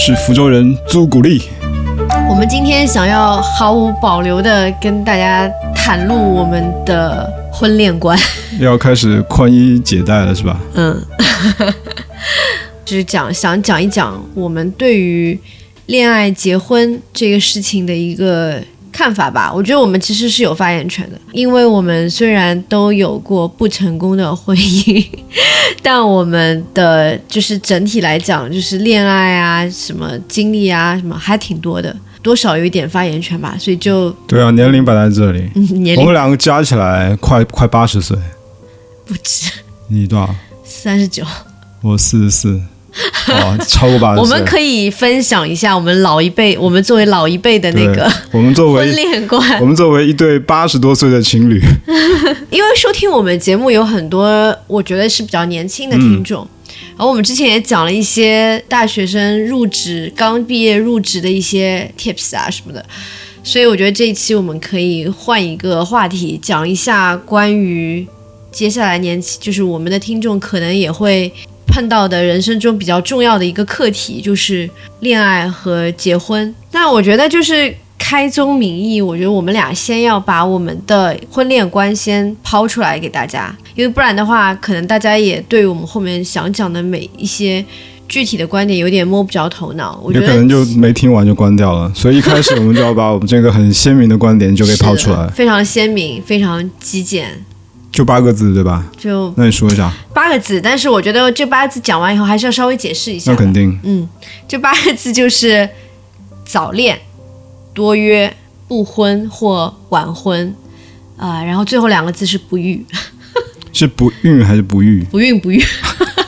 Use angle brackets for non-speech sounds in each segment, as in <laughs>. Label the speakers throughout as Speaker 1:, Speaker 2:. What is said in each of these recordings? Speaker 1: 是福州人朱古力。
Speaker 2: 我们今天想要毫无保留的跟大家袒露我们的婚恋观，
Speaker 1: 要开始宽衣解带了是吧？
Speaker 2: 嗯， <laughs> 就是讲想讲一讲我们对于恋爱、结婚这个事情的一个看法吧。我觉得我们其实是有发言权的，因为我们虽然都有过不成功的婚姻， <laughs> 但我们的就是整体来讲，就是恋爱啊、什么经历啊、什么还挺多的，多少有一点发言权吧。所以就、
Speaker 1: 对啊，年龄摆在这里，
Speaker 2: 嗯、年
Speaker 1: 我
Speaker 2: 龄
Speaker 1: 们两个加起来快快八十岁，
Speaker 2: 不止
Speaker 1: 你多少？
Speaker 2: 三十九。
Speaker 1: 我四
Speaker 2: <laughs>
Speaker 1: 十四，哦，超过八十岁。
Speaker 2: 我们可以分享一下我们老一辈，我们作为老一辈的那个
Speaker 1: 对，我们作
Speaker 2: 婚啊
Speaker 1: 为
Speaker 2: 恋观
Speaker 1: 我。们作为一对八十多岁的情侣，
Speaker 2: 因为收听我们节目有很多，我觉得是比较年轻的听众。然后我们之前也讲了一些大学生入职、刚毕业入职的一些 tips 啊什么的，所以我觉得这一期我们可以换一个话题，讲一下关于接下来年轻，就是我们的听众可能也会碰到的人生中比较重要的一个课题，就是恋爱和结婚。那我觉得就是开宗明义，我觉得我们俩先要把我们的婚恋观先抛出来给大家，因为不然的话，可能大家也对我们后面想讲的每一些具体的观点有点摸不着头脑。我觉
Speaker 1: 有可
Speaker 2: 得
Speaker 1: 能就没听完就关掉了。所以一开始我们就要把我们这个很鲜明的观点就给抛出
Speaker 2: 是的
Speaker 1: 来，
Speaker 2: 非常鲜明，非常极简，
Speaker 1: 就八个字对吧？
Speaker 2: 就
Speaker 1: 那你说一下，
Speaker 2: 八个字。但是我觉得这八个字讲完以后，还是要稍微解释一下
Speaker 1: 那
Speaker 2: 的。
Speaker 1: 肯定
Speaker 2: 嗯，这八个字就是早恋、多约、不婚或晚婚，啊、然后最后两个字是不育， <laughs>
Speaker 1: 是不孕还是不育？
Speaker 2: 不孕不育， <laughs>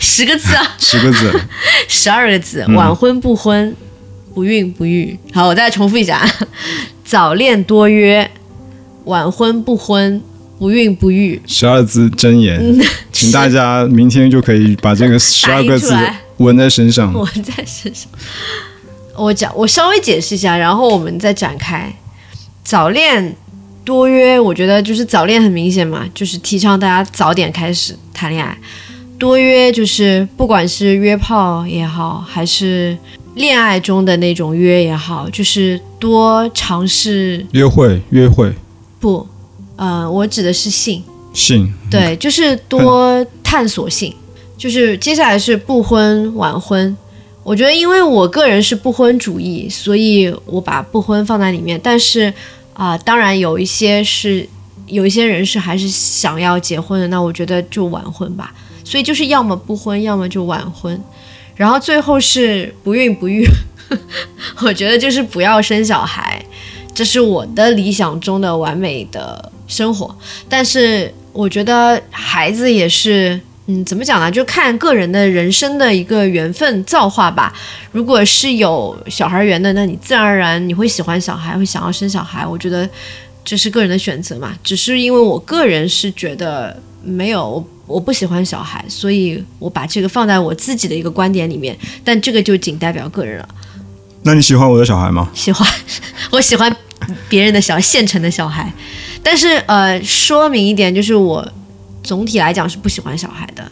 Speaker 2: 十个字啊，
Speaker 1: 十个字，
Speaker 2: <laughs> 十二个字，
Speaker 1: 嗯
Speaker 2: 晚婚不婚，不孕不育。好，我再重复一下：啊， <laughs> 早恋、多约、晚婚不婚、不孕不育。
Speaker 1: 十二字真言，请大家明天就可以把这个十二个
Speaker 2: 打印出
Speaker 1: 字
Speaker 2: 来
Speaker 1: 纹在身上。
Speaker 2: <laughs> 我在身上。我讲，我稍微解释一下，然后我们再展开。早恋多约，我觉得就是早恋很明显嘛，就是提倡大家早点开始谈恋爱。多约就是不管是约炮也好，还是恋爱中的那种约也好，就是多尝试
Speaker 1: 约会，约会，
Speaker 2: 不，呃，我指的是性。
Speaker 1: 性，
Speaker 2: 对，就是多探索性。就是接下来是不婚晚婚，我觉得因为我个人是不婚主义，所以我把不婚放在里面。但是啊、当然有一些是有一些人是还是想要结婚的，那我觉得就晚婚吧。所以就是要么不婚，要么就晚婚。然后最后是不孕不育， <laughs> 我觉得就是不要生小孩，这是我的理想中的完美的生活。但是我觉得孩子也是，嗯，怎么讲呢？就看个人的人生的一个缘分造化吧。如果是有小孩缘的，那你自然而然你会喜欢小孩，会想要生小孩。我觉得这是个人的选择嘛。只是因为我个人是觉得没有，我我不喜欢小孩，所以我把这个放在我自己的一个观点里面。但这个就仅代表个人了。
Speaker 1: 那你喜欢我的小孩吗？
Speaker 2: 喜欢，我喜欢别人的小现成的小孩，但是呃，说明一点就是我总体来讲是不喜欢小孩的，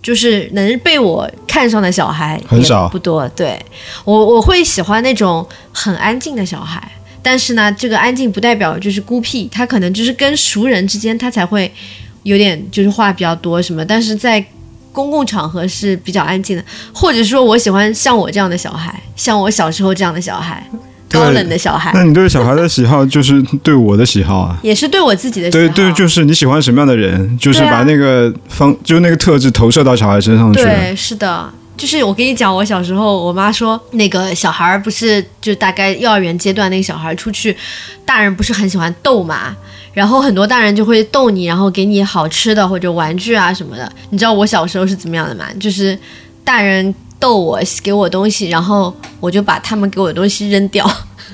Speaker 2: 就是能被我看上的小孩
Speaker 1: 很
Speaker 2: 也
Speaker 1: 少
Speaker 2: 不多。对我我会喜欢那种很安静的小孩，但是呢，这个安静不代表就是孤僻，他可能就是跟熟人之间他才会有点就是话比较多什么，但是在。公共场合是比较安静的，或者说我喜欢像我这样的小孩，像我小时候这样的小孩，
Speaker 1: 对
Speaker 2: 高冷的小孩，
Speaker 1: 那你对小孩的喜好就是对我的喜好啊？
Speaker 2: 也是对我自己的喜好
Speaker 1: 对对，就是你喜欢什么样的人，就是
Speaker 2: 对啊
Speaker 1: 把那个方，就是那个特质投射到小孩身上去。
Speaker 2: 对，是的，就是我跟你讲，我小时候，我妈说那个小孩儿不是就大概幼儿园阶段那个小孩儿出去，大人不是很喜欢逗嘛，然后很多大人就会逗你，然后给你好吃的或者玩具啊什么的。你知道我小时候是怎么样的吗？就是大人逗我给我东西，然后我就把他们给我的东西扔掉， <laughs>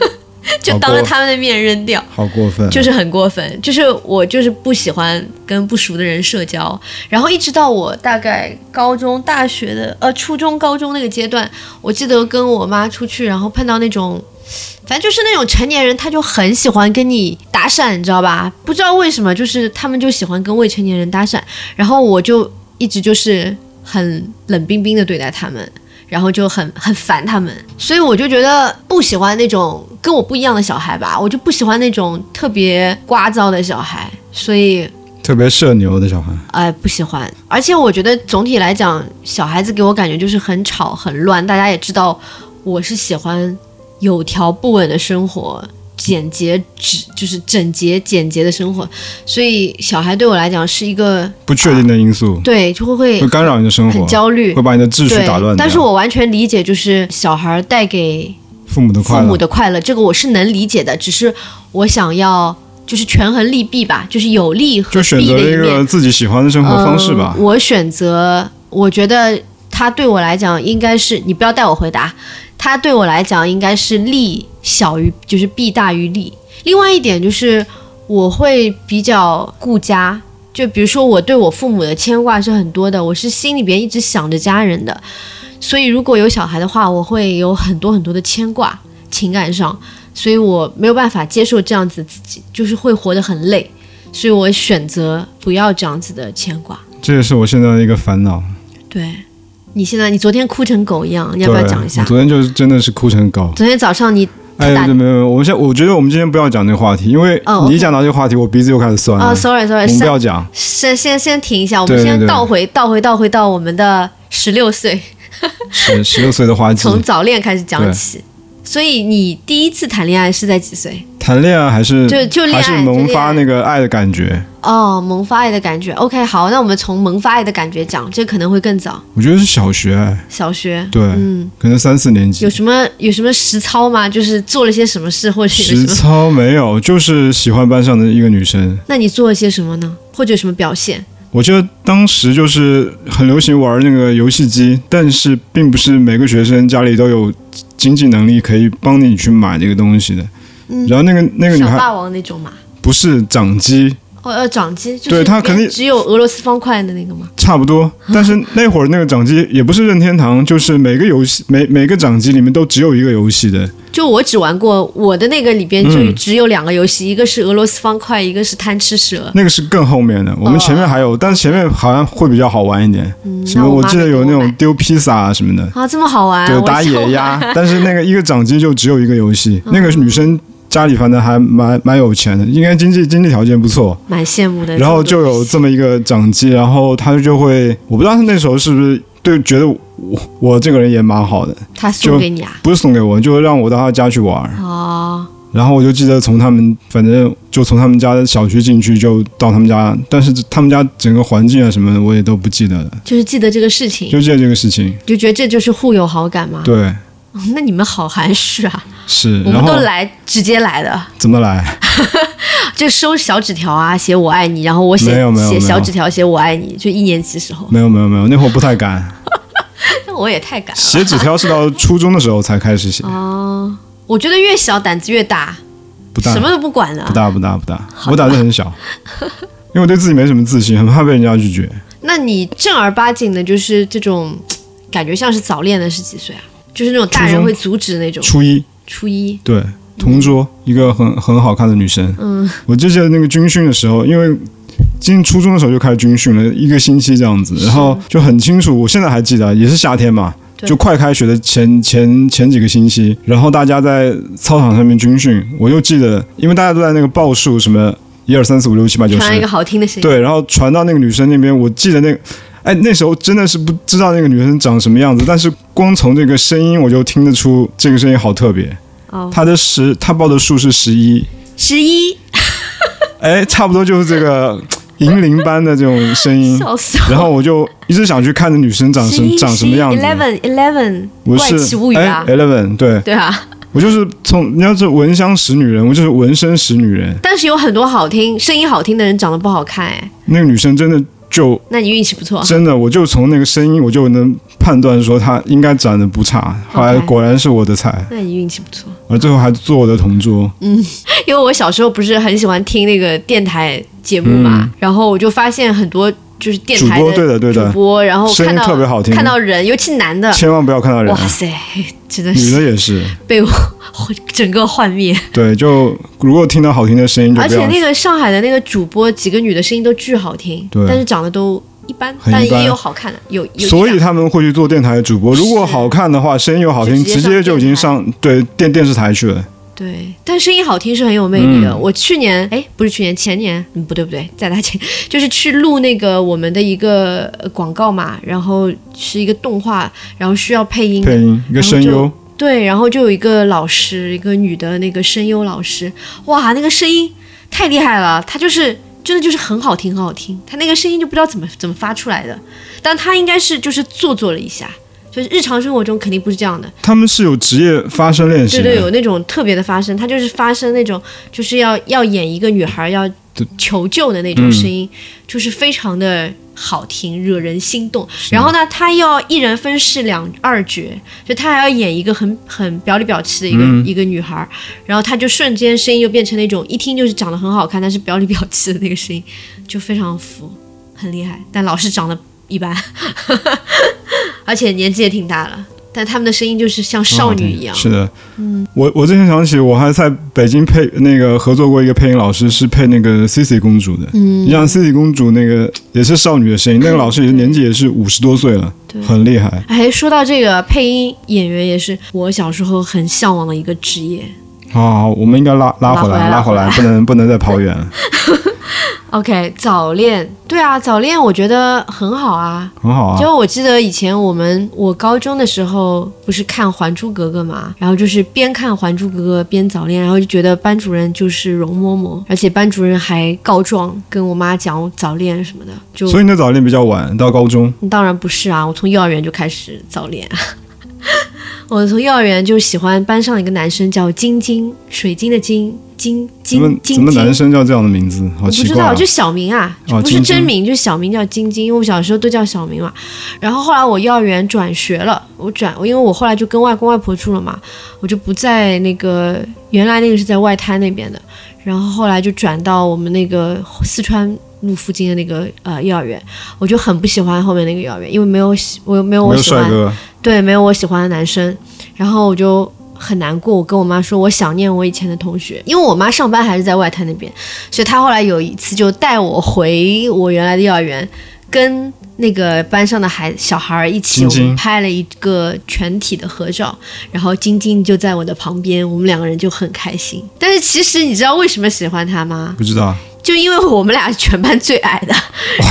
Speaker 2: 就当着他们的面扔掉。
Speaker 1: 好过分啊，
Speaker 2: 就是很过分，就是我就是不喜欢跟不熟的人社交，然后一直到我大概高中、大学的呃初中、高中那个阶段，我记得跟我妈出去，然后碰到那种，反正就是那种成年人，他就很喜欢跟你搭讪，你知道吧？不知道为什么，就是他们就喜欢跟未成年人搭讪，然后我就一直就是很冷冰冰的对待他们。然后就很很烦他们，所以我就觉得不喜欢那种跟我不一样的小孩吧，我就不喜欢那种特别聒噪的小孩，所以
Speaker 1: 特别社牛的小孩，
Speaker 2: 哎不喜欢。而且我觉得总体来讲，小孩子给我感觉就是很吵很乱，大家也知道我是喜欢有条不紊的生活。简洁、只就是整洁、简洁的生活，所以小孩对我来讲是一个
Speaker 1: 不确定的因素、
Speaker 2: 对，就会会
Speaker 1: 会干扰你的生活
Speaker 2: 哎很，焦虑，
Speaker 1: 会把你的啊秩序
Speaker 2: 对，
Speaker 1: 打乱掉。
Speaker 2: 但是我完全理解，就是小孩带给
Speaker 1: 父母的
Speaker 2: 父
Speaker 1: 快
Speaker 2: 母
Speaker 1: 乐，
Speaker 2: 的快乐，这个我是能理解的。只是我想要就是权衡利弊吧，就是有利和
Speaker 1: 就选
Speaker 2: 弊
Speaker 1: 择
Speaker 2: 的一
Speaker 1: 一个
Speaker 2: 面。
Speaker 1: 自己喜欢的生活方式吧。
Speaker 2: 嗯我选择，我觉得他对我来讲应该是，你不要带我回答，他对我来讲应该是利小于，就是弊大于利。另外一点就是我会比较顾家。就比如说，我对我父母的牵挂是很多的，我是心里边一直想着家人的，所以如果有小孩的话，我会有很多很多的牵挂，情感上，所以我没有办法接受这样子自己，就是会活得很累，所以我选择不要这样子的牵挂。
Speaker 1: 这也是我现在的一个烦恼。
Speaker 2: 对，你现在你昨天哭成狗一样，你
Speaker 1: 对，
Speaker 2: 要不要讲一下
Speaker 1: 我？昨天就是真的是哭成狗。
Speaker 2: 昨天早上你
Speaker 1: 哎
Speaker 2: 打，
Speaker 1: 没有没有，我们现我觉得我们今天不要讲这个话题，因为
Speaker 2: 哦，OK
Speaker 1: 你一讲到这个话题，我鼻子又开始酸
Speaker 2: 啊、
Speaker 1: 了。
Speaker 2: s o r r y
Speaker 1: 嗯我
Speaker 2: sorry，
Speaker 1: 们不
Speaker 2: 先
Speaker 1: 要讲，
Speaker 2: 先先先停一下，我们
Speaker 1: 对对
Speaker 2: 先
Speaker 1: 对嗯
Speaker 2: 倒回倒回倒回到我们的十六岁，
Speaker 1: 十十六岁的花季，
Speaker 2: 从早恋开始讲起。所以你第一次谈恋爱是在几岁？
Speaker 1: 谈恋爱还是
Speaker 2: 就就恋爱
Speaker 1: 还是萌
Speaker 2: 就恋爱
Speaker 1: 发那个爱的感觉。
Speaker 2: 哦，萌发爱的感觉。OK，好，那我们从萌发爱的感觉讲，这可能会更早，
Speaker 1: 我觉得是小学，
Speaker 2: 小学。
Speaker 1: 对，
Speaker 2: 嗯，
Speaker 1: 可能三四年级
Speaker 2: 有。什么有什么实操吗？就是做了些什么事，或者有
Speaker 1: 实
Speaker 2: 什么？
Speaker 1: 操没有，就是喜欢班上的一个女生。
Speaker 2: 那你做了些什么呢？或者有什么表现？
Speaker 1: 我记得当时就是很流行玩那个游戏机，但是并不是每个学生家里都有经济能力可以帮你去买这个东西的。
Speaker 2: 嗯
Speaker 1: 然后那个那个女
Speaker 2: 小
Speaker 1: 孩
Speaker 2: 霸王那种嘛？
Speaker 1: 不是掌机，
Speaker 2: 哦，呃，掌机就是
Speaker 1: 对它肯
Speaker 2: 里
Speaker 1: 定
Speaker 2: 面只有俄罗斯方块的那个吗？
Speaker 1: 差不多，但是那会儿那个掌机也不是任天堂，就是每个游戏每每个掌机里面都只有一个游戏的。
Speaker 2: 就我只玩过我的那个里边就
Speaker 1: 嗯
Speaker 2: 只有两个游戏，一个是俄罗斯方块，一个是贪吃蛇。
Speaker 1: 那个是更后面的，我们前面还有，但是前面好像会比较好玩一点。
Speaker 2: 哦嗯，
Speaker 1: 什
Speaker 2: 那
Speaker 1: 么？
Speaker 2: 我
Speaker 1: 我
Speaker 2: 妈
Speaker 1: 记得
Speaker 2: 没给
Speaker 1: 有那
Speaker 2: 我
Speaker 1: 种
Speaker 2: 买
Speaker 1: 丢披萨啊什么的，
Speaker 2: 啊，这么好玩，
Speaker 1: 对，
Speaker 2: 我
Speaker 1: 打
Speaker 2: 就
Speaker 1: 野鸭。 <laughs> 但是那个一个掌机就只有一个游戏。
Speaker 2: 嗯
Speaker 1: 那个女生家里反正还蛮蛮有钱的，应该经济经济条件不错。
Speaker 2: <laughs> 蛮羡慕的。
Speaker 1: 然后
Speaker 2: 这
Speaker 1: 就
Speaker 2: 么多
Speaker 1: 有这么一个掌机，然后她就会，我不知道她那时候是不是对觉得我我这个人也蛮好的，
Speaker 2: 他送给你啊，
Speaker 1: 不是送给我，就让我到她家去玩儿。
Speaker 2: 哦，
Speaker 1: 然后我就记得从他们，反正就从他们家的小区进去，就到他们家，但是他们家整个环境啊什么的我也都不记得了，
Speaker 2: 就是记得这个事情，
Speaker 1: 就记得这个事情。
Speaker 2: 就觉得这就是互有好感嘛。
Speaker 1: 对，
Speaker 2: 哦那你们好含蓄啊，
Speaker 1: 是。
Speaker 2: 我们
Speaker 1: 然后
Speaker 2: 都来直接来的，
Speaker 1: 怎么来？
Speaker 2: 就收小纸条啊，写我爱你，然后我写
Speaker 1: 没有没有
Speaker 2: 写
Speaker 1: 没有
Speaker 2: 小纸条，写我爱你，就一年级时候， <laughs>
Speaker 1: 没有没有没有，那会儿不太敢
Speaker 2: 那我也太敢了
Speaker 1: 写纸条，是到初中的时候才开始写，
Speaker 2: 哦。我觉得越小胆子越大，
Speaker 1: 不大
Speaker 2: 什么都不管
Speaker 1: 不
Speaker 2: 了。
Speaker 1: 大不大不大，我胆子很小，因为我对自己没什么自信，很怕被人家拒绝。
Speaker 2: 那你正儿八经的，就是这种感觉像是早恋的，是几岁啊？就是那种大
Speaker 1: 初
Speaker 2: 人
Speaker 1: 中
Speaker 2: 会阻止那种。
Speaker 1: 初一，
Speaker 2: 初一，
Speaker 1: 对，同桌一个很很好看的女生，
Speaker 2: 嗯，
Speaker 1: 我就记得那个军训的时候，因为进初中的时候就开始军训了，一个星期这样子，然后就很清楚，我现在还记得，也是夏天嘛。
Speaker 2: 对
Speaker 1: 就快开学的前前前几个星期，然后大家在操场上面军训，我就记得，因为大家都在那个报数，什么一二三四五六七八九
Speaker 2: 传来一
Speaker 1: 十
Speaker 2: 个，好听的声音。
Speaker 1: 对，然后传到那个女生那边，我记得那个，哎，那时候真的是不知道那个女生长什么样子，但是光从这个声音我就听得出这个声音好特别。
Speaker 2: 哦，
Speaker 1: 她的十，她报的数是十一，
Speaker 2: 十一，
Speaker 1: 哎，差不多就是这个银铃般的这种声音。
Speaker 2: 笑死我。
Speaker 1: 然后我就一直想去看那女生嗯长什长什么样子。
Speaker 2: Eleven Eleven，
Speaker 1: 我
Speaker 2: 怪
Speaker 1: 是
Speaker 2: 奇物语
Speaker 1: 哎
Speaker 2: 啊，
Speaker 1: ，Eleven，对
Speaker 2: 对啊，
Speaker 1: 我就是从你要是闻香识女人，我就是闻声识女人。
Speaker 2: 但是有很多好听、声音好听的人长得不好看哎，
Speaker 1: 那个女生真的就
Speaker 2: 那你运气不错。
Speaker 1: 真的，我就从那个声音我就能判断说她应该长得不差。后来
Speaker 2: OK
Speaker 1: 果然是我的菜，
Speaker 2: 那你运气不错，
Speaker 1: 而最后还做我的同桌。
Speaker 2: 因为我小时候不是很喜欢听那个电台节目嘛，然后我就发现很多就是电台
Speaker 1: 嗯主播对的对的
Speaker 2: 主播，然后
Speaker 1: 声音
Speaker 2: 看到
Speaker 1: 特别好听
Speaker 2: 看到人，尤其男的，
Speaker 1: 千万不要看到人，
Speaker 2: 哇塞，真的
Speaker 1: 女
Speaker 2: 是
Speaker 1: 的也是。
Speaker 2: 被我 <laughs> 整个幻灭。
Speaker 1: 对，就如果听到好听的声音就
Speaker 2: 而
Speaker 1: 不
Speaker 2: 且
Speaker 1: 要
Speaker 2: 那个上海的那个主播，几个女的声音都巨好听，
Speaker 1: 对
Speaker 2: 但是长得都一般，
Speaker 1: 很一
Speaker 2: 但
Speaker 1: 般
Speaker 2: 也有好看的，有有一
Speaker 1: 所以
Speaker 2: 两
Speaker 1: 他们会去做电台主播。如果
Speaker 2: 是
Speaker 1: 好看的话，声音又好听，
Speaker 2: 就直接
Speaker 1: 直
Speaker 2: 上
Speaker 1: 接就已经
Speaker 2: 电台
Speaker 1: 上对电电视台去了。
Speaker 2: 对，但声音好听是很有魅力的。
Speaker 1: 嗯
Speaker 2: 我去年哎，不是去年，前年，嗯，不对不对，在他前， <laughs> 就是去录那个我们的一个呃广告嘛，然后是一个动画，然后需要配音的
Speaker 1: 配音一个
Speaker 2: 然后
Speaker 1: 声
Speaker 2: 嗯就
Speaker 1: 优，
Speaker 2: 对，然后就有一个老师，一个女的那个声优老师，哇，那个声音太厉害了，她就是真的就是很好听，很好听，她那个声音就不知道怎么怎么发出来的，但她应该是就是做作了一下，就是日常生活中肯定不是这样的，
Speaker 1: 他们是有职业发声练习
Speaker 2: 对
Speaker 1: 的。嗯
Speaker 2: 对，有那种特别的发声，她 <laughs> 就是发声那种就是要要演一个女孩要求救的那种声音，就是非常的好听，惹人心动。然后呢，她要一人分饰两二角，就她还要演一个很很表里表气的一个、一个女孩儿，然后她就瞬间声音就变成那种一听就是长得很好看，但是表里表气的那个声音，就非常服，很厉害。但老师长得一般， <laughs> 而且年纪也挺大了，但他们的声音就是像
Speaker 1: 哦
Speaker 2: 少女一样。
Speaker 1: 是的，嗯，我我之前想起，我还在北京配那个合作过一个配音老师，是配那个 C C 公主的。嗯，你像 C C 公主那个也是少女的声音，那个老师也是年纪也是五十多岁了，很厉害。
Speaker 2: 哎，说到这个配音演员，也是我小时候很向往的一个职业。
Speaker 1: 好好，我们应该拉拉回来，拉
Speaker 2: 拉回
Speaker 1: 回来，不能不能再跑远了，
Speaker 2: OK，早恋，对啊，早恋我觉得很好啊。
Speaker 1: 很好啊。
Speaker 2: 就我记得以前我们我高中的时候不是看《还珠格格》嘛，然后就是边看《还珠格格》边早恋，然后就觉得班主任就是容嬷嬷，而且班主任还告状，跟我妈讲我早恋什么的。就
Speaker 1: 所以你的早恋比较晚，到高中，
Speaker 2: 当然不是啊，我从幼儿园就开始早恋啊。 <laughs> 我从幼儿园就喜欢班上一个男生叫晶晶，水晶的晶，晶
Speaker 1: 怎么
Speaker 2: 晶
Speaker 1: 怎
Speaker 2: 晶
Speaker 1: 么男
Speaker 2: 晶。
Speaker 1: 生叫这样的名字，好
Speaker 2: 我不
Speaker 1: 奇
Speaker 2: 知
Speaker 1: 怪、
Speaker 2: 道，
Speaker 1: 啊。
Speaker 2: 就小名啊，
Speaker 1: 哦
Speaker 2: 就不是
Speaker 1: 晶晶
Speaker 2: 真名，就小名叫晶晶，因为我小时候都叫小名嘛。然后后来我幼儿园转学了，我转，因为我后来就跟外公外婆住了嘛，我就不在那个原来那个是在外滩那边的，然后后来就转到我们那个四川路附近的那个呃幼儿园，我就很不喜欢后面那个幼儿园，因为没有喜我没有
Speaker 1: 没
Speaker 2: 我
Speaker 1: 有
Speaker 2: 喜
Speaker 1: 帅
Speaker 2: 欢
Speaker 1: 哥，
Speaker 2: 对，没有我喜欢的男生，然后我就很难过。我跟我妈说，我想念我以前的同学，因为我妈上班还是在外滩那边，所以她后来有一次就带我回我原来的幼儿园，跟那个班上的孩小孩儿一起，
Speaker 1: 晶
Speaker 2: 我
Speaker 1: 晶
Speaker 2: 们拍了一个全体的合照，然后晶晶就在我的旁边，我们两个人就很开心。但是其实你知道为什么喜欢她吗？
Speaker 1: 不知道。
Speaker 2: 就因为我们俩是全班最矮的，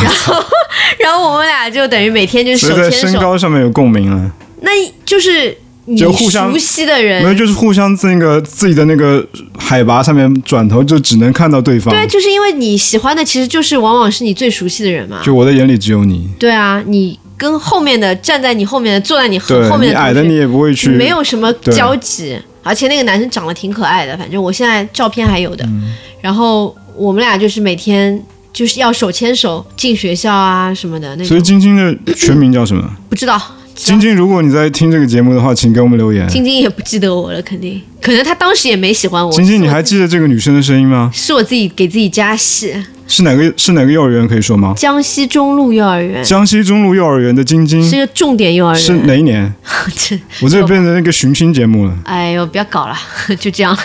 Speaker 2: 然后 <laughs> 然后我们俩就等于每天就
Speaker 1: 所
Speaker 2: 手
Speaker 1: 以在
Speaker 2: 牵
Speaker 1: 身
Speaker 2: 手。
Speaker 1: 高上面有共鸣了，
Speaker 2: 那就是你
Speaker 1: 就互相
Speaker 2: 熟悉的
Speaker 1: 没有
Speaker 2: 人，
Speaker 1: 就是互相那个自己的那个海拔上面转头就只能看到对方。
Speaker 2: 对，啊就是因为你喜欢的其实就是往往是你最熟悉的人嘛。
Speaker 1: 就我的眼里只有你，
Speaker 2: 对啊，你跟后面的站在你后面的坐在你后
Speaker 1: 对
Speaker 2: 后面的
Speaker 1: 你
Speaker 2: 同
Speaker 1: 矮的
Speaker 2: 学
Speaker 1: 你也不会去，
Speaker 2: 没有什么
Speaker 1: 对
Speaker 2: 交集。而且那个男生长得挺可爱的，反正我现在照片还有的。
Speaker 1: 嗯
Speaker 2: 然后我们俩就是每天就是要手牵手进学校啊什么的那
Speaker 1: 所以
Speaker 2: 种，
Speaker 1: 晶晶的全名叫什么？
Speaker 2: 不知道。
Speaker 1: 晶晶，如果你在听这个节目的话，请给我们留言。
Speaker 2: 晶晶也不记得我了，肯定，可能他当时也没喜欢我。
Speaker 1: 晶晶，
Speaker 2: 是
Speaker 1: 你
Speaker 2: 我
Speaker 1: 还记得这个女生的声音吗？
Speaker 2: 是我自己给自己加戏。
Speaker 1: 是哪个是哪个幼儿园可以说吗？
Speaker 2: 江西中路幼儿园，
Speaker 1: 江西中路幼儿园的晶晶
Speaker 2: 是个重点幼儿
Speaker 1: 是
Speaker 2: 园。
Speaker 1: 哪一年？
Speaker 2: 这
Speaker 1: 我这变成那个寻亲节目了。
Speaker 2: <laughs> 哎呦，不要搞了， <laughs> 就这样了。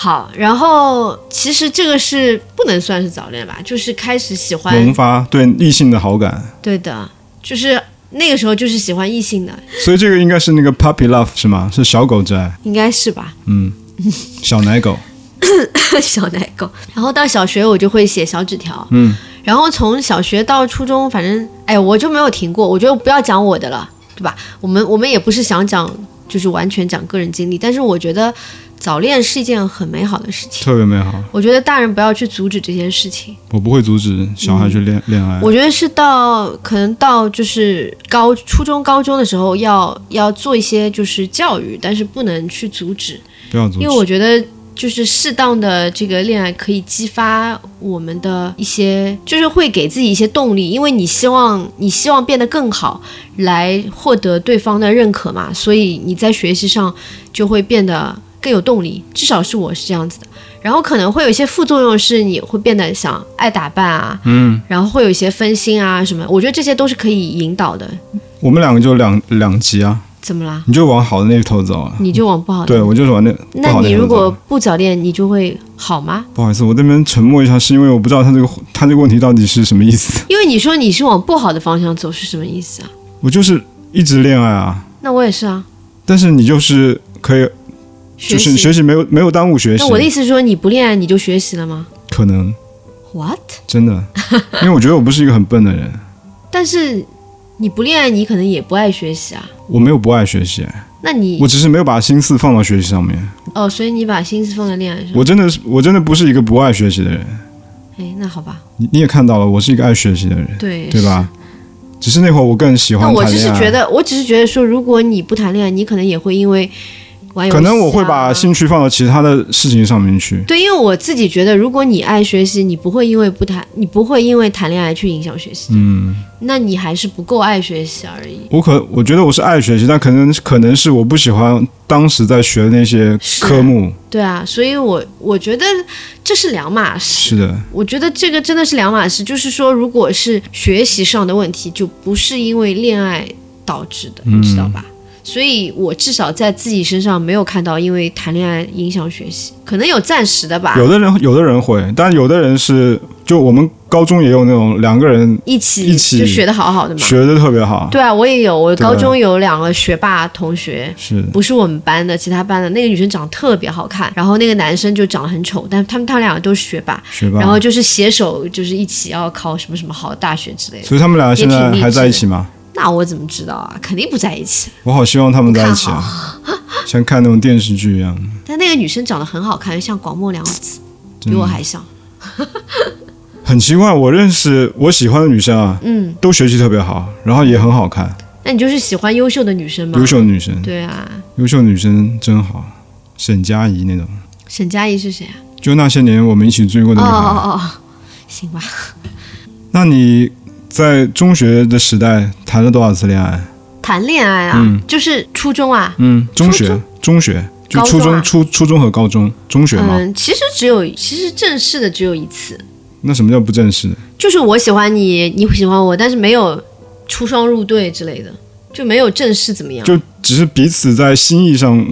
Speaker 2: 好，然后其实这个是不能算是早恋吧，就是开始喜
Speaker 1: 萌
Speaker 2: 欢，
Speaker 1: 发对异性的好感，
Speaker 2: 对的，就是那个时候就是喜欢异性的，
Speaker 1: 所以这个应该是那个 puppy love 是吗？是小狗之爱，
Speaker 2: 应该是吧， <laughs>
Speaker 1: 嗯，小奶狗，
Speaker 2: 小奶狗。然后到小学我就会写小纸条，
Speaker 1: 嗯，
Speaker 2: 然后从小学到初中，反正哎，我就没有停过。我觉得不要讲我的了，对吧？我们我们也不是想讲，就是完全讲个人经历，但是我觉得早恋是一件很美好的事情。
Speaker 1: 特别美好。
Speaker 2: 我觉得大人不要去阻止这些事情。
Speaker 1: 我不会阻止小孩去恋恋爱。
Speaker 2: 我觉得是到可能到就是高初中、高中的时候要，要做一些就是教育，但是不能去阻止，
Speaker 1: 不要阻止
Speaker 2: 因为，我觉得就是适当的这个恋爱可以激发我们的一些，就是会给自己一些动力，因为你希望你希望变得更好，来获得对方的认可嘛，所以你在学习上就会变得更有动力，至少是我是这样子的。然后可能会有一些副作用，是你会变得想爱打扮啊，嗯，然后会有一些分心啊什么，我觉得这些都是可以引导的。
Speaker 1: 我们两个就两两极啊，
Speaker 2: 怎么啦？
Speaker 1: 你就往好的那头走啊。
Speaker 2: 你就往不好的。
Speaker 1: 对，我就是往那不
Speaker 2: 那
Speaker 1: 好
Speaker 2: 你
Speaker 1: 头
Speaker 2: 如
Speaker 1: 走
Speaker 2: 果不早恋，你就会好吗？
Speaker 1: 不好意思，我这边沉默一下，是因为我不知道他这个他这个问题到底是什么意思。
Speaker 2: 因为你说你是往不好的方向走，是什么意思啊？
Speaker 1: 我就是一直恋爱啊，
Speaker 2: 那我也是啊，
Speaker 1: 但是你就是可以，
Speaker 2: 学
Speaker 1: 就是
Speaker 2: 习。
Speaker 1: 学习没有没有耽误学习
Speaker 2: 那，我的意思是说，你不恋爱你就学习了吗
Speaker 1: 可能
Speaker 2: ？What？<laughs>
Speaker 1: 真的，因为我觉得我不是一个很笨的人，
Speaker 2: 但是你不恋爱，你可能也不爱学习啊。
Speaker 1: 我没有不爱学习，
Speaker 2: 那 <laughs> 你
Speaker 1: 我只是没有把心思放到学习上面。
Speaker 2: 哦，所以你把心思放在恋爱上。
Speaker 1: 我真的是我真的不是一个不爱学习的人，
Speaker 2: 哎，那好吧，
Speaker 1: 你你也看到了，我是一个爱学习的人，
Speaker 2: 对
Speaker 1: 对吧？只是那会儿我更喜
Speaker 2: 那
Speaker 1: 欢
Speaker 2: 我
Speaker 1: 谈
Speaker 2: 只是
Speaker 1: 恋
Speaker 2: 觉
Speaker 1: 爱，
Speaker 2: 得，我只是觉得说，如果你不谈恋爱，你可能也会因为玩游戏、啊，
Speaker 1: 可能我会把兴趣放到其他的事情上面去。
Speaker 2: 对，因为我自己觉得，如果你爱学习，你不会因为不谈，你不会因为谈恋爱去影响学习，
Speaker 1: 嗯，
Speaker 2: 那你还是不够爱学习而已。
Speaker 1: 我可我觉得我是爱学习，但可能可能是我不喜欢当时在学的那些
Speaker 2: 是
Speaker 1: 科目。
Speaker 2: 对啊，所以我我觉得这是两码事。
Speaker 1: 是的，
Speaker 2: 我觉得这个真的是两码事，就是说，如果是学习上的问题，就不是因为恋爱导致的，
Speaker 1: 嗯
Speaker 2: 你知道吧？所以我至少在自己身上没有看到因为谈恋爱影响学习，可能有暂时的吧。
Speaker 1: 有的人有的人会，但有的人是就我们高中也有那种两个人
Speaker 2: 一起
Speaker 1: 一起
Speaker 2: 就学的好好的嘛。
Speaker 1: 学的特别好，
Speaker 2: 对啊，我也有，我
Speaker 1: 对啊
Speaker 2: 高中有两个学霸同学，
Speaker 1: 是
Speaker 2: 不是我们班的，其他班的那个女生长得特别好看，然后那个男生就长得很丑，但他们他们两个都是学霸，
Speaker 1: 学霸。
Speaker 2: 然后就是携手就是一起要考什么什么好大学之类的。
Speaker 1: 所以他们俩现在
Speaker 2: 也挺励志
Speaker 1: 还在一起吗？
Speaker 2: 那我怎么知道啊？肯定不在一起。
Speaker 1: 我好希望他们在一起啊，
Speaker 2: <laughs>
Speaker 1: 像看那种电视剧一样。
Speaker 2: 但那个女生长得很好看，像广末凉子，
Speaker 1: 真
Speaker 2: 比
Speaker 1: 的
Speaker 2: 我还像。
Speaker 1: 很奇怪，我认识我喜欢的女生啊，
Speaker 2: 嗯，
Speaker 1: 都学习特别好，然后也很好看，
Speaker 2: 那你就是喜欢优秀的女生吗
Speaker 1: 优？秀女生，
Speaker 2: 对啊，
Speaker 1: 优秀女生真好，沈佳宜那种，
Speaker 2: 沈佳宜是谁啊？
Speaker 1: 就那些年我们一起追过的
Speaker 2: 哦
Speaker 1: 女孩。
Speaker 2: 哦哦，行吧，
Speaker 1: 那你在中学的时代谈了多少次恋爱？
Speaker 2: 谈恋爱啊，
Speaker 1: 嗯
Speaker 2: 就是初中啊，
Speaker 1: 嗯，中
Speaker 2: 初
Speaker 1: 学
Speaker 2: 中，
Speaker 1: 中学就
Speaker 2: 高
Speaker 1: 初
Speaker 2: 中
Speaker 1: 中、
Speaker 2: 啊
Speaker 1: 初初中和高中，中学嘛。
Speaker 2: 嗯，其实只有，其实正式的只有一次，
Speaker 1: 那什么叫不正式的？
Speaker 2: 就是我喜欢你，你喜欢我，但是没有出双入对之类的，就没有正式怎么样，
Speaker 1: 就只是彼此在心意上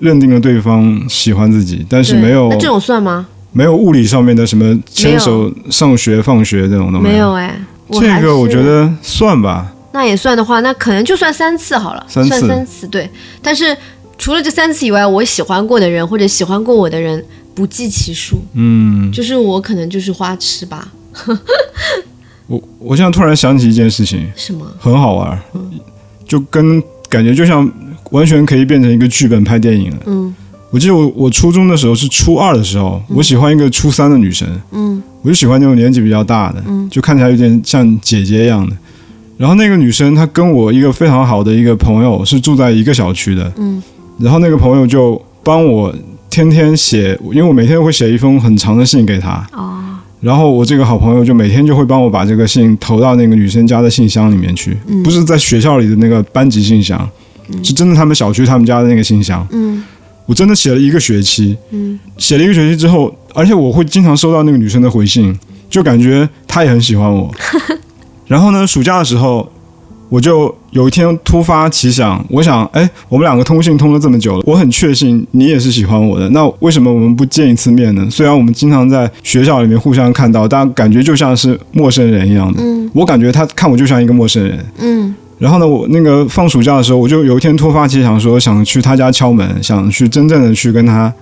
Speaker 1: 认定了对方喜欢自己，但是
Speaker 2: 对
Speaker 1: 没有
Speaker 2: 那这种算吗？
Speaker 1: 没有物理上面的什么牵手上学、放学这种都
Speaker 2: 没
Speaker 1: 有。
Speaker 2: 有哎，我还
Speaker 1: 这
Speaker 2: 是
Speaker 1: 个我觉得算吧，
Speaker 2: 那也算的话，那可能就算三次好了，
Speaker 1: 三次
Speaker 2: 算三次对。但是除了这三次以外，我喜欢过的人或者喜欢过我的人不计其数，
Speaker 1: 嗯，
Speaker 2: 就是我可能就是花痴吧，
Speaker 1: 我我现在突然想起一件事情，
Speaker 2: 是吗？
Speaker 1: 很好玩，就跟感觉就像完全可以变成一个剧本拍电影了。
Speaker 2: 嗯
Speaker 1: 我记得我我初中的时候是初二的时候，我喜欢一个初三的女生，
Speaker 2: 嗯，
Speaker 1: 我就喜欢那种年纪比较大的，就看起来有点像姐姐一样的。然后那个女生她跟我一个非常好的一个朋友是住在一个小区的，
Speaker 2: 嗯，
Speaker 1: 然后那个朋友就帮我天天写，因为我每天会写一封很长的信给她，
Speaker 2: 哦，
Speaker 1: 然后我这个好朋友就每天就会帮我把这个信投到那个女生家的信箱里面去，
Speaker 2: 嗯
Speaker 1: 不是在学校里的那个班级信箱，是真的他们小区他们家的那个信箱。
Speaker 2: 嗯
Speaker 1: 我真的写了一个学期，
Speaker 2: 嗯，
Speaker 1: 写了一个学期之后，而且我会经常收到那个女生的回信，就感觉她也很喜
Speaker 2: <laughs>
Speaker 1: 欢我。然后呢，暑假的时候，我就有一天突发奇想，我想，哎，我们两个通信通了这么久了，我很确信你也是喜欢我的，那为什么我们不见一次面呢？虽然我们经常在学校里面互相看到，但感觉就像是陌生人一样的。
Speaker 2: 嗯
Speaker 1: 我感觉她看我就像一个陌生人。
Speaker 2: 嗯
Speaker 1: 然后呢，我那个放暑假的时候，我就有一天突发奇想说，想去他家敲门，想去真正的去跟他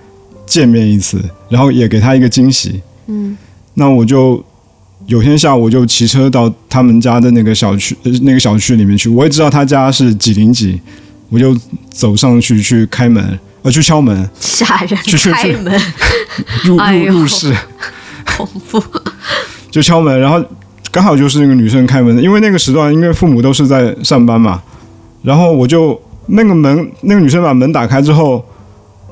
Speaker 1: 见面一次，然后也给他一个惊喜。
Speaker 2: 嗯
Speaker 1: 那我就有天下午我就骑车到他们家的那个小区，呃那个小区里面去。我也知道他家是几零几，我就走上去去开门，呃，去敲门，
Speaker 2: 吓人，
Speaker 1: 去去去
Speaker 2: 开门
Speaker 1: 入
Speaker 2: 哎
Speaker 1: 入
Speaker 2: 呦
Speaker 1: 入室
Speaker 2: 恐怖， <laughs>
Speaker 1: 就敲门，然后刚好就是那个女生开门的，因为那个时段，因为父母都是在上班嘛，然后我就那个门，那个女生把门打开之后，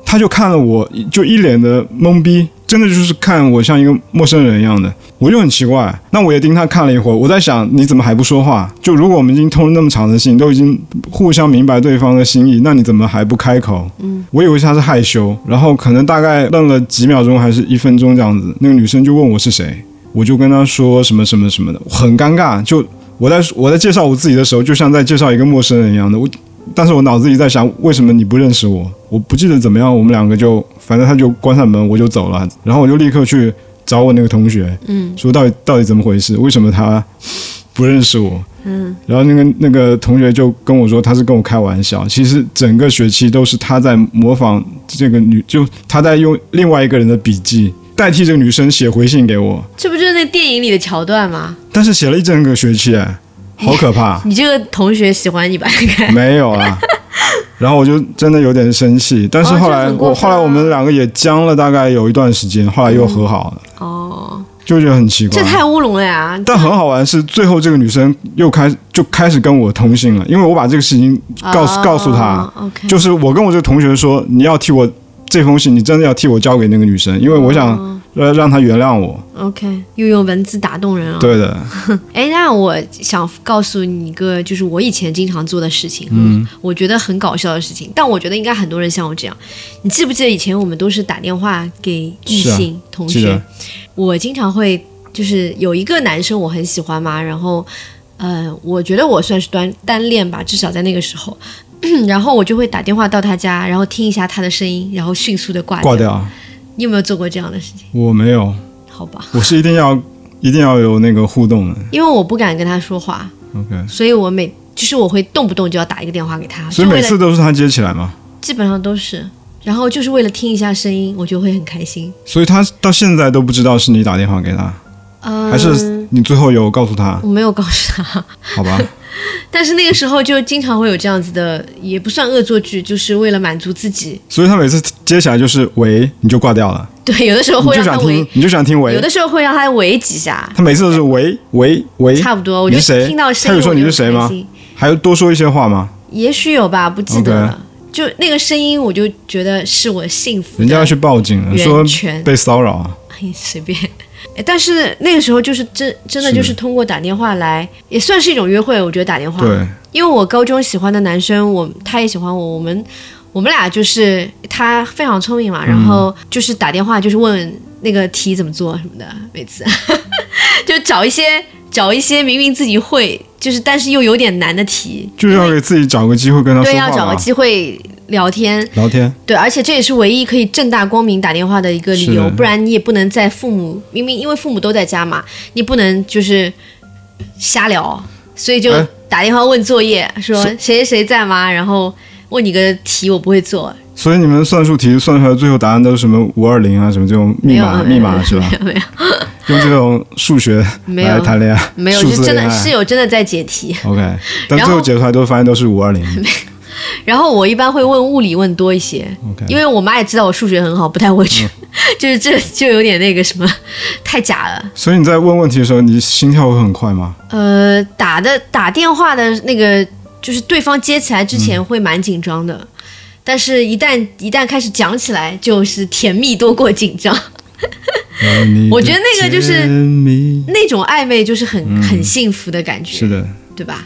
Speaker 1: 她就看了我，就一脸的懵逼，真的就是看我像一个陌生人一样的，我就很奇怪。那我也盯她看了一会儿，我在想你怎么还不说话？就如果我们已经通了那么长的信，都已经互相明白对方的心意，那你怎么还不开口？嗯，我以为她是害羞，然后可能大概愣了几秒钟还是一分钟这样子，那个女生就问我是谁。我就跟他说什么什么什么的，很尴尬。就我在我在介绍我自己的时候，就像在介绍一个陌生人一样的。我但是我脑子里在想，为什么你不认识我？我不记得怎么样，我们两个就反正他就关上门，我就走了，然后我就立刻去找我那个同学，
Speaker 2: 嗯
Speaker 1: 说到底到底怎么回事？为什么他不认识我？
Speaker 2: 嗯
Speaker 1: 然后那个那个同学就跟我说，他是跟我开玩笑。其实整个学期都是他在模仿这个女，就他在用另外一个人的笔记代替这个女生写回信给我，
Speaker 2: 这不就是那电影里的桥段吗？！
Speaker 1: 但是写了一整个学期，哎，好可怕
Speaker 2: <laughs> 你这个同学喜欢你吧？应
Speaker 1: <laughs>
Speaker 2: 该
Speaker 1: 没有啊。然后我就真的有点生气，但是
Speaker 2: 哦
Speaker 1: 后
Speaker 2: 这
Speaker 1: 来、
Speaker 2: 很过
Speaker 1: 我
Speaker 2: 分
Speaker 1: 后来
Speaker 2: 啊
Speaker 1: 我们两个也僵了大概有一段时间，后来又和好了，
Speaker 2: 哦，
Speaker 1: 就觉得很奇怪。
Speaker 2: 这太乌龙了呀！
Speaker 1: 但很好玩是，最后这个女生又开就开始跟我通信了，因为我把这个事情告诉、
Speaker 2: 哦
Speaker 1: 告诉她，
Speaker 2: ，OK，
Speaker 1: 就是我跟我这个同学说，你要替我这封信，你真的要替我交给那个女生，因为我想
Speaker 2: 哦
Speaker 1: 让让她原谅我。
Speaker 2: OK，又用文字打动人啊了。
Speaker 1: 对的，
Speaker 2: 哎，那我想告诉你一个，就是我以前经常做的事情，嗯，我觉得很搞笑的事情，但我觉得应该很多人像我这样。你记不记得以前我们都是打电话给异
Speaker 1: 是啊
Speaker 2: 性同
Speaker 1: 记
Speaker 2: 学
Speaker 1: 得？
Speaker 2: 我经常会就是有一个男生我很喜欢嘛，然后，呃，我觉得我算是单单恋吧，至少在那个时候。 <clears throat> 然后我就会打电话到他家，然后听一下他的声音，然后迅速的挂
Speaker 1: 挂。掉。
Speaker 2: 你有没有做过这样的事情？
Speaker 1: 我没有，
Speaker 2: 好吧，
Speaker 1: 我是一定要一定要有那个互动的。
Speaker 2: 因为我不敢跟他说话，
Speaker 1: OK，
Speaker 2: 所以我每就是我会动不动就要打一个电话给他，
Speaker 1: 所
Speaker 2: 啊
Speaker 1: 以
Speaker 2: 就为
Speaker 1: 每
Speaker 2: 了
Speaker 1: 次都是她接起来嘛，
Speaker 2: 基本上都是，然后就是为了听一下声音，我就会很开心。
Speaker 1: 所以她到现在都不知道是你打电话给她，
Speaker 2: 嗯，
Speaker 1: 还是你最后有告诉她？
Speaker 2: 我没有告诉他，
Speaker 1: 好吧，
Speaker 2: <laughs> 但是那个时候就经常会有这样子的，也不算恶作剧，就是为了满足自己。 <laughs>
Speaker 1: 所以她每次接起来就是喂，你就挂掉了，
Speaker 2: 对，有的时候
Speaker 1: 你
Speaker 2: 哦会
Speaker 1: 就
Speaker 2: 让他
Speaker 1: 想
Speaker 2: 围
Speaker 1: 听，，你就想听
Speaker 2: 有
Speaker 1: 喂。
Speaker 2: 的时候会让他围几下，
Speaker 1: 她每次都是喂喂喂，
Speaker 2: 差不多。我
Speaker 1: 你
Speaker 2: 就是
Speaker 1: 谁
Speaker 2: 听到声
Speaker 1: 他
Speaker 2: 音，
Speaker 1: 有说
Speaker 2: 我
Speaker 1: 你
Speaker 2: 就是
Speaker 1: 谁
Speaker 2: 很
Speaker 1: 吗
Speaker 2: 开心？
Speaker 1: 还要多说一些话吗？
Speaker 2: 也许有吧，不记得了。就那个声音，我就觉得是我幸福的。
Speaker 1: 人家要去报警了，说
Speaker 2: 源泉
Speaker 1: 被骚扰啊。
Speaker 2: 哎 <laughs> 随便。哎但是那个时候就是真真的就是通过打电话来，也算是一种约会。我觉得打电话，
Speaker 1: 对，
Speaker 2: 因为我高中喜欢的男生，我他也喜欢我，我们我们俩就是他非常聪明嘛，
Speaker 1: 嗯
Speaker 2: 然后就是打电话就是问那个题怎么做什么的，每次 <laughs> 就找一些找一些明明自己会，就是但是又有点难的题，
Speaker 1: 就是要给自己找个机会跟他
Speaker 2: 对，
Speaker 1: 说
Speaker 2: 要
Speaker 1: 话
Speaker 2: 找个
Speaker 1: 嘛，
Speaker 2: 机会聊天。
Speaker 1: 聊天。
Speaker 2: 对，而且这也是唯一可以正大光明打电话的一个理
Speaker 1: 是
Speaker 2: 由
Speaker 1: 的，
Speaker 2: 不然你也不能在父母明明因为父母都在家嘛，你不能就是瞎聊，所以就
Speaker 1: 哎
Speaker 2: 打电话问作业，说谁谁谁在吗？然后问你个题我不会做， <laughs>
Speaker 1: 所以你们算术题算出来最后答案都是什么五二零啊，什么这种密码
Speaker 2: 没
Speaker 1: 密
Speaker 2: 有
Speaker 1: 码是吧？
Speaker 2: 没有没有
Speaker 1: 用这种数学
Speaker 2: 没
Speaker 1: 来
Speaker 2: 有
Speaker 1: 谈恋爱，
Speaker 2: 没有，
Speaker 1: 数
Speaker 2: 就
Speaker 1: 字
Speaker 2: 真
Speaker 1: 恋
Speaker 2: 的
Speaker 1: 爱
Speaker 2: 是有真的在解题。 <laughs>
Speaker 1: OK，但
Speaker 2: 然
Speaker 1: 最
Speaker 2: 后
Speaker 1: 后解出来都发现都是五
Speaker 2: <laughs>
Speaker 1: 二零。
Speaker 2: 然后我一般会问物理问多一些
Speaker 1: OK
Speaker 2: 因为我妈也知道我数学很好，不太会去，
Speaker 1: 嗯
Speaker 2: <laughs> 就是这就有点那个什么太假了。
Speaker 1: 所以你在问问题的时候，你心跳会很快吗？
Speaker 2: 呃，打的打电话的那个，就是对方接起来之
Speaker 1: 嗯
Speaker 2: 前会蛮紧张的，但是一旦一旦开始讲起来，就是甜蜜多过紧张， <laughs> 我觉得那个就是
Speaker 1: 甜蜜
Speaker 2: 那种暧昧就是很、很幸福的感觉，
Speaker 1: 嗯是的，
Speaker 2: 对吧？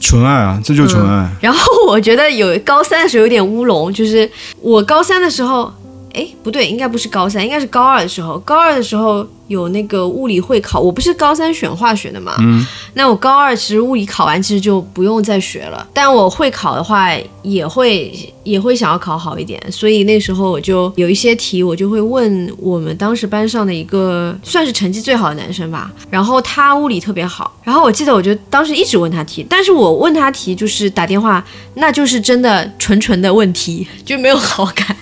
Speaker 1: 纯爱啊，这就纯
Speaker 2: <laughs>
Speaker 1: 爱。
Speaker 2: 然后我觉得有高三的时候有点乌龙，就是我高三的时候，哎，不对，应该不是高三，应该是高二的时候。高二的时候有那个物理会考，我不是高三选化学的嘛，嗯，那我高二其实物理考完其实就不用再学了，但我会考的话也会也会想要考好一点，所以那时候我就有一些题我就会问我们当时班上的一个算是成绩最好的男生吧，然后他物理特别好，然后我记得我就当时一直问他题，但是我问他题就是打电话，那就是真的纯纯的问题，就没有好感。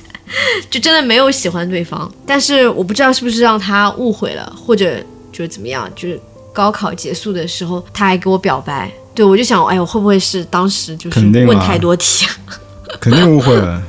Speaker 2: 就真的没有喜欢对方，但是我不知道是不是让他误会了，或者就是怎么样，就是高考结束的时候，他还给我表白，对我就想，哎，我会不会是当时就是
Speaker 1: 肯定啊
Speaker 2: 问太多题？
Speaker 1: 肯定误会了。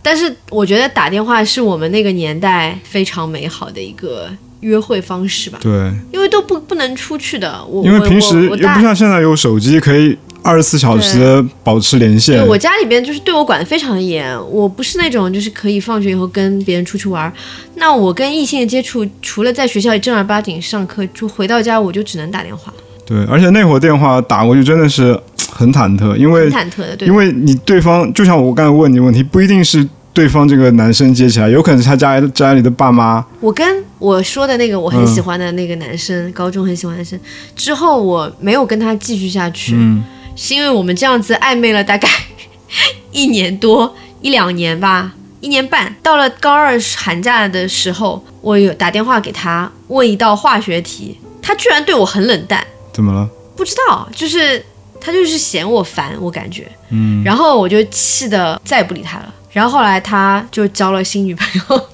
Speaker 2: 但是我觉得打电话是我们那个年代非常美好的一个约会方式吧，
Speaker 1: 对，
Speaker 2: 因为都不不能出去的，我
Speaker 1: 因为
Speaker 2: 我
Speaker 1: 平时
Speaker 2: 我我
Speaker 1: 又
Speaker 2: 大
Speaker 1: 不像现在有手机可以二十四小时地保持连线
Speaker 2: 对。我家里边就是对我管得非常严，我不是那种就是可以放学以后跟别人出去玩儿。那我跟异性的接触，除了在学校里正儿八经上课，就回到家我就只能打电话，
Speaker 1: 对，而且那会儿电话打过去真的是很忐忑，因
Speaker 2: 很
Speaker 1: 为
Speaker 2: 忐忑的，对
Speaker 1: 因
Speaker 2: 吧？
Speaker 1: 为你对方就像我刚才问你的问题，不一定是对方这个男生接起来，有可能是他家家里的爸妈。
Speaker 2: 我跟我说的那个我很喜欢的那个男生，高中很喜欢的男生，之后我没有跟他继续下去，是因为我们这样子暧昧了大概 <laughs> 一年多一两年吧，一年半。到了高二寒假的时候，我有打电话给他问一道化学题，他居然对我很冷淡，
Speaker 1: 怎么了？
Speaker 2: 不知道，就是他就是嫌我烦，我感觉，嗯，然后我就气的再也不理他了。然后后来他就交了新女朋友， <laughs>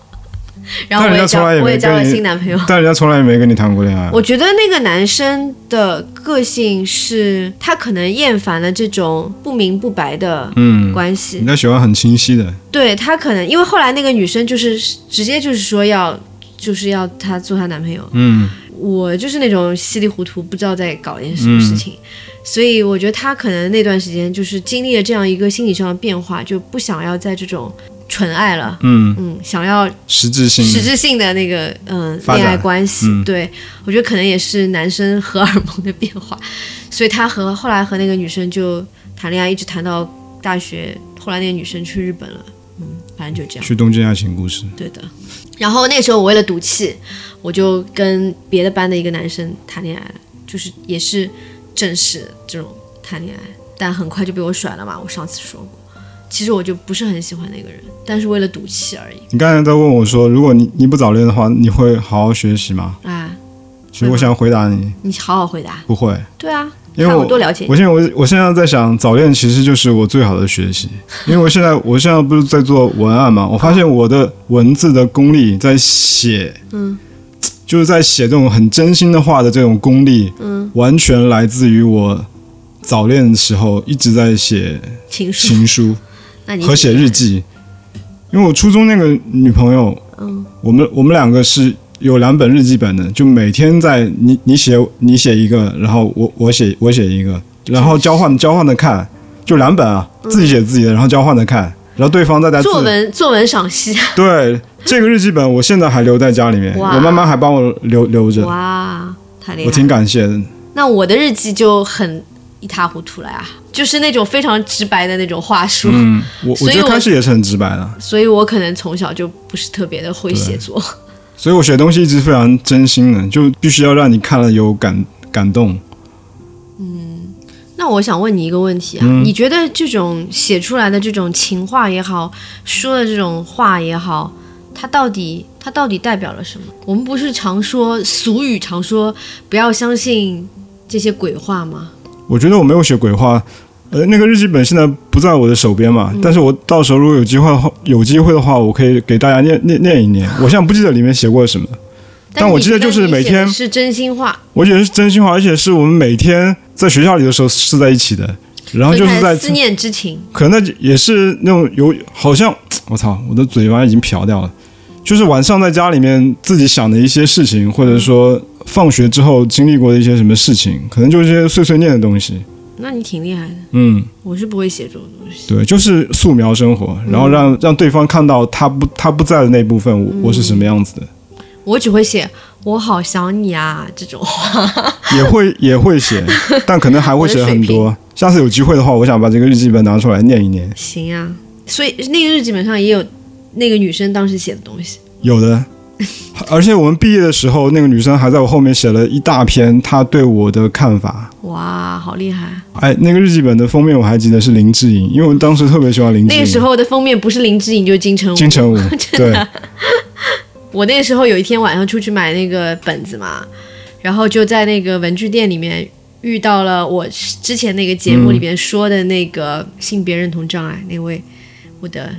Speaker 2: 然后我
Speaker 1: 但人
Speaker 2: 也
Speaker 1: 家从
Speaker 2: 交
Speaker 1: 来也
Speaker 2: 我
Speaker 1: 没
Speaker 2: 也交了
Speaker 1: 跟你嗯
Speaker 2: 新男朋友。
Speaker 1: 但人家从来也没跟你谈过恋爱。
Speaker 2: 我觉得那个男生的个性是，他可能厌烦了这种不明不白的
Speaker 1: 嗯，
Speaker 2: 关系。
Speaker 1: 人家喜欢很清晰的，
Speaker 2: 对他可能，因为后来那个女生就是直接就是说要，就是要他做她男朋友。
Speaker 1: 嗯，
Speaker 2: 我就是那种稀里糊涂，不知道在搞点什么事
Speaker 1: 嗯
Speaker 2: 情，所以我觉得他可能那段时间就是经历了这样一个心理上的变化，就不想要在这种纯爱了，
Speaker 1: 嗯，
Speaker 2: 嗯，想要
Speaker 1: 实质性
Speaker 2: 实
Speaker 1: 的，
Speaker 2: 质性的那个嗯、
Speaker 1: 发展
Speaker 2: 恋爱关系，
Speaker 1: 嗯
Speaker 2: 对我觉得可能也是男生荷尔蒙的变化，所以他和后来和那个女生就谈恋爱，一直谈到大学，后来那个女生去日本了，嗯，反正就这样，
Speaker 1: 去东京爱情故事，
Speaker 2: 对的。然后那时候我为了赌气，我就跟别的班的一个男生谈恋爱了，就是也是正式这种谈恋爱，但很快就被我甩了嘛，我上次说过。其实我就不是很喜欢那个人，但是为了赌气而已
Speaker 1: 你刚才在问我说，如果你你不早恋的话，你会好好学习吗？
Speaker 2: 啊！
Speaker 1: 其实我想回答你，
Speaker 2: 你好好回答。
Speaker 1: 不会，
Speaker 2: 对啊，
Speaker 1: 因为
Speaker 2: 看
Speaker 1: 我
Speaker 2: 我嗯多了解你。
Speaker 1: 我现在我我现在在想，早恋其实就是我最好的学习，因为我现在我现在不是在做文案嘛，我发现我的文字的功力在写，嗯，就是在写这种很真心的话的这种功力，嗯，完全来自于我早恋的时候一直在写
Speaker 2: 情书，
Speaker 1: 情书
Speaker 2: 那你
Speaker 1: 和写日记，因为我初中那个女朋友，
Speaker 2: 嗯，
Speaker 1: 我们我们两个是有两本日记本的，就每天在你你写你写一个，然后我我写我写一个，然后交换交换的看，就两本啊，自己写自己的，然后交换的看，然后对方再在
Speaker 2: 嗯作文作文赏析，
Speaker 1: 对这个日记本，我现在还留在家里面，
Speaker 2: 哇
Speaker 1: 我妈妈还帮我留留着，
Speaker 2: 哇，太厉
Speaker 1: 我
Speaker 2: 害
Speaker 1: 挺
Speaker 2: 了！
Speaker 1: 感谢的。
Speaker 2: 那我的日记就很一塌糊涂了呀，就是那种非常直白的那种话术，
Speaker 1: 嗯，我我
Speaker 2: 所以
Speaker 1: 觉得
Speaker 2: 我
Speaker 1: 开始也是很直白的，
Speaker 2: 所以我可能从小就不是特别的会写作。 <laughs>
Speaker 1: 所以我写东西一直非常真心的，就必须要让你看了有感感动。
Speaker 2: 那我想问你一个问题啊，
Speaker 1: 嗯
Speaker 2: 你觉得这种写出来的这种情话也好，说的这种话也好，它到底它到底代表了什么？我们不是常说俗语常说不要相信这些鬼话吗？
Speaker 1: 我觉得我没有写鬼话，呃，那个日记本现在不在我的手边
Speaker 2: 嗯
Speaker 1: 嘛，但是我到时候如果有机会的话，有机会的话，我可以给大家念念念一念。我现在不记得里面写过什么，但我
Speaker 2: 你
Speaker 1: 记得就是
Speaker 2: 你
Speaker 1: 每
Speaker 2: 写的
Speaker 1: 天
Speaker 2: 是真心话，
Speaker 1: 我觉得是真心话，而且是我们每天在学校里的时候是在一起的，然后
Speaker 2: 所以它
Speaker 1: 就是在
Speaker 2: 思念之情。
Speaker 1: 可能那也是那种有好像我操，我的嘴巴已经瓢掉了。就是晚上在家里面自己想的一些事情，或者说放学之后经历过的一些什么事情，可能就是一些碎碎念的东西。
Speaker 2: 那你挺厉害的，
Speaker 1: 嗯，
Speaker 2: 我是不会写这种东西。
Speaker 1: 对，就是素描生活，
Speaker 2: 嗯
Speaker 1: 然后让让对方看到他不他不在的那部分，我
Speaker 2: 嗯
Speaker 1: 我是什么样子的，
Speaker 2: 我只会写“我好想你啊”这种话。
Speaker 1: 也会也
Speaker 2: <laughs>
Speaker 1: 会写，但可能还会写很多。下次有机会的话，我想把这个日记本拿出来念一念。
Speaker 2: 行啊，所以那个日记本上也有那个女生当时写的东西。<laughs>
Speaker 1: 有的，而且我们毕业的时候，那个女生还在我后面写了一大篇她对我的看法。
Speaker 2: 哇，好厉害！啊
Speaker 1: 哎，那个日记本的封面我还记得是林志颖，因为我当时特别喜欢林
Speaker 2: 那
Speaker 1: 志颖。
Speaker 2: 个时候的封面不是林志颖就是金城武。<laughs>
Speaker 1: 金城武，对，
Speaker 2: 我那个时候有一天晚上出去买那个本子嘛，然后就在那个文具店里面遇到了我之前那个节目里边说的那个性别认同障碍、那位，我的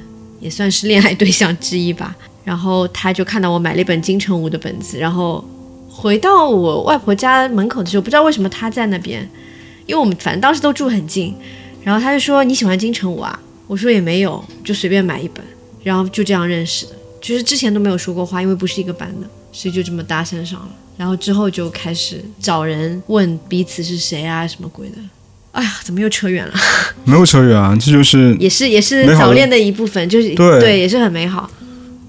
Speaker 2: 也算是恋爱对象之一吧。 <laughs> 然后他就看到我买了一本金城武的本子，然后回到我外婆家门口的时候，不知道为什么他在那边，因为我们反正当时都住很近，然后他就说你喜欢金城武啊？我说也没有，就随便买一本，然后就这样认识的。就是之前都没有说过话，因为不是一个班的，所以就这么搭讪上了。然后之后就开始找人问彼此是谁啊，什么鬼的。哎呀，怎么又扯远
Speaker 1: <laughs>
Speaker 2: 了？
Speaker 1: 没有扯远啊，这就是
Speaker 2: 也是也是
Speaker 1: 美好的
Speaker 2: 早恋的一部分，就是
Speaker 1: 对
Speaker 2: 也是很美好。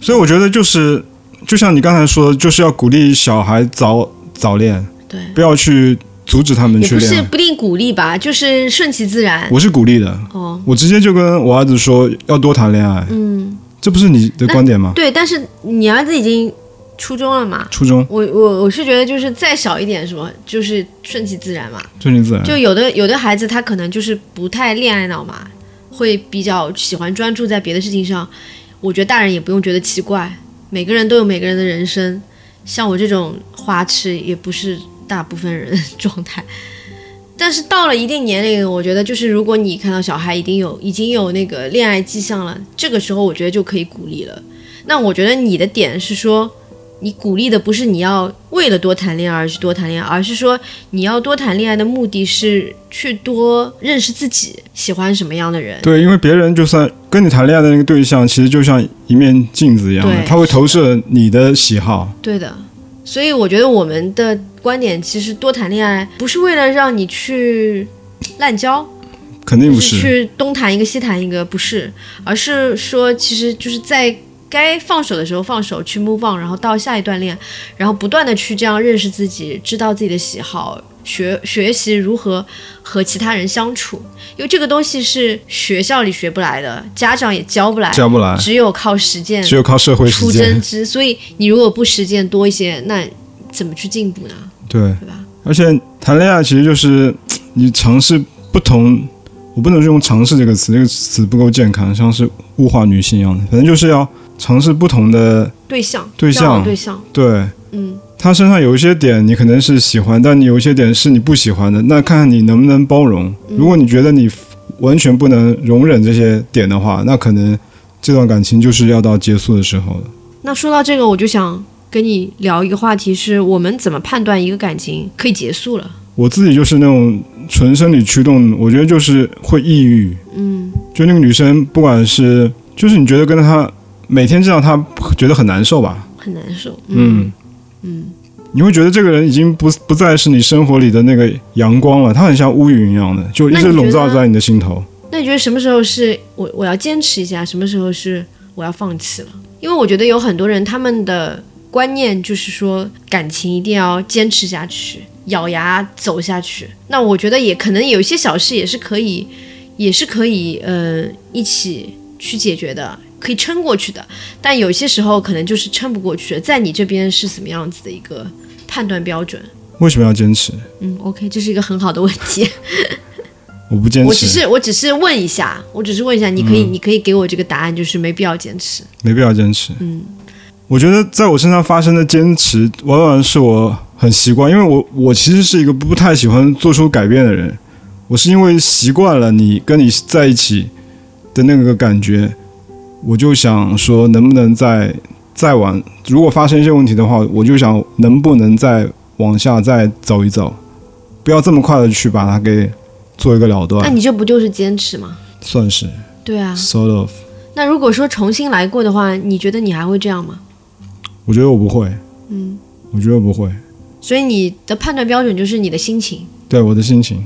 Speaker 1: 所以我觉得就是，就像你刚才说的，就是要鼓励小孩早早恋，
Speaker 2: 对，
Speaker 1: 不要去阻止他们
Speaker 2: 也
Speaker 1: 去啊
Speaker 2: 不是
Speaker 1: 恋。
Speaker 2: 不定鼓励吧，就是顺其自然。
Speaker 1: 我是鼓励的，
Speaker 2: 哦，
Speaker 1: 我直接就跟我儿子说要多谈恋爱，
Speaker 2: 嗯，
Speaker 1: 这不是你的观点吗？
Speaker 2: 对，但是你儿子已经初中了嘛，
Speaker 1: 初中
Speaker 2: 我我我是觉得就是再小一点什么，就是顺其自然嘛。
Speaker 1: 顺其自然，
Speaker 2: 就有的有的孩子他可能就是不太恋爱脑嘛，会比较喜欢专注在别的事情上。我觉得大人也不用觉得奇怪，每个人都有每个人的人生。像我这种花痴也不是大部分人状态，但是到了一定年龄，我觉得就是如果你看到小孩已经有已经有那个恋爱迹象了，这个时候我觉得就可以鼓励了。那我觉得你的点是说，你鼓励的不是你要为了多谈恋爱而去多谈恋爱，而是说你要多谈恋爱的目的是去多认识自己喜欢什么样的人。
Speaker 1: 对，因为别人就算跟你谈恋爱的那个对象，其实就像一面镜子一样的，
Speaker 2: 对
Speaker 1: 他会投射你的喜好。
Speaker 2: 对的，所以我觉得我们的观点其实多谈恋爱不是为了让你去滥交，
Speaker 1: 肯定不，
Speaker 2: 就是去东谈一个西谈一个，不是，而是说其实就是在该放手的时候放手，去 move on，然后到下一段恋，然后不断的去这样认识自己，知道自己的喜好，学学习如何和其他人相处，因为这个东西是学校里学不来的，家长也教不来，
Speaker 1: 教不来，
Speaker 2: 只有靠实践
Speaker 1: 只有靠社会
Speaker 2: 出
Speaker 1: 实
Speaker 2: 真
Speaker 1: 践。
Speaker 2: 知。所以你如果不实践多一些，那怎么去进步呢？
Speaker 1: 对
Speaker 2: 对吧，
Speaker 1: 而且谈恋爱其实就是你尝试不同，我不能用“尝试”这个词，这个词不够健康，像是物化女性一样的。反正就是要尝试不同的
Speaker 2: 对象，
Speaker 1: 对
Speaker 2: 交往
Speaker 1: 象
Speaker 2: 对象，
Speaker 1: 对。
Speaker 2: 嗯，
Speaker 1: 他身上有一些点你可能是喜欢，但你有一些点是你不喜欢的，那看看你能不能包容。
Speaker 2: 嗯
Speaker 1: 如果你觉得你完全不能容忍这些点的话，那可能这段感情就是要到结束的时候了。
Speaker 2: 那说到这个，我就想跟你聊一个话题，是我们怎么判断一个感情可以结束了？
Speaker 1: 我自己就是那种纯生理驱动，我觉得就是会抑郁。
Speaker 2: 嗯，
Speaker 1: 就那个女生，不管是就是你觉得跟她每天这样，她觉得很难受吧？
Speaker 2: 很难受。
Speaker 1: 嗯
Speaker 2: 嗯，
Speaker 1: 你会觉得这个人已经不不再是你生活里的那个阳光了，他很像乌云一样的，就一
Speaker 2: 那
Speaker 1: 直
Speaker 2: 你觉
Speaker 1: 笼罩
Speaker 2: 得
Speaker 1: 在你的心头。
Speaker 2: 那你觉得什么时候是我我要坚持一下，什么时候是我要放弃了？因为我觉得有很多人他们的观念就是说感情一定要坚持下去，咬牙走下去。那我觉得也可能有一些小事也是可以，也是可以呃一起去解决的，可以撑过去的。但有些时候可能就是撑不过去，在你这边是什么样子的一个判断标准？
Speaker 1: 为什么要坚持？
Speaker 2: 嗯，OK，这是一个很好的问题。
Speaker 1: 我不坚持，
Speaker 2: 我只是我只是问一下，我只是问一下，你可以、你可以给我这个答案，就是没必要坚持。
Speaker 1: 没必要坚持。
Speaker 2: 嗯，
Speaker 1: 我觉得在我身上发生的坚持，往往是我很习惯，因为我我其实是一个不太喜欢做出改变的人。我是因为习惯了你跟你在一起的那个感觉，我就想说能不能再再往，如果发生一些问题的话，我就想能不能再往下再走一走，不要这么快的去把它给做一个了
Speaker 2: 那
Speaker 1: 断，
Speaker 2: 你这不就是坚持吗？
Speaker 1: 算是
Speaker 2: 对啊。
Speaker 1: sort of。
Speaker 2: 那如果说重新来过的话，你觉得你还会这样吗？
Speaker 1: 我觉得我不会，
Speaker 2: 嗯，
Speaker 1: 我觉得我不会，
Speaker 2: 所以你的判断标准就是你的心情。
Speaker 1: 对我的心情。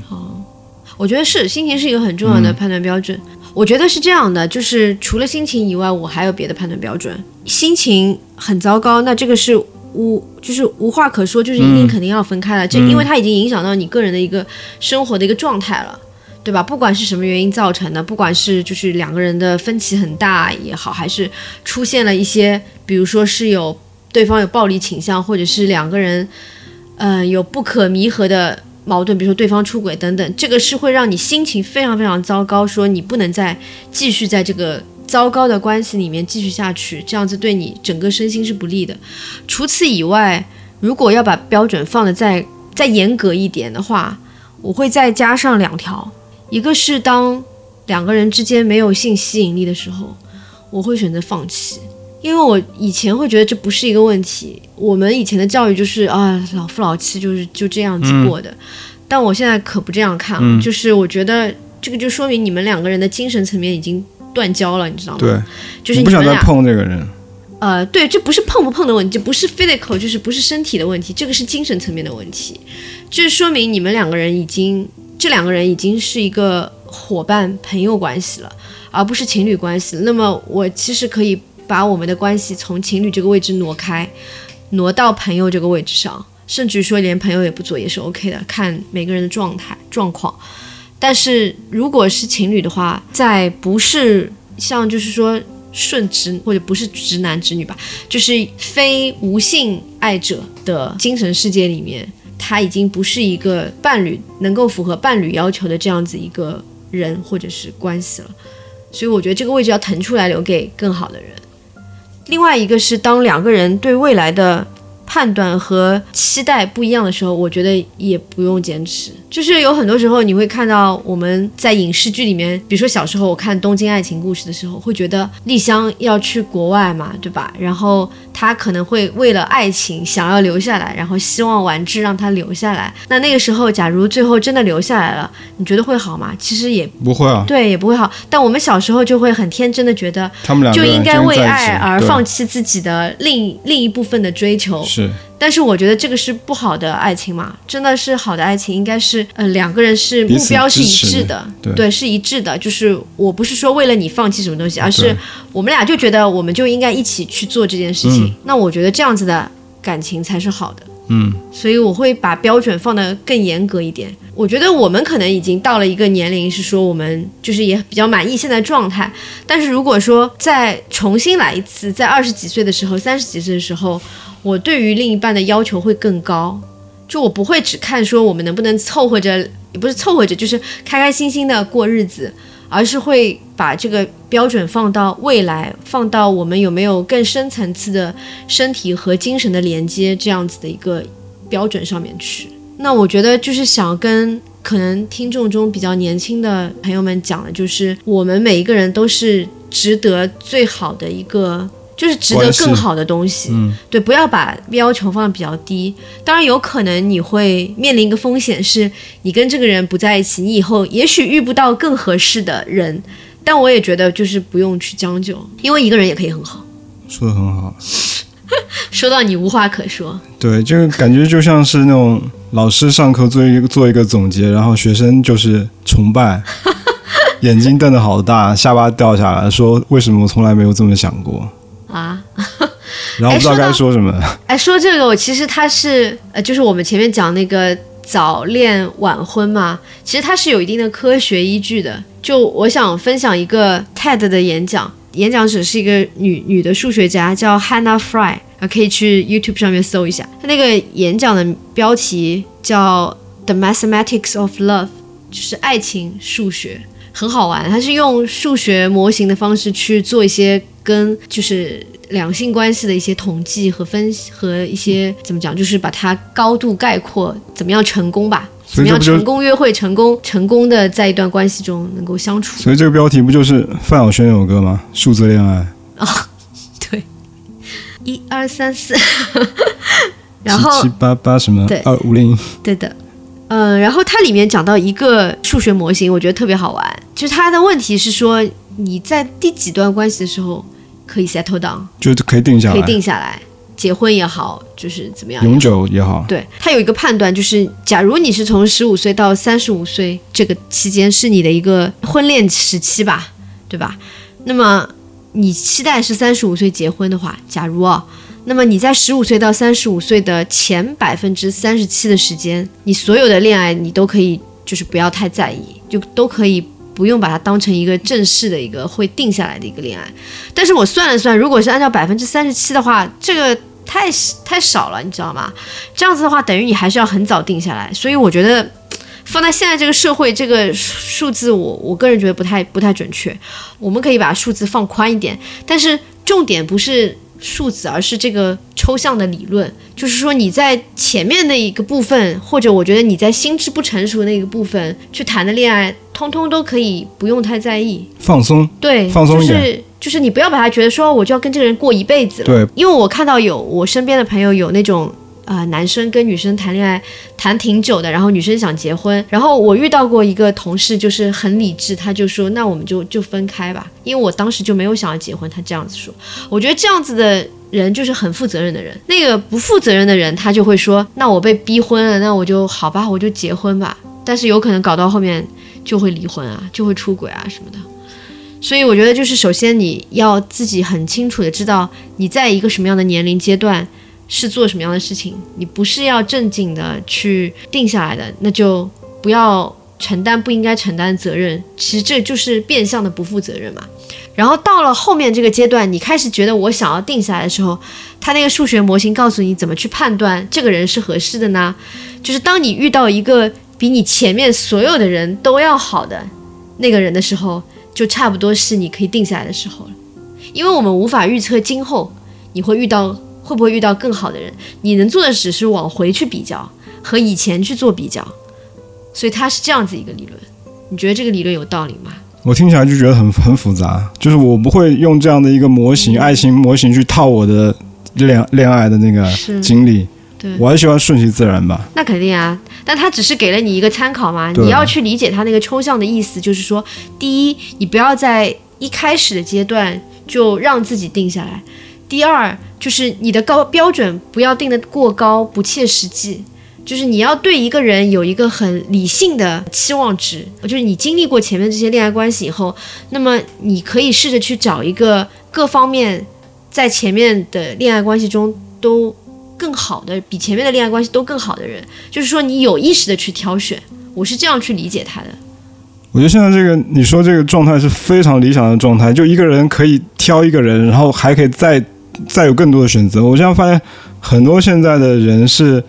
Speaker 2: 我觉得是心情是一个很重要的判断标准。我觉得是这样的，就是除了心情以外，我还有别的判断标准。心情很糟糕，那这个是无就是无话可说，就是一定肯定要分开了。这因为它已经影响到你个人的一个生活的一个状态了。对吧？不管是什么原因造成的，不管是就是两个人的分歧很大也好，还是出现了一些，比如说是有对方有暴力倾向，或者是两个人，呃，有不可弥合的矛盾，比如说对方出轨等等，这个是会让你心情非常非常糟糕，说你不能再继续在这个糟糕的关系里面继续下去，这样子对你整个身心是不利的。除此以外，如果要把标准放的再再严格一点的话，我会再加上两条，一个是当两个人之间没有性吸引力的时候，我会选择放弃。因为我以前会觉得这不是一个问题，我们以前的教育就是啊老夫老妻就是就这样子过的，
Speaker 1: 嗯
Speaker 2: 但我现在可不这样看了，就是我觉得这个就说明你们两个人的精神层面已经断交了，你知道吗？
Speaker 1: 对，
Speaker 2: 就是你
Speaker 1: 我不
Speaker 2: 们
Speaker 1: 想再
Speaker 2: 俩
Speaker 1: 碰这个人。
Speaker 2: 呃，对，这不是碰不碰的问题，这不是 physical，就是不是身体的问题，这个是精神层面的问题。这说明你们两个人已经，这两个人已经是一个伙伴、朋友关系了，而不是情侣关系了。那么我其实可以把我们的关系从情侣这个位置挪开，挪到朋友这个位置上，甚至于说连朋友也不做也是 OK 的，看每个人的状态状况。但是如果是情侣的话，在不是像就是说顺直或者不是直男直女吧，就是非无性爱者的精神世界里面，他已经不是一个伴侣能够符合伴侣要求的这样子一个人或者是关系了。所以我觉得这个位置要腾出来留给更好的人。另外一个是，当两个人对未来的判断和期待不一样的时候，我觉得也不用坚持。就是有很多时候，你会看到我们在影视剧里面，比如说小时候我看《东京爱情故事》的时候，会觉得丽香要去国外嘛，对吧？然后她可能会为了爱情想要留下来，然后希望丸治让她留下来。那那个时候，假如最后真的留下来了，你觉得会好吗？其实也
Speaker 1: 不会啊，
Speaker 2: 对，也不会好。但我们小时候就会很天真的觉得，
Speaker 1: 他们两个
Speaker 2: 就
Speaker 1: 人
Speaker 2: 应该
Speaker 1: 真
Speaker 2: 为
Speaker 1: 在一
Speaker 2: 爱
Speaker 1: 起
Speaker 2: 而
Speaker 1: 对
Speaker 2: 放弃自己的另另一部分的追求。
Speaker 1: 是
Speaker 2: 但是我觉得这个是不好的爱情嘛，真的是好的爱情应该是，呃，两个人是
Speaker 1: 彼
Speaker 2: 目
Speaker 1: 此
Speaker 2: 标是一
Speaker 1: 支持
Speaker 2: 致的，
Speaker 1: 对
Speaker 2: 是一致的。就是我不是说为了你放弃什么东西，而是
Speaker 1: 对
Speaker 2: 我们俩就觉得我们就应该一起去做这件事情。
Speaker 1: 嗯
Speaker 2: 那我觉得这样子的感情才是好的。
Speaker 1: 嗯，
Speaker 2: 所以我会把标准放得更严格一点。我觉得我们可能已经到了一个年龄，是说我们就是也比较满意现在状态。但是如果说再重新来一次，在二十几岁的时候、三十几岁的时候，我对于另一半的要求会更高。就我不会只看说我们能不能凑合着，也不是凑合着，就是开开心心的过日子，而是会把这个标准放到未来，放到我们有没有更深层次的身体和精神的连接这样子的一个标准上面去。那我觉得就是想跟可能听众中比较年轻的朋友们讲的，就是我们每一个人都是值得最好的一个，就是值得
Speaker 1: 关系
Speaker 2: 更好的东西。
Speaker 1: 嗯
Speaker 2: 对，不要把要求放的比较低。当然，有可能你会面临一个风险，是你跟这个人不在一起，你以后也许遇不到更合适的人。但我也觉得就是不用去将就，因为一个人也可以很好。
Speaker 1: 说的很好。
Speaker 2: 说到你无话可说，
Speaker 1: 对，这个感觉就像是那种老师上课做一个做一个总结，然后学生就是
Speaker 2: <laughs>
Speaker 1: 崇拜，眼睛瞪得好大，下巴掉下来，说为什么我从来没有这么想过，
Speaker 2: 啊，
Speaker 1: 然后不知道
Speaker 2: 哎说到
Speaker 1: 该说什么。
Speaker 2: 哎，说这个，我其实它是呃，就是我们前面讲那个早恋晚婚嘛，其实它是有一定的科学依据的。就我想分享一个 TED 的演讲，演讲者是一个女女的数学家，叫 Hannah Fry，啊，可以去 YouTube 上面搜一下。她那个演讲的标题叫《The Mathematics of Love》，就是爱情数学。很好玩，它是用数学模型的方式去做一些跟就是两性关系的一些统计和分析和一些怎么讲，就是把它高度概括怎么样成功吧，怎
Speaker 1: 所
Speaker 2: 么
Speaker 1: 以这
Speaker 2: 样
Speaker 1: 不就
Speaker 2: 成功约会，成功成功的在一段关系中能够相处。
Speaker 1: 所以这个标题不就是范晓萱有歌吗？数字恋爱，
Speaker 2: 啊 <laughs> 对，一二三四，然后
Speaker 1: 七七八八什么
Speaker 2: 对
Speaker 1: 二五零，
Speaker 2: 对的，嗯，然后它里面讲到一个数学模型，我觉得特别好玩。就是它的问题是说，你在第几段关系的时候可以 settle down，
Speaker 1: 就可以定下
Speaker 2: 可以
Speaker 1: 来，
Speaker 2: 定下来，结婚也好，就是怎么样也好。
Speaker 1: 永久也好。
Speaker 2: 对，它有一个判断，就是假如你是从十五岁到三十五岁这个期间是你的一个婚恋时期吧，对吧？那么你期待是三十五岁结婚的话，假如啊，那么你在十五岁到三十五岁的前百分之三十七的时间，你所有的恋爱你都可以就是不要太在意，就都可以。不用把它当成一个正式的一个会定下来的一个恋爱，但是我算了算，如果是按照百分之三十七的话，这个太太少了，你知道吗？这样子的话，等于你还是要很早定下来。所以我觉得，放在现在这个社会，这个数数字我，我个人觉得不太不太准确。我们可以把数字放宽一点，但是重点不是数字，而是这个抽象的理论。就是说你在前面的一个部分，或者我觉得你在心智不成熟的那个部分去谈的恋爱，通通都可以不用太在意。
Speaker 1: 放松，
Speaker 2: 对，
Speaker 1: 放松一点
Speaker 2: 就是就是你不要把它觉得说哦我就要跟这个人过一辈子了。
Speaker 1: 对，
Speaker 2: 因为我看到有我身边的朋友有那种。啊、男生跟女生谈恋爱谈挺久的，然后女生想结婚，然后我遇到过一个同事，就是很理智，他就说那我们就就分开吧，因为我当时就没有想要结婚，他这样子说。我觉得这样子的人就是很负责任的人，那个不负责任的人，他就会说那我被逼婚了，那我就好吧，我就结婚吧，但是有可能搞到后面就会离婚啊，就会出轨啊什么的。所以我觉得，就是首先你要自己很清楚的知道你在一个什么样的年龄阶段是做什么样的事情，你不是要正经的去定下来的，那就不要承担不应该承担的责任。其实这就是变相的不负责任嘛。然后到了后面这个阶段，你开始觉得我想要定下来的时候，它那个数学模型告诉你怎么去判断这个人是合适的呢？就是当你遇到一个比你前面所有的人都要好的那个人的时候，就差不多是你可以定下来的时候了，因为我们无法预测今后你会遇到会不会遇到更好的人，你能做的只是往回去比较和以前去做比较，所以它是这样子一个理论。你觉得这个理论有道理吗？
Speaker 1: 我听起来就觉得很很复杂，就是我不会用这样的一个模
Speaker 2: 嗯
Speaker 1: 型、爱情模型去套我的恋恋爱的那个
Speaker 2: 是
Speaker 1: 经历，
Speaker 2: 嗯对，
Speaker 1: 我还是喜欢顺其自然吧。
Speaker 2: 那肯定啊，但他只是给了你一个参考嘛，
Speaker 1: 对
Speaker 2: 你要去理解他那个抽象的意思，就是说，第一，你不要在一开始的阶段就让自己定下来；第二，就是你的高标准不要定得过高，不切实际。就是你要对一个人有一个很理性的期望值，就是你经历过前面这些恋爱关系以后，那么你可以试着去找一个各方面在前面的恋爱关系中都更好的，比前面的恋爱关系都更好的人，就是说你有意识的去挑选，我是这样去理解他的。
Speaker 1: 我觉得现在这个你说这个状态是非常理想的状态，就一个人可以挑一个人，然后还可以再再有更多的选择。我现在发现很多现在的人是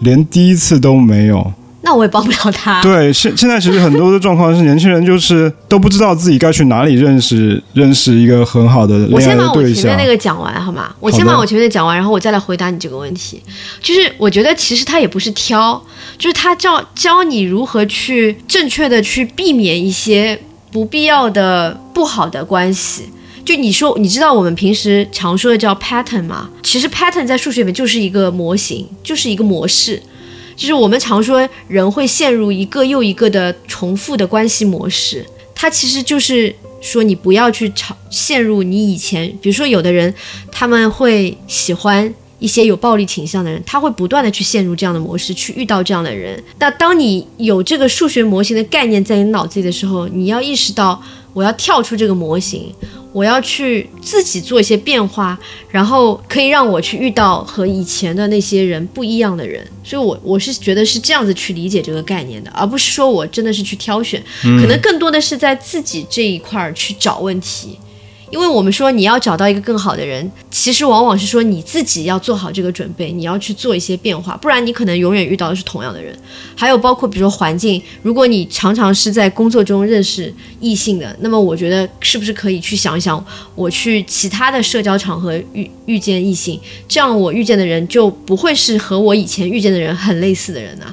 Speaker 1: 连第一次都没有，
Speaker 2: 那我也帮不了他。
Speaker 1: 对，现现在其实很多的状况是，年轻人就是都不知道自己该去哪里认识认识一个很好的
Speaker 2: 我
Speaker 1: 恋爱
Speaker 2: 先
Speaker 1: 的
Speaker 2: 把我
Speaker 1: 对
Speaker 2: 前
Speaker 1: 象
Speaker 2: 面。那个讲完好吗？我
Speaker 1: 好的
Speaker 2: 先把我前面的讲完，然后我再来回答你这个问题。就是我觉得其实他也不是挑，就是他教教你如何去正确的去避免一些不必要的不好的关系。就你说，你知道我们平时常说的叫 pattern 吗？其实 pattern 在数学里面就是一个模型，就是一个模式。就是我们常说人会陷入一个又一个的重复的关系模式，它其实就是说你不要去常陷入你以前，比如说有的人他们会喜欢。一些有暴力倾向的人，他会不断的去陷入这样的模式，去遇到这样的人。那当你有这个数学模型的概念在你脑子里的时候，你要意识到，我要跳出这个模型，我要去自己做一些变化，然后可以让我去遇到和以前的那些人不一样的人，所以我我是觉得是这样子去理解这个概念的，而不是说我真的是去挑选，可能更多的是在自己这一块儿去找问题。因为我们说你要找到一个更好的人，其实往往是说你自己要做好这个准备，你要去做一些变化，不然你可能永远遇到的是同样的人。还有包括比如说环境，如果你常常是在工作中认识异性的，那么我觉得是不是可以去想一想，我去其他的社交场合遇遇见异性，这样我遇见的人就不会是和我以前遇见的人很类似的人啊，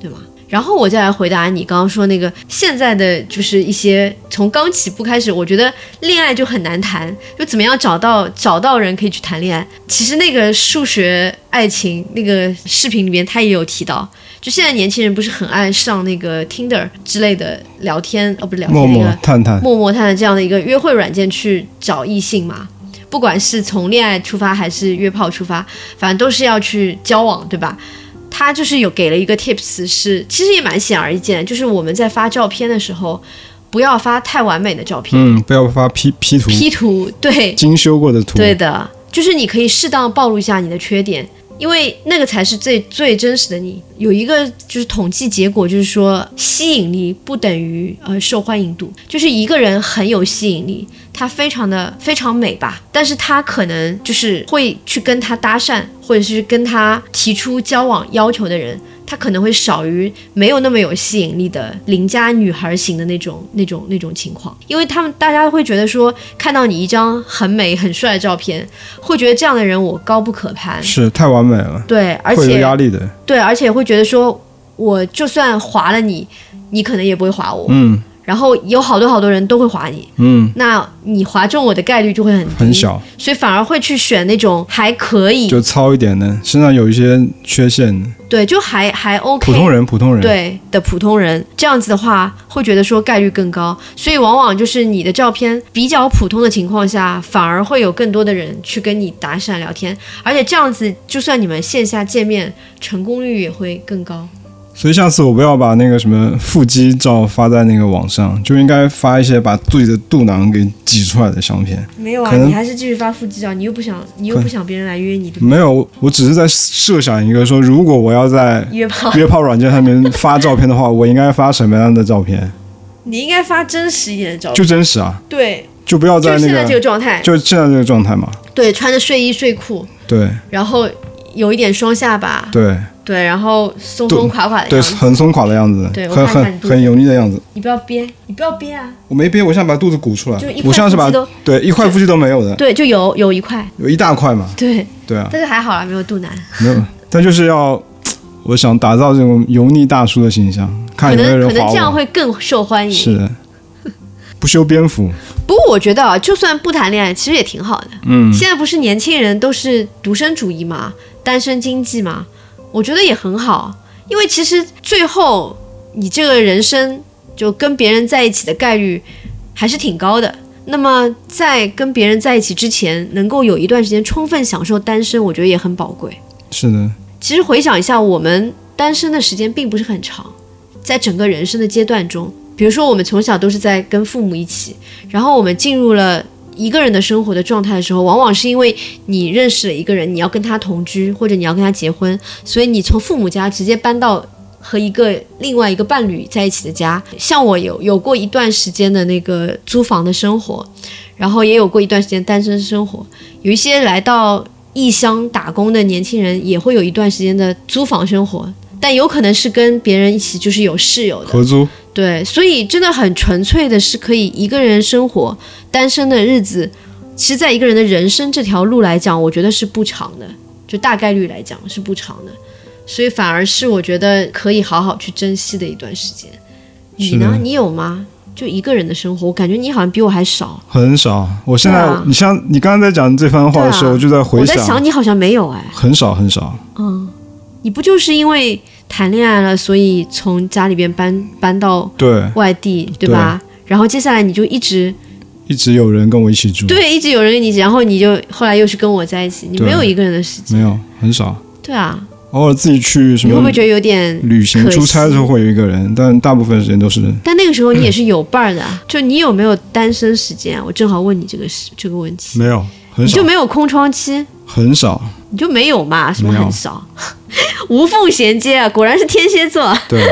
Speaker 2: 对吗？然后我再来回答你刚刚说那个现在的就是一些从刚起步开始，我觉得恋爱就很难谈，就怎么样找到找到人可以去谈恋爱。其实那个数学爱情那个视频里面他也有提到，就现在年轻人不是很爱上那个 Tinder 之类的聊天，哦不是聊天
Speaker 1: 陌陌
Speaker 2: 那个
Speaker 1: 探探，
Speaker 2: 陌陌探探这样的一个约会软件去找异性嘛，不管是从恋爱出发还是约炮出发，反正都是要去交往，对吧？他就是有给了一个 tips，是其实也蛮显而易见，就是我们在发照片的时候，不要发太完美的照片、
Speaker 1: 嗯，不要发 P P 图，
Speaker 2: p 图对，
Speaker 1: 精修过的图，
Speaker 2: 对的，就是你可以适当暴露一下你的缺点，因为那个才是最最真实的你。有一个就是统计结果，就是说吸引力不等于呃受欢迎度，就是一个人很有吸引力，她非常的非常美吧，但是她可能就是会去跟她搭讪，或者是跟她提出交往要求的人。她可能会少于没有那么有吸引力的邻家女孩型的那种、那种、那种情况，因为他们大家会觉得说，看到你一张很美、很帅的照片，会觉得这样的人我高不可攀，
Speaker 1: 是太完美了，
Speaker 2: 对，而
Speaker 1: 会有
Speaker 2: 且
Speaker 1: 压力的。
Speaker 2: 对，而且会觉得说，我就算划了你，你可能也不会划我，
Speaker 1: 嗯
Speaker 2: 然后有好多好多人都会划你，
Speaker 1: 嗯，
Speaker 2: 那你划中我的概率就会很低，
Speaker 1: 很，小，
Speaker 2: 所以反而会去选那种还可以，
Speaker 1: 就糙一点的，身上有一些缺陷，
Speaker 2: 对，就还还 OK，
Speaker 1: 普通人，普通人，，
Speaker 2: 对的普通人，这样子的话会觉得说概率更高，所以往往就是你的照片比较普通的情况下，反而会有更多的人去跟你搭讪聊天，而且这样子就算你们线下见面，成功率也会更高。
Speaker 1: 所以下次我不要把那个什么腹肌照发在那个网上，就应该发一些把自己的肚腩给挤出来的相片。
Speaker 2: 没有啊
Speaker 1: 可能
Speaker 2: 还是继续发腹肌照，你又不想，你又
Speaker 1: 可
Speaker 2: 不想别人来约你，对吧？
Speaker 1: 没有，我只是在设想一个说，如果我要在
Speaker 2: 约炮， <laughs>
Speaker 1: 约炮软件上面发照片的话，我应该发什么样的照片？
Speaker 2: 你应该发真实一点的照片。
Speaker 1: 就真实啊，
Speaker 2: 对，
Speaker 1: 就不要
Speaker 2: 就
Speaker 1: 在
Speaker 2: 是
Speaker 1: 那
Speaker 2: 现在这个
Speaker 1: 个，
Speaker 2: 状态，
Speaker 1: 就现在这个状态嘛。
Speaker 2: 对，穿着睡衣睡裤，
Speaker 1: 对
Speaker 2: 然后有一点双下巴，
Speaker 1: 对
Speaker 2: 对，然后松松垮垮的
Speaker 1: 对，
Speaker 2: 样子。
Speaker 1: 很松垮的样子
Speaker 2: 哎对，我
Speaker 1: 很
Speaker 2: 看看
Speaker 1: 很
Speaker 2: 你肚子
Speaker 1: 很油腻的样子。
Speaker 2: 你不要憋，你不要憋啊！
Speaker 1: 我没憋，我像把肚子鼓出来
Speaker 2: 就一，块
Speaker 1: 我像是
Speaker 2: 腹
Speaker 1: 把
Speaker 2: 肌都
Speaker 1: 对一块腹肌都没有的，
Speaker 2: 对，就有有一块，
Speaker 1: 有一大块嘛。
Speaker 2: 对，
Speaker 1: 对啊，
Speaker 2: 但是还好啦，没有肚腩。
Speaker 1: 没有，但就是要，我想打造这种油腻大叔的形象，
Speaker 2: 可
Speaker 1: 看有没有
Speaker 2: 能
Speaker 1: 人
Speaker 2: 可能
Speaker 1: 划
Speaker 2: 这样
Speaker 1: 我。
Speaker 2: 会更受欢迎。
Speaker 1: 是的，不修边幅。
Speaker 2: 不过我觉得啊，就算不谈恋爱，其实也挺好的。
Speaker 1: 嗯，
Speaker 2: 现在不是年轻人都是独身主义嘛，单身经济嘛，我觉得也很好，因为其实最后你这个人生就跟别人在一起的概率还是挺高的。那么在跟别人在一起之前，能够有一段时间充分享受单身，我觉得也很宝贵。
Speaker 1: 是的，
Speaker 2: 其实回想一下，我们单身的时间并不是很长，在整个人生的阶段中，比如说我们从小都是在跟父母一起，然后我们进入了一个人的生活的状态的时候，往往是因为你认识了一个人，你要跟他同居或者你要跟他结婚，所以你从父母家直接搬到。和一个另外一个伴侣在一起的家，像我有有过一段时间的那个租房的生活，然后也有过一段时间单身生活。有一些来到异乡打工的年轻人也会有一段时间的租房生活，但有可能是跟别人一起，就是有室友的。
Speaker 1: 合租。
Speaker 2: 对，所以真的很纯粹的是可以一个人生活，单身的日子，其实，在一个人的人生这条路来讲，我觉得是不长的，就大概率来讲是不长的，所以反而是我觉得可以好好去珍惜的一段时间。你
Speaker 1: 是
Speaker 2: 呢
Speaker 1: 的？
Speaker 2: 你有吗？就一个人的生活，我感觉你好像比我还少。
Speaker 1: 很少。我现在，
Speaker 2: 对啊
Speaker 1: 你像你刚刚在讲这番话的时
Speaker 2: 对
Speaker 1: 候，
Speaker 2: 啊
Speaker 1: 我就在
Speaker 2: 我
Speaker 1: 回
Speaker 2: 在想你好像没有哎。
Speaker 1: 很少很少。
Speaker 2: 嗯，你不就是因为谈恋爱了，所以从家里边搬搬到
Speaker 1: 对，
Speaker 2: 外地，对
Speaker 1: 对
Speaker 2: 吧？然后接下来你就一直
Speaker 1: 一直有人跟我一起住，
Speaker 2: 对，一直有人跟你一起，然后你就后来又是跟我在一起，你
Speaker 1: 对
Speaker 2: 没有一个人的时间，
Speaker 1: 没有很少。
Speaker 2: 对啊，
Speaker 1: 偶尔自己去什
Speaker 2: 你会不
Speaker 1: 么
Speaker 2: 会觉得有点？
Speaker 1: 旅行
Speaker 2: 可惜
Speaker 1: 出差的时候会有一个人，但大部分时间都是
Speaker 2: 但那个时候你也是有伴儿的啊，就你有没有单身时间啊？我正好问你这个事这个问题，
Speaker 1: 没有，很
Speaker 2: 你
Speaker 1: 少
Speaker 2: 就没有空窗期，
Speaker 1: 很少。
Speaker 2: 你就没有嘛？什么
Speaker 1: 没有
Speaker 2: 很少， <laughs> 无缝衔接啊！果然是天蝎座，
Speaker 1: 对，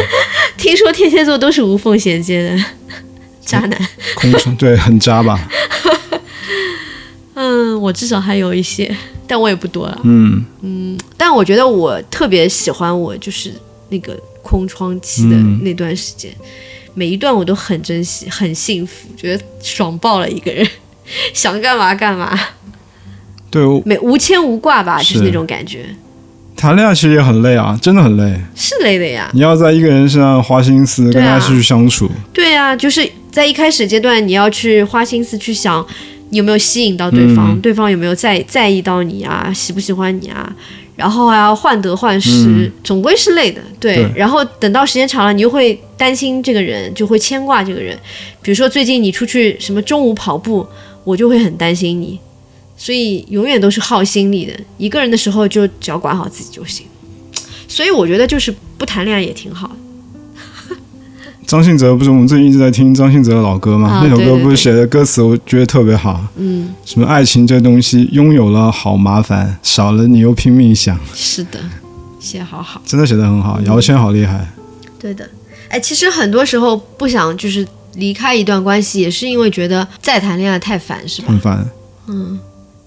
Speaker 2: 听说天蝎座都是无缝衔接的 <laughs> 渣男。
Speaker 1: 空窗对很渣吧？
Speaker 2: 嗯，我至少还有一些，但我也不多了。
Speaker 1: 嗯，
Speaker 2: 但我觉得我特别喜欢我就是那个空窗期的
Speaker 1: 嗯
Speaker 2: 那段时间，每一段我都很珍惜，很幸福，觉得爽爆了一个人， <laughs> 想干嘛干嘛，
Speaker 1: 对，我
Speaker 2: 没无牵无挂吧，就是
Speaker 1: 是
Speaker 2: 那种感觉，
Speaker 1: 谈恋爱其实也很累啊，真的很累。
Speaker 2: 是累的呀。
Speaker 1: 你要在一个人身上花心思，
Speaker 2: 对
Speaker 1: 跟
Speaker 2: 啊
Speaker 1: 他去相处，
Speaker 2: 对呀、就是在一开始阶段，你要去花心思去想你有没有吸引到对方，对方有没有在在意到你啊，喜不喜欢你啊，然后还要患得患失，总归是累的。对，
Speaker 1: 对
Speaker 2: 然后等到时间长了，你又会担心这个人，就会牵挂这个人。比如说最近你出去什么中午跑步，我就会很担心你。所以永远都是耗心力的，一个人的时候就只要管好自己就行。所以我觉得就是不谈恋爱也挺好的。
Speaker 1: 张信哲不是我们最近一直在听张信哲的老歌嘛？
Speaker 2: 啊
Speaker 1: 那首
Speaker 2: 对
Speaker 1: 歌
Speaker 2: 对
Speaker 1: 不
Speaker 2: 对
Speaker 1: 是写的歌词，我觉得特别好。
Speaker 2: 嗯，
Speaker 1: 什么爱情这东西，拥有了好麻烦，少了你又拼命想，
Speaker 2: 是的，写好好。
Speaker 1: 真的写的很好。姚谦好厉害，
Speaker 2: 对的，哎，其实很多时候不想就是离开一段关系，也是因为觉得再谈恋爱太烦，是吧？
Speaker 1: 很烦。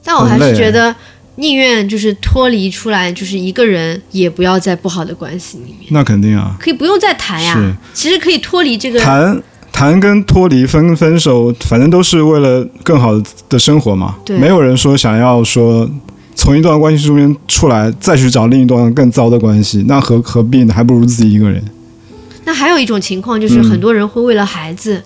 Speaker 2: 但我还
Speaker 1: 很
Speaker 2: 是
Speaker 1: 累啊
Speaker 2: 觉得宁愿就是脱离出来，就是一个人，也不要在不好的关系里面，
Speaker 1: 那肯定啊，
Speaker 2: 可以不用再谈呀
Speaker 1: 是。
Speaker 2: 其实可以脱离这个，
Speaker 1: 谈谈跟脱离分分手，反正都是为了更好的生活嘛。
Speaker 2: 对
Speaker 1: 没有人说想要说从一段关系中间出来，再去找另一段更糟的关系，那何何必呢？还不如自己一个人。
Speaker 2: 那还有一种情况就是，
Speaker 1: 嗯
Speaker 2: 很多人会为了孩子，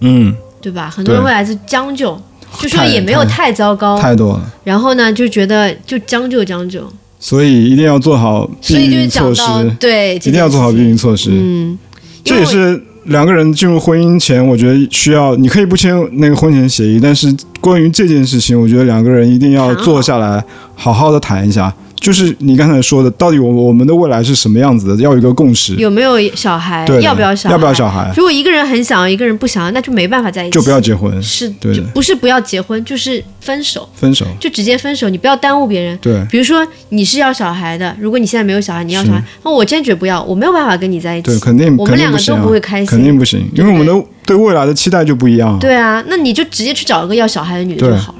Speaker 1: 嗯，
Speaker 2: 对吧？很多人
Speaker 1: 对
Speaker 2: 为了孩子将就，就说
Speaker 1: 太
Speaker 2: 也没有太糟糕，
Speaker 1: 太多了。
Speaker 2: 然后呢就觉得就将就将就，
Speaker 1: 所以一定要做好避
Speaker 2: 所以就是
Speaker 1: 孕
Speaker 2: 讲
Speaker 1: 措施
Speaker 2: 到，对，
Speaker 1: 一定要做好避孕措施。
Speaker 2: 嗯，因
Speaker 1: 这
Speaker 2: 为
Speaker 1: 也
Speaker 2: 我
Speaker 1: 是两个人进入婚姻前，我觉得需要，你可以不签那个婚前协议，但是关于这件事情，我觉得两个人一定要
Speaker 2: 谈好
Speaker 1: 坐下来，好好的谈一下，就是你刚才说的，到底我我们的未来是什么样子的，要有一个共识。
Speaker 2: 有没有小孩
Speaker 1: 对，的，
Speaker 2: 要
Speaker 1: 要
Speaker 2: 不要小孩？
Speaker 1: 不要小孩，
Speaker 2: 如果一个人很想要，一个人不想要，那就没办法在一起。
Speaker 1: 哎就不要结婚，
Speaker 2: 是，
Speaker 1: 对
Speaker 2: 就不是不要结婚，就是分手，
Speaker 1: 分手。
Speaker 2: 就直接分手，你不要耽误别人。
Speaker 1: 对，
Speaker 2: 比如说你是要小孩的，如果你现在没有小孩，你要小孩，那我坚决不要，我没有办法跟你在一
Speaker 1: 对，
Speaker 2: 起。
Speaker 1: 肯定
Speaker 2: 我
Speaker 1: 肯
Speaker 2: 们
Speaker 1: 定
Speaker 2: 两
Speaker 1: 不
Speaker 2: 个
Speaker 1: 行
Speaker 2: 都
Speaker 1: 啊
Speaker 2: 不会开
Speaker 1: 肯
Speaker 2: 心。
Speaker 1: 定不行，因为我们的对未来的期待就不一样啊。
Speaker 2: 对啊，那你就直接去找一个要小孩的女的就
Speaker 1: 对
Speaker 2: 好了，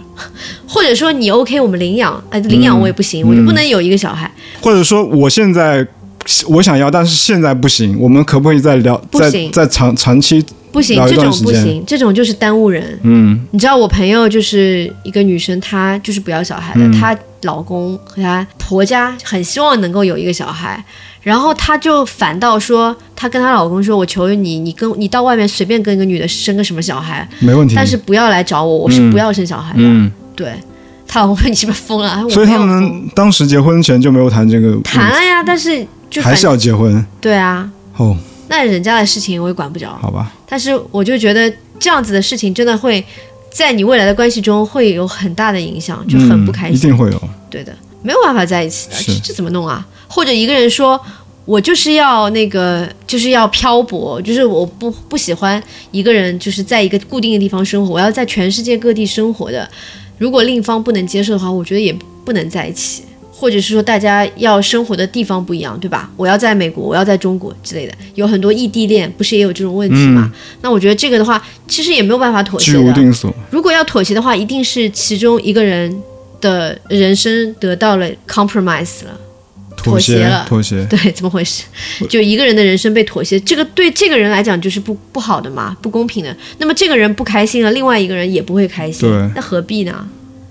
Speaker 2: 或者说你 OK，我们领养，哎、领
Speaker 1: 嗯
Speaker 2: 养我也不行，我就不能有一个小孩，
Speaker 1: 或者说我现在我想要，但是现在不行，我们可不可以再聊？
Speaker 2: 不
Speaker 1: 再
Speaker 2: 行
Speaker 1: 再长长期？
Speaker 2: 不行，
Speaker 1: 聊一
Speaker 2: 这
Speaker 1: 段
Speaker 2: 种
Speaker 1: 时
Speaker 2: 不
Speaker 1: 间
Speaker 2: 行，这种就是耽误人。
Speaker 1: 嗯，
Speaker 2: 你知道我朋友就是一个女生，她就是不要小孩
Speaker 1: 嗯
Speaker 2: 的，她老公和她婆家很希望能够有一个小孩，然后她就反倒说，她跟她老公说，我求求你，你跟你到外面随便跟一个女的生个什么小孩，
Speaker 1: 没问题。
Speaker 2: 但是不要来找我，我是不要生小孩的。
Speaker 1: 嗯，
Speaker 2: 对，她老公说你是不是疯
Speaker 1: <laughs>
Speaker 2: 了？我
Speaker 1: 所以
Speaker 2: 没
Speaker 1: 他
Speaker 2: 有
Speaker 1: 们当时结婚前就没有谈这个，嗯
Speaker 2: 谈了呀，但是就
Speaker 1: 还
Speaker 2: 反
Speaker 1: 是要结婚。
Speaker 2: 对啊，
Speaker 1: 哦，
Speaker 2: 那人家的事情我也管不着，
Speaker 1: 好吧，
Speaker 2: 但是我就觉得这样子的事情真的会。在你未来的关系中会有很大的影响，就很不开心
Speaker 1: 嗯，一。定会有。
Speaker 2: 对的，没有办法在一起的，这
Speaker 1: 是
Speaker 2: 这怎么弄啊？或者一个人说。我就是要那个，就是要漂泊，就是我不不喜欢一个人，就是在一个固定的地方生活，我要在全世界各地生活的。如果另一方不能接受的话，我觉得也不能在一起，或者是说大家要生活的地方不一样，对吧？我要在美国，我要在中国之类的，有很多异地恋，不是也有这种问题嘛？那我觉得这个的话，其实也没有办法妥协
Speaker 1: 居
Speaker 2: 的。
Speaker 1: 无定所，
Speaker 2: 如果要妥协的话，一定是其中一个人的人生得到了 compromise 了。 <laughs>
Speaker 1: 妥
Speaker 2: 协了
Speaker 1: 妥协。
Speaker 2: 对，怎么回事？就一个人的人生被妥协，这个对这个人来讲就是不不好的嘛，不公平的。那么这个人不开心了，另外一个人也不会开心
Speaker 1: 对，
Speaker 2: 那何必呢？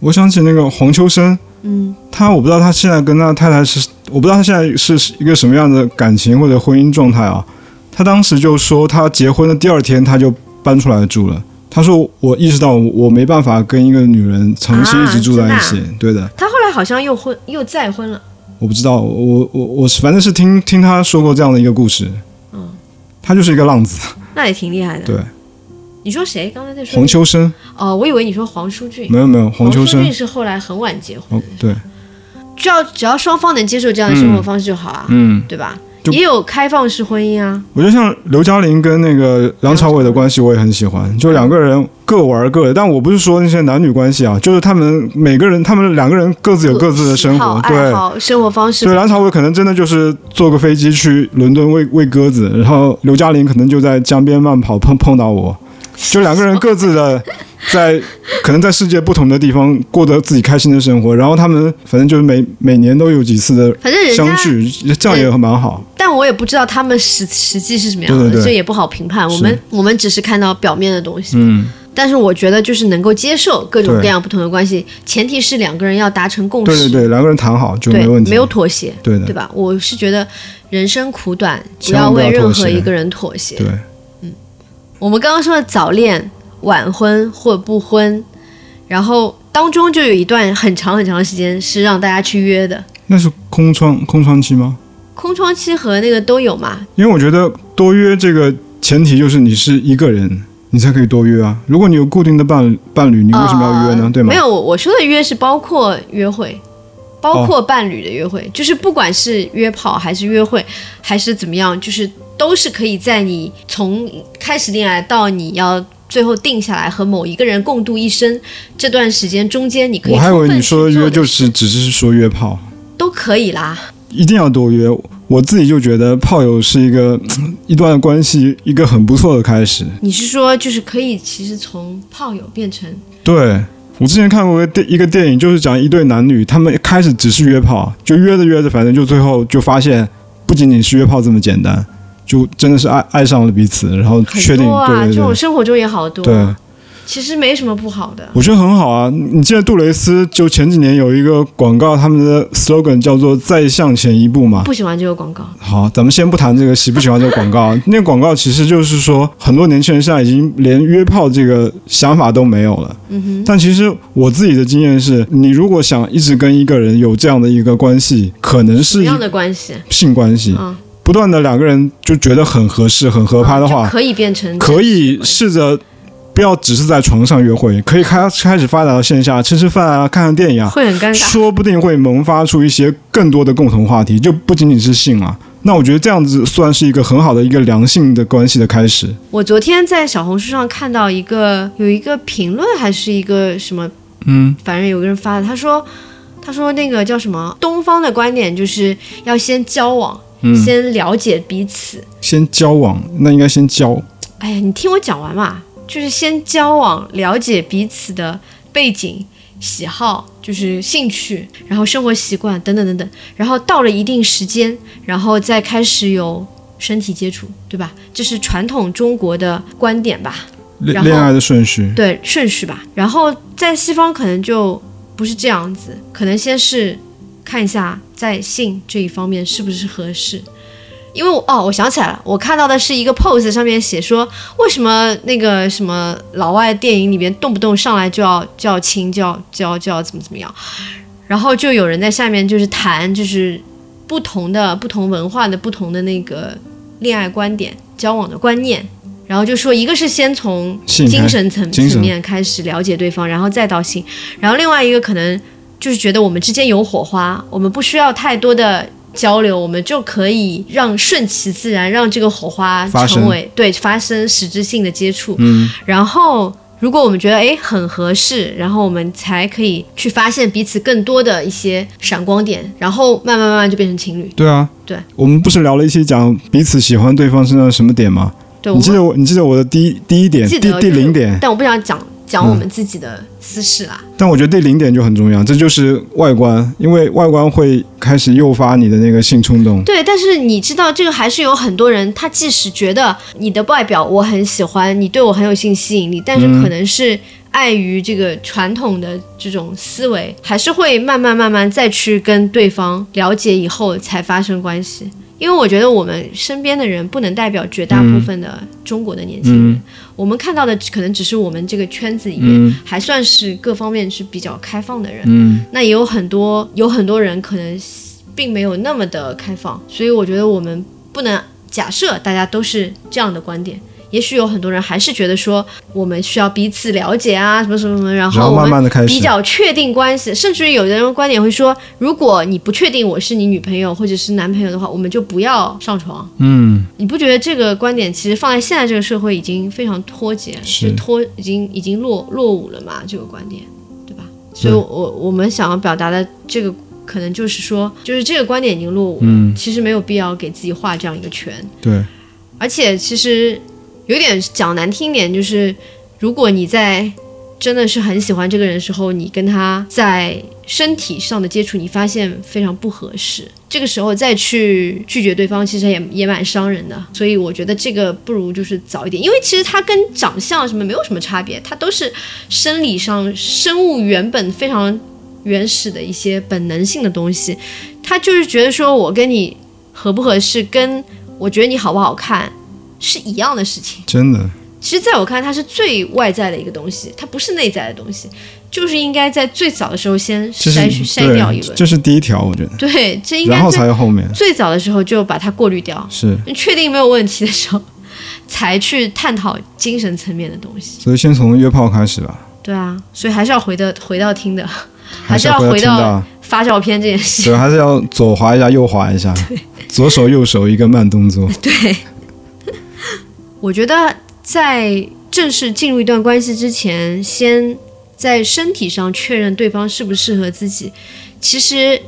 Speaker 1: 我想起那个黄秋生，
Speaker 2: 嗯，
Speaker 1: 他我不知道他现在跟他太太是，我不知道他现在是一个什么样的感情或者婚姻状态啊。他当时就说，他结婚的第二天他就搬出来住了。他说：“我意识到我我没办法跟一个女人长期一直住在一起。
Speaker 2: 啊
Speaker 1: 对的，
Speaker 2: 他后来好像又婚又再婚了，
Speaker 1: 我不知道，我我我是反正是听听他说过这样的一个故事。
Speaker 2: 嗯，
Speaker 1: 他就是一个浪子，
Speaker 2: <laughs> 那也挺厉害的。
Speaker 1: 对，
Speaker 2: 你说谁？刚才在说
Speaker 1: 黄秋生
Speaker 2: 哦，我以为你说黄舒骏。
Speaker 1: 没有没有
Speaker 2: 黄
Speaker 1: 黄秋生
Speaker 2: 骏，是后来很晚结婚
Speaker 1: 哦，对，
Speaker 2: 只要只要双方能接受这样的生活方式就好啊，
Speaker 1: 嗯，
Speaker 2: 对吧？
Speaker 1: 就
Speaker 2: 也有开放式婚姻啊，
Speaker 1: 我觉得像刘嘉玲跟那个梁朝伟的关系，我也很喜欢，就两个人各玩各的。但我不是说那些男女关系啊，就是他们每个人，他们两个人各自有各自的生
Speaker 2: 好
Speaker 1: 活。
Speaker 2: 爱
Speaker 1: 对，
Speaker 2: 好、生活方式
Speaker 1: 对，梁啊朝伟可能真的就是坐个飞机去伦敦喂喂鸽子，然后刘嘉玲可能就在江边慢跑碰碰到我，就两个人各自
Speaker 2: <laughs>
Speaker 1: 的在可能在世界不同的地方过得自己开心的生活。然后他们反正就是每每年都有几次的
Speaker 2: 反正人
Speaker 1: 相
Speaker 2: 家，
Speaker 1: 聚，这样也蛮好。
Speaker 2: 但我也不知道他们实实际是什么样
Speaker 1: 对
Speaker 2: 的，
Speaker 1: 对对
Speaker 2: 所以也不好评判。我们我们只是看到表面的东西，
Speaker 1: 嗯，
Speaker 2: 但是我觉得就是能够接受各种
Speaker 1: 对
Speaker 2: 各样不同的关系，前提是两个人要达成共
Speaker 1: 对
Speaker 2: 识
Speaker 1: 对，对，两个人谈好就
Speaker 2: 对
Speaker 1: 没问题。
Speaker 2: 没有妥协，
Speaker 1: 对的
Speaker 2: 对。吧？我是觉得人生苦短，不
Speaker 1: 千万不要
Speaker 2: 为任
Speaker 1: 妥
Speaker 2: 何
Speaker 1: 协
Speaker 2: 一个人妥协。
Speaker 1: 对，
Speaker 2: 我们刚刚说的早恋、晚婚或不婚，然后当中就有一段很长很长的时间是让大家去约的，
Speaker 1: 那是空窗空窗期吗？
Speaker 2: 空窗期和那个都有嘛，
Speaker 1: 因为我觉得多约这个前提就是你是一个人，你才可以多约啊。如果你有固定的伴伴侣，你为什么要约呢？
Speaker 2: 呃
Speaker 1: 对吗？
Speaker 2: 没有，我我说的约是包括约会，包括伴侣的约
Speaker 1: 哦
Speaker 2: 会，就是不管是约炮还是约会，还是怎么样，就是都是可以在你从开始恋爱到你要。最后定下来和某一个人共度一生这段时间中间，你可以
Speaker 1: 我还以为
Speaker 2: 充分
Speaker 1: 你说的
Speaker 2: 去做
Speaker 1: 约
Speaker 2: 的
Speaker 1: 就是只是说约炮，
Speaker 2: 都可以啦。
Speaker 1: 一定要多约。我自己就觉得炮友是一个一段关系一个很不错的开始。
Speaker 2: 你是说就是可以，其实从炮友变成
Speaker 1: 对我之前看过一个电一个电影，就是讲一对男女，他们一开始只是约炮，就约着约着，反正就最后就发现不仅仅是约炮这么简单，就真的是爱爱上了彼此，然后确
Speaker 2: 很
Speaker 1: 定
Speaker 2: 多啊，
Speaker 1: 对对
Speaker 2: 这种
Speaker 1: 对。
Speaker 2: 生活中也好多，
Speaker 1: 对，
Speaker 2: 其实没什么不好的。
Speaker 1: 我觉得很好啊！你记得杜蕾斯就前几年有一个广告，他们的 slogan 叫做“再向前一步”嘛。
Speaker 2: 不喜欢这个广告，
Speaker 1: 好，咱们先不谈这个喜不喜欢这个广告，那个广告其实就是说，很多年轻人现在已经连约炮这个想法都没有了。嗯、但其实我自己的经验是，你如果想一直跟一个人有这样的一个关系，可能
Speaker 2: 什么
Speaker 1: 是
Speaker 2: 样的关系？
Speaker 1: 性关系，
Speaker 2: 嗯
Speaker 1: 不断的两个人就觉得很合适、很合拍的
Speaker 2: 就
Speaker 1: 话，
Speaker 2: 可以变成
Speaker 1: 可以试着不要只是在床上约会，可以开开始发展到线下，吃吃饭啊，看看电影啊，
Speaker 2: <laughs> 会很尴尬。
Speaker 1: 说不定会萌发出一些更多的共同话题，就不仅仅是性了。那我觉得这样子算是一个很好的一个良性的关系的开始。
Speaker 2: 我昨天在小红书上看到一个有一个评论还是一个什么，
Speaker 1: 嗯，
Speaker 2: 反正有个人发的，他说他说那个叫什么东方的观点就是要先交往，
Speaker 1: 嗯
Speaker 2: 先了解彼此。
Speaker 1: 先交往，那应该先交。
Speaker 2: 哎呀，你听我讲完嘛，就是先交往，了解彼此的背景、喜好，就是兴趣，然后生活习惯等等等等，然后到了一定时间，然后再开始有身体接触，对吧？这是传统中国的观点吧？
Speaker 1: 恋
Speaker 2: 然后
Speaker 1: 恋爱的顺序，
Speaker 2: 对顺序吧。然后在西方可能就不是这样子，可能先是看一下在性这一方面是不是合适。因为我哦，我想起来了，我看到的是一个 post 上面写说，为什么那个什么老外电影里面动不动上来就要就要亲，就要就要就要怎么怎么样，然后就有人在下面就是谈就是不同的不同文化的不同的那个恋爱观点、交往的观念，然后就说一个是先从
Speaker 1: 性
Speaker 2: 精
Speaker 1: 开
Speaker 2: 神层
Speaker 1: 嗯精神
Speaker 2: 层面开始了解对方，然后再到性，然后另外一个可能就是觉得我们之间有火花，我们不需要太多的交流，我们就可以让顺其自然，让这个火花
Speaker 1: 发生
Speaker 2: 成为对发生实质性的接触。
Speaker 1: 嗯，
Speaker 2: 然后如果我们觉得诶很合适，然后我们才可以去发现彼此更多的一些闪光点，然后慢慢慢慢就变成情侣。
Speaker 1: 对啊，
Speaker 2: 对，
Speaker 1: 我们不是聊了一期讲彼此喜欢对方身上什么点吗？
Speaker 2: 对，我
Speaker 1: 你记
Speaker 2: 们
Speaker 1: 得我，你记得我的第一第一点，
Speaker 2: 记
Speaker 1: 第
Speaker 2: 得
Speaker 1: 第
Speaker 2: 就是
Speaker 1: 零点，
Speaker 2: 但我不想讲讲
Speaker 1: 嗯
Speaker 2: 我们自己的私事啦。
Speaker 1: 但我觉得第零点就很重要，这就是外观，因为外观会开始诱发你的那个性冲动。
Speaker 2: 对，但是你知道，这个还是有很多人，他即使觉得你的外表我很喜欢，你对我很有性吸引力，但是可能是碍于这个传统的这种思维，还是会慢慢慢慢再去跟对方了解以后才发生关系。因为我觉得我们身边的人不能代表绝大部分的中国的年轻人，我们看到的可能只是我们这个圈子里面、还算是各方面是比较开放的人。
Speaker 1: 嗯，
Speaker 2: 那也有很多有很多人可能并没有那么的开放，所以我觉得我们不能假设大家都是这样的观点。也许有很多人还是觉得说我们需要彼此了解啊，什么什么什么，然
Speaker 1: 然
Speaker 2: 后
Speaker 1: 后
Speaker 2: 我
Speaker 1: 慢
Speaker 2: 们
Speaker 1: 慢的开
Speaker 2: 比
Speaker 1: 始，
Speaker 2: 较确定关系，甚至于有的人观点会说，如果你不确定我是你女朋友或者是男朋友的话，我们就不要上床。
Speaker 1: 嗯，
Speaker 2: 你不觉得这个观点其实放在现在这个社会已经非常脱节，
Speaker 1: 是
Speaker 2: 就脱已经已经落落伍了嘛？这个观点，对吧？所以我，我我们想要表达的这个，可能就是说，就是这个观点已经落伍了，
Speaker 1: 嗯
Speaker 2: 其实没有必要给自己画这样一个圈。
Speaker 1: 对，
Speaker 2: 而且，其实有点讲难听点，就是如果你在真的是很喜欢这个人的时候，你跟他在身体上的接触，你发现非常不合适，这个时候再去拒绝对方，其实也也蛮伤人的。所以我觉得这个不如就是早一点，因为其实他跟长相什么没有什么差别，他都是生理上生物原本非常原始的一些本能性的东西。他就是觉得说我跟你合不合适，跟我觉得你好不好看是一样的事情。
Speaker 1: 真的，
Speaker 2: 其实，在我看，它是最外在的一个东西，它不是内在的东西，就是应该在最早的时候先
Speaker 1: 这是
Speaker 2: 筛去筛
Speaker 1: 对
Speaker 2: 掉一轮。
Speaker 1: 这是第一条，我觉得，
Speaker 2: 对，这应
Speaker 1: 然
Speaker 2: 该
Speaker 1: 后
Speaker 2: 最
Speaker 1: 才有后面，
Speaker 2: 最早的时候就把它过滤掉，
Speaker 1: 是，
Speaker 2: 你确定没有问题的时候，才去探讨精神层面的东西。
Speaker 1: 所以先从约炮开始吧，
Speaker 2: 对啊，所以还是要回到回到听的，还
Speaker 1: 是
Speaker 2: 是要
Speaker 1: 回
Speaker 2: 回
Speaker 1: 听
Speaker 2: 到
Speaker 1: 到，
Speaker 2: 发照片这件事。
Speaker 1: <laughs> 对，还啊是要左滑一下，右滑
Speaker 2: <laughs>
Speaker 1: 一下，左手右手一个慢动作，
Speaker 2: 对，我觉得在正式进入一段关系之前，先在身体上确认对方适不适合自己，其实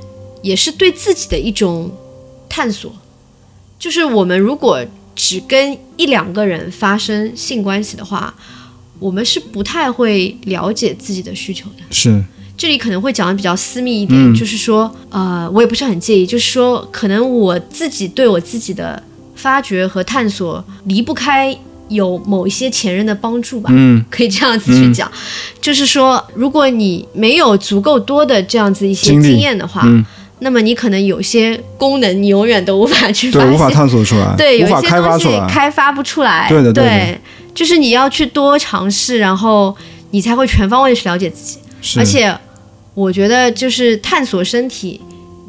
Speaker 2: 也是对自己的一种探索。就是我们如果只跟一两个人发生性关系的话，我们是不太会了解自己的需求的。
Speaker 1: 是，
Speaker 2: 这里可能会讲的比较私密一点，
Speaker 1: 嗯
Speaker 2: 就是说，呃，我也不是很介意，就是说，可能我自己对我自己的发掘和探索离不开有某一些前任的帮助吧，
Speaker 1: 嗯，
Speaker 2: 可以这样子去讲，就是说，如果你没有足够多的这样子一些
Speaker 1: 经历
Speaker 2: 经验的话，
Speaker 1: 嗯
Speaker 2: 那么你可能有些功能你永远都无法去发
Speaker 1: <laughs> 对，
Speaker 2: 现，
Speaker 1: 无法探索出来，
Speaker 2: 对，有
Speaker 1: 无
Speaker 2: 一
Speaker 1: 法
Speaker 2: 些
Speaker 1: 开发
Speaker 2: 东
Speaker 1: 出
Speaker 2: 西
Speaker 1: 来，
Speaker 2: 开发不出来。
Speaker 1: 对的对的
Speaker 2: 就是你要去多尝试，然后你才会全方位地去了解自己。
Speaker 1: 是，
Speaker 2: 而且我觉得，就是探索身体，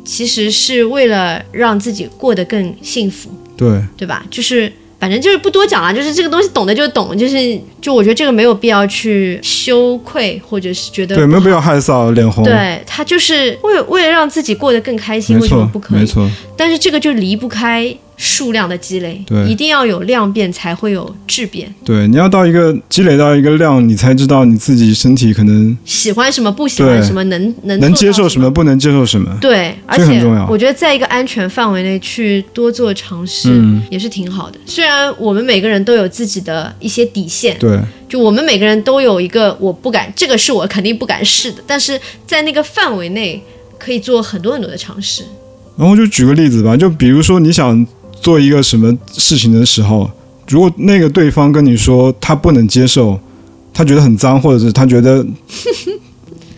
Speaker 2: 其实是为了让自己过得更幸福，
Speaker 1: 对，
Speaker 2: 呃对吧？就是反正就是不多讲了，啊就是这个东西懂的就懂，就是就我觉得这个没有必要去羞愧，或者是觉得
Speaker 1: 对，没有必要害臊脸红。，
Speaker 2: 对他就是为为了让自己过得更开心，
Speaker 1: 没
Speaker 2: 为什么
Speaker 1: 错
Speaker 2: 不，可
Speaker 1: 没
Speaker 2: 以？
Speaker 1: 错，
Speaker 2: 但是这个就离不开数量的积累，
Speaker 1: 对
Speaker 2: 一定要有量变才会有质变。
Speaker 1: 对，你要到一个积累到一个量，你才知道你自己身体可能
Speaker 2: 喜欢什么，不喜欢
Speaker 1: 对
Speaker 2: 什么，能能
Speaker 1: 能
Speaker 2: 做
Speaker 1: 接
Speaker 2: 到
Speaker 1: 受什么，不能接受什么。
Speaker 2: 对，而
Speaker 1: 这个很
Speaker 2: 且
Speaker 1: 重要
Speaker 2: 我觉得在一个安全范围内去多做尝试、
Speaker 1: 嗯
Speaker 2: 也是挺好的。虽然我们每个人都有自己的一些底线，
Speaker 1: 对，
Speaker 2: 就我们每个人都有一个我不敢，这个是我肯定不敢试的，但是在那个范围内可以做很多很多的尝试。
Speaker 1: 然后就举个例子吧，就比如说你想做一个什么事情的时候，如果那个对方跟你说他不能接受，他觉得很脏，或者是他
Speaker 2: <laughs>
Speaker 1: 觉得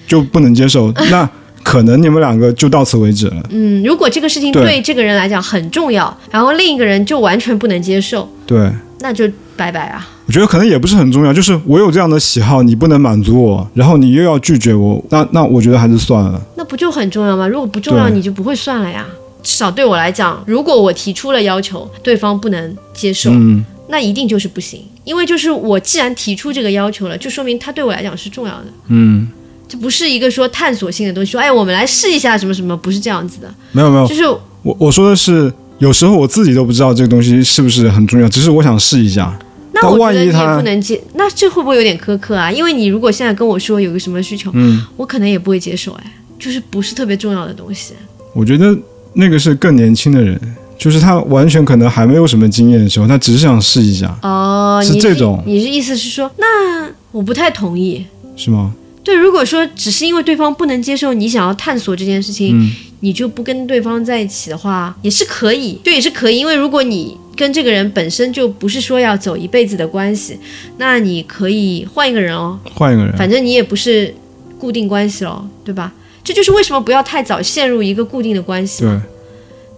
Speaker 1: 就不能接受，那可能你们两个就到此为止了。
Speaker 2: 嗯，如果这个事情
Speaker 1: 对
Speaker 2: 对这个人来讲很重要，然后另一个人就完全不能接受，
Speaker 1: 对，
Speaker 2: 那就拜拜啊。
Speaker 1: 我觉得可能也不是很重要，就是我有这样的喜好，你不能满足我，然后你又要拒绝我，那那我觉得还是算了。
Speaker 2: 那不就很重要吗？如果不重要，
Speaker 1: 对
Speaker 2: 你就不会算了呀。至少对我来讲，如果我提出了要求，对方不能接受，
Speaker 1: 嗯，
Speaker 2: 那一定就是不行。因为就是我既然提出这个要求了，就说明它对我来讲是重要的。
Speaker 1: 嗯，
Speaker 2: 这不是一个说探索性的东西，说哎，我们来试一下什么什么，不是这样子的。
Speaker 1: 没有没有，
Speaker 2: 就是
Speaker 1: 我我说的是，有时候我自己都不知道这个东西是不是很重要，只是我想试一下。
Speaker 2: 那
Speaker 1: 但
Speaker 2: 我觉
Speaker 1: 万
Speaker 2: 得
Speaker 1: 一
Speaker 2: 你也
Speaker 1: 他
Speaker 2: 不能接，那这会不会有点苛刻啊？因为你如果现在跟我说有个什么需求，
Speaker 1: 嗯，
Speaker 2: 我可能也不会接受，哎，就是不是特别重要的东西。
Speaker 1: 我觉得那个是更年轻的人，就是他完全可能还没有什么经验的时候，他只是想试一下，
Speaker 2: 哦，
Speaker 1: 是
Speaker 2: 你
Speaker 1: 这种
Speaker 2: 你是意思是说，那我不太同意。
Speaker 1: 是吗？
Speaker 2: 对，如果说只是因为对方不能接受你想要探索这件事情，
Speaker 1: 嗯
Speaker 2: 你就不跟对方在一起的话，也是可以，就也是可以。因为如果你跟这个人本身就不是说要走一辈子的关系，那你可以换一个人哦，
Speaker 1: 换一个人，
Speaker 2: 反正你也不是固定关系了，对吧？这就是为什么不要太早陷入一个固定的关系，
Speaker 1: 对，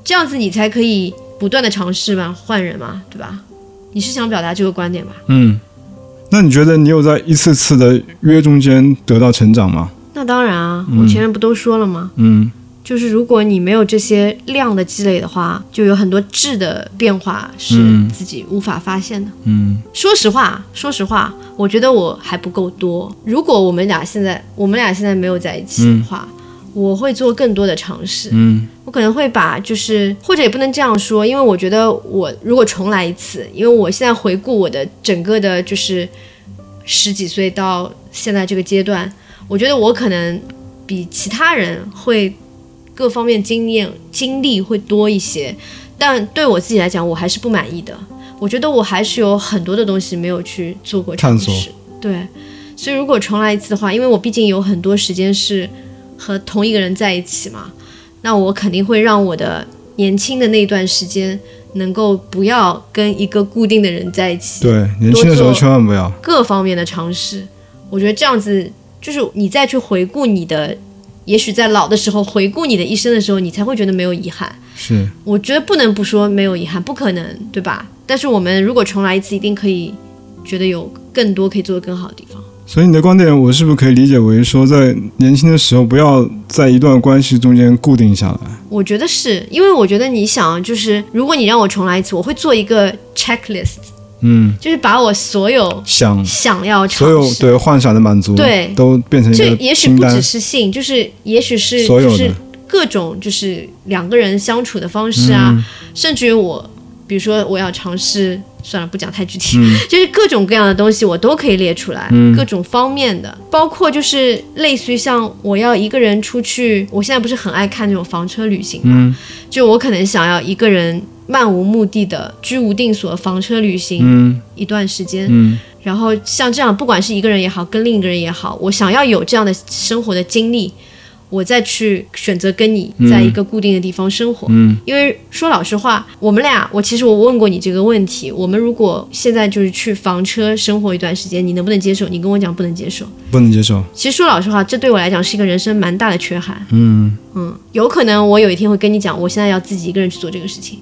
Speaker 2: 这样子你才可以不断的尝试嘛，换人嘛，对吧？你是想表达这个观点吧？
Speaker 1: 嗯。那你觉得你有在一次次的约中间得到成长吗？
Speaker 2: 那当然啊，我前面不都说了吗？
Speaker 1: 嗯，
Speaker 2: 就是如果你没有这些量的积累的话，就有很多质的变化是
Speaker 1: 嗯
Speaker 2: 自己无法发现的。
Speaker 1: 嗯，
Speaker 2: 说实话，说实话，我觉得我还不够多。如果我们俩现在，我们俩现在没有在一起的话，我会做更多的尝试。
Speaker 1: 嗯，
Speaker 2: 我可能会把就是，或者也不能这样说，因为我觉得我如果重来一次，因为我现在回顾我的整个的，就是十几岁到现在这个阶段，我觉得我可能比其他人会各方面经验经历会多一些，但对我自己来讲，我还是不满意的。我觉得我还是有很多的东西没有去做过尝
Speaker 1: 探
Speaker 2: 试，对，所以如果重来一次的话，因为我毕竟有很多时间是和同一个人在一起嘛，那我肯定会让我的年轻的那段时间能够不要跟一个固定的人在一起，
Speaker 1: 对，年轻的时
Speaker 2: 多做
Speaker 1: 候
Speaker 2: 啊
Speaker 1: 千万不要。
Speaker 2: 各方面的尝试。我觉得这样子，就是你再去回顾你的，也许在老的时候回顾你的一生的时候，你才会觉得没有遗憾。
Speaker 1: 是，
Speaker 2: 我觉得不能不说没有遗憾，不可能，对吧？但是我们如果重来一次，一定可以觉得有更多可以做得更好的地方。
Speaker 1: 所以你的观点，我是不是可以理解为说，在年轻的时候不要在一段关系中间固定下来？
Speaker 2: 我觉得是因为我觉得你想，就是如果你让我重来一次，我会做一个 checklist，
Speaker 1: 嗯，
Speaker 2: 就是把我所有
Speaker 1: 想
Speaker 2: 想要尝
Speaker 1: 所有
Speaker 2: 试，
Speaker 1: 对幻想的满足，
Speaker 2: 对
Speaker 1: 都变成一
Speaker 2: 这
Speaker 1: 个
Speaker 2: 也许
Speaker 1: 清
Speaker 2: 不
Speaker 1: 单
Speaker 2: 只。是性，就是也许是
Speaker 1: 所有
Speaker 2: 就
Speaker 1: 的
Speaker 2: 是各种就是两个人相处的方式啊，
Speaker 1: 嗯
Speaker 2: 甚至于我，比如说我要尝试，算了，不讲太具体，
Speaker 1: 嗯
Speaker 2: <laughs> 就是各种各样的东西我都可以列出来，各种方面的，包括就是类似于像我要一个人出去，我现在不是很爱看那种房车旅行嘛，
Speaker 1: 嗯
Speaker 2: 就我可能想要一个人漫无目的的、居无定所的房车旅行、
Speaker 1: 嗯
Speaker 2: 一段时间，
Speaker 1: 嗯，
Speaker 2: 然后像这样，不管是一个人也好，跟另一个人也好，我想要有这样的生活的经历，我再去选择跟你在一个固定的地方生活。
Speaker 1: 嗯，
Speaker 2: 因为说老实话，我们俩，我其实我问过你这个问题，我们如果现在就是去房车生活一段时间，你能不能接受？你跟我讲不能接受。
Speaker 1: 不能接受。
Speaker 2: 其实说老实话，这对我来讲是一个人生蛮大的缺憾。
Speaker 1: 嗯，
Speaker 2: 嗯，有可能我有一天会跟你讲，我现在要自己一个人去做这个事情，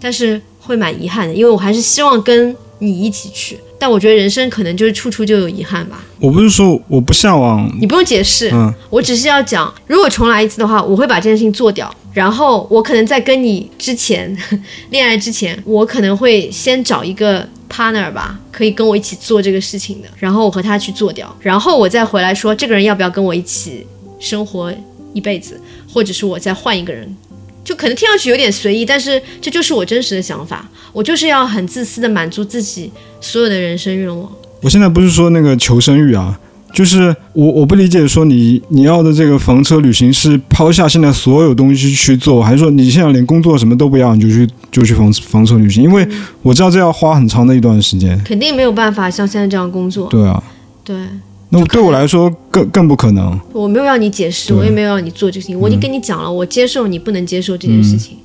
Speaker 2: 但是会蛮遗憾的，因为我还是希望跟你一起去。但我觉得人生可能就是处处就有遗憾吧。
Speaker 1: 我不是说我不向往，
Speaker 2: 你不用解释，
Speaker 1: 嗯
Speaker 2: 我只是要讲，如果重来一次的话，我会把这件事情做掉。然后我可能在跟你之前 <laughs> 恋爱之前，我可能会先找一个 partner 吧，可以跟我一起做这个事情的，然后我和他去做掉，然后我再回来说这个人要不要跟我一起生活一辈子，或者是我再换一个人。就可能听上去有点随意，但是这就是我真实的想法。我就是要很自私的满足自己所有的人生愿望。
Speaker 1: 我现在不是说那个求生欲啊，就是我我不理解说你你要的这个房车旅行是抛下现在所有东西去做，还是说你现在连工作什么都不要，你就去就去房房车旅行？因为
Speaker 2: 嗯
Speaker 1: 我知道这要花很长的一段时间。
Speaker 2: 肯定没有办法像现在这样工作。
Speaker 1: 对啊，
Speaker 2: 对，
Speaker 1: 那对我来说更更不可能。
Speaker 2: 我没有让你解释，
Speaker 1: 对嗯
Speaker 2: 我也没有让你做这个事情，我已经跟你讲了，我接受你不能接受这件事情。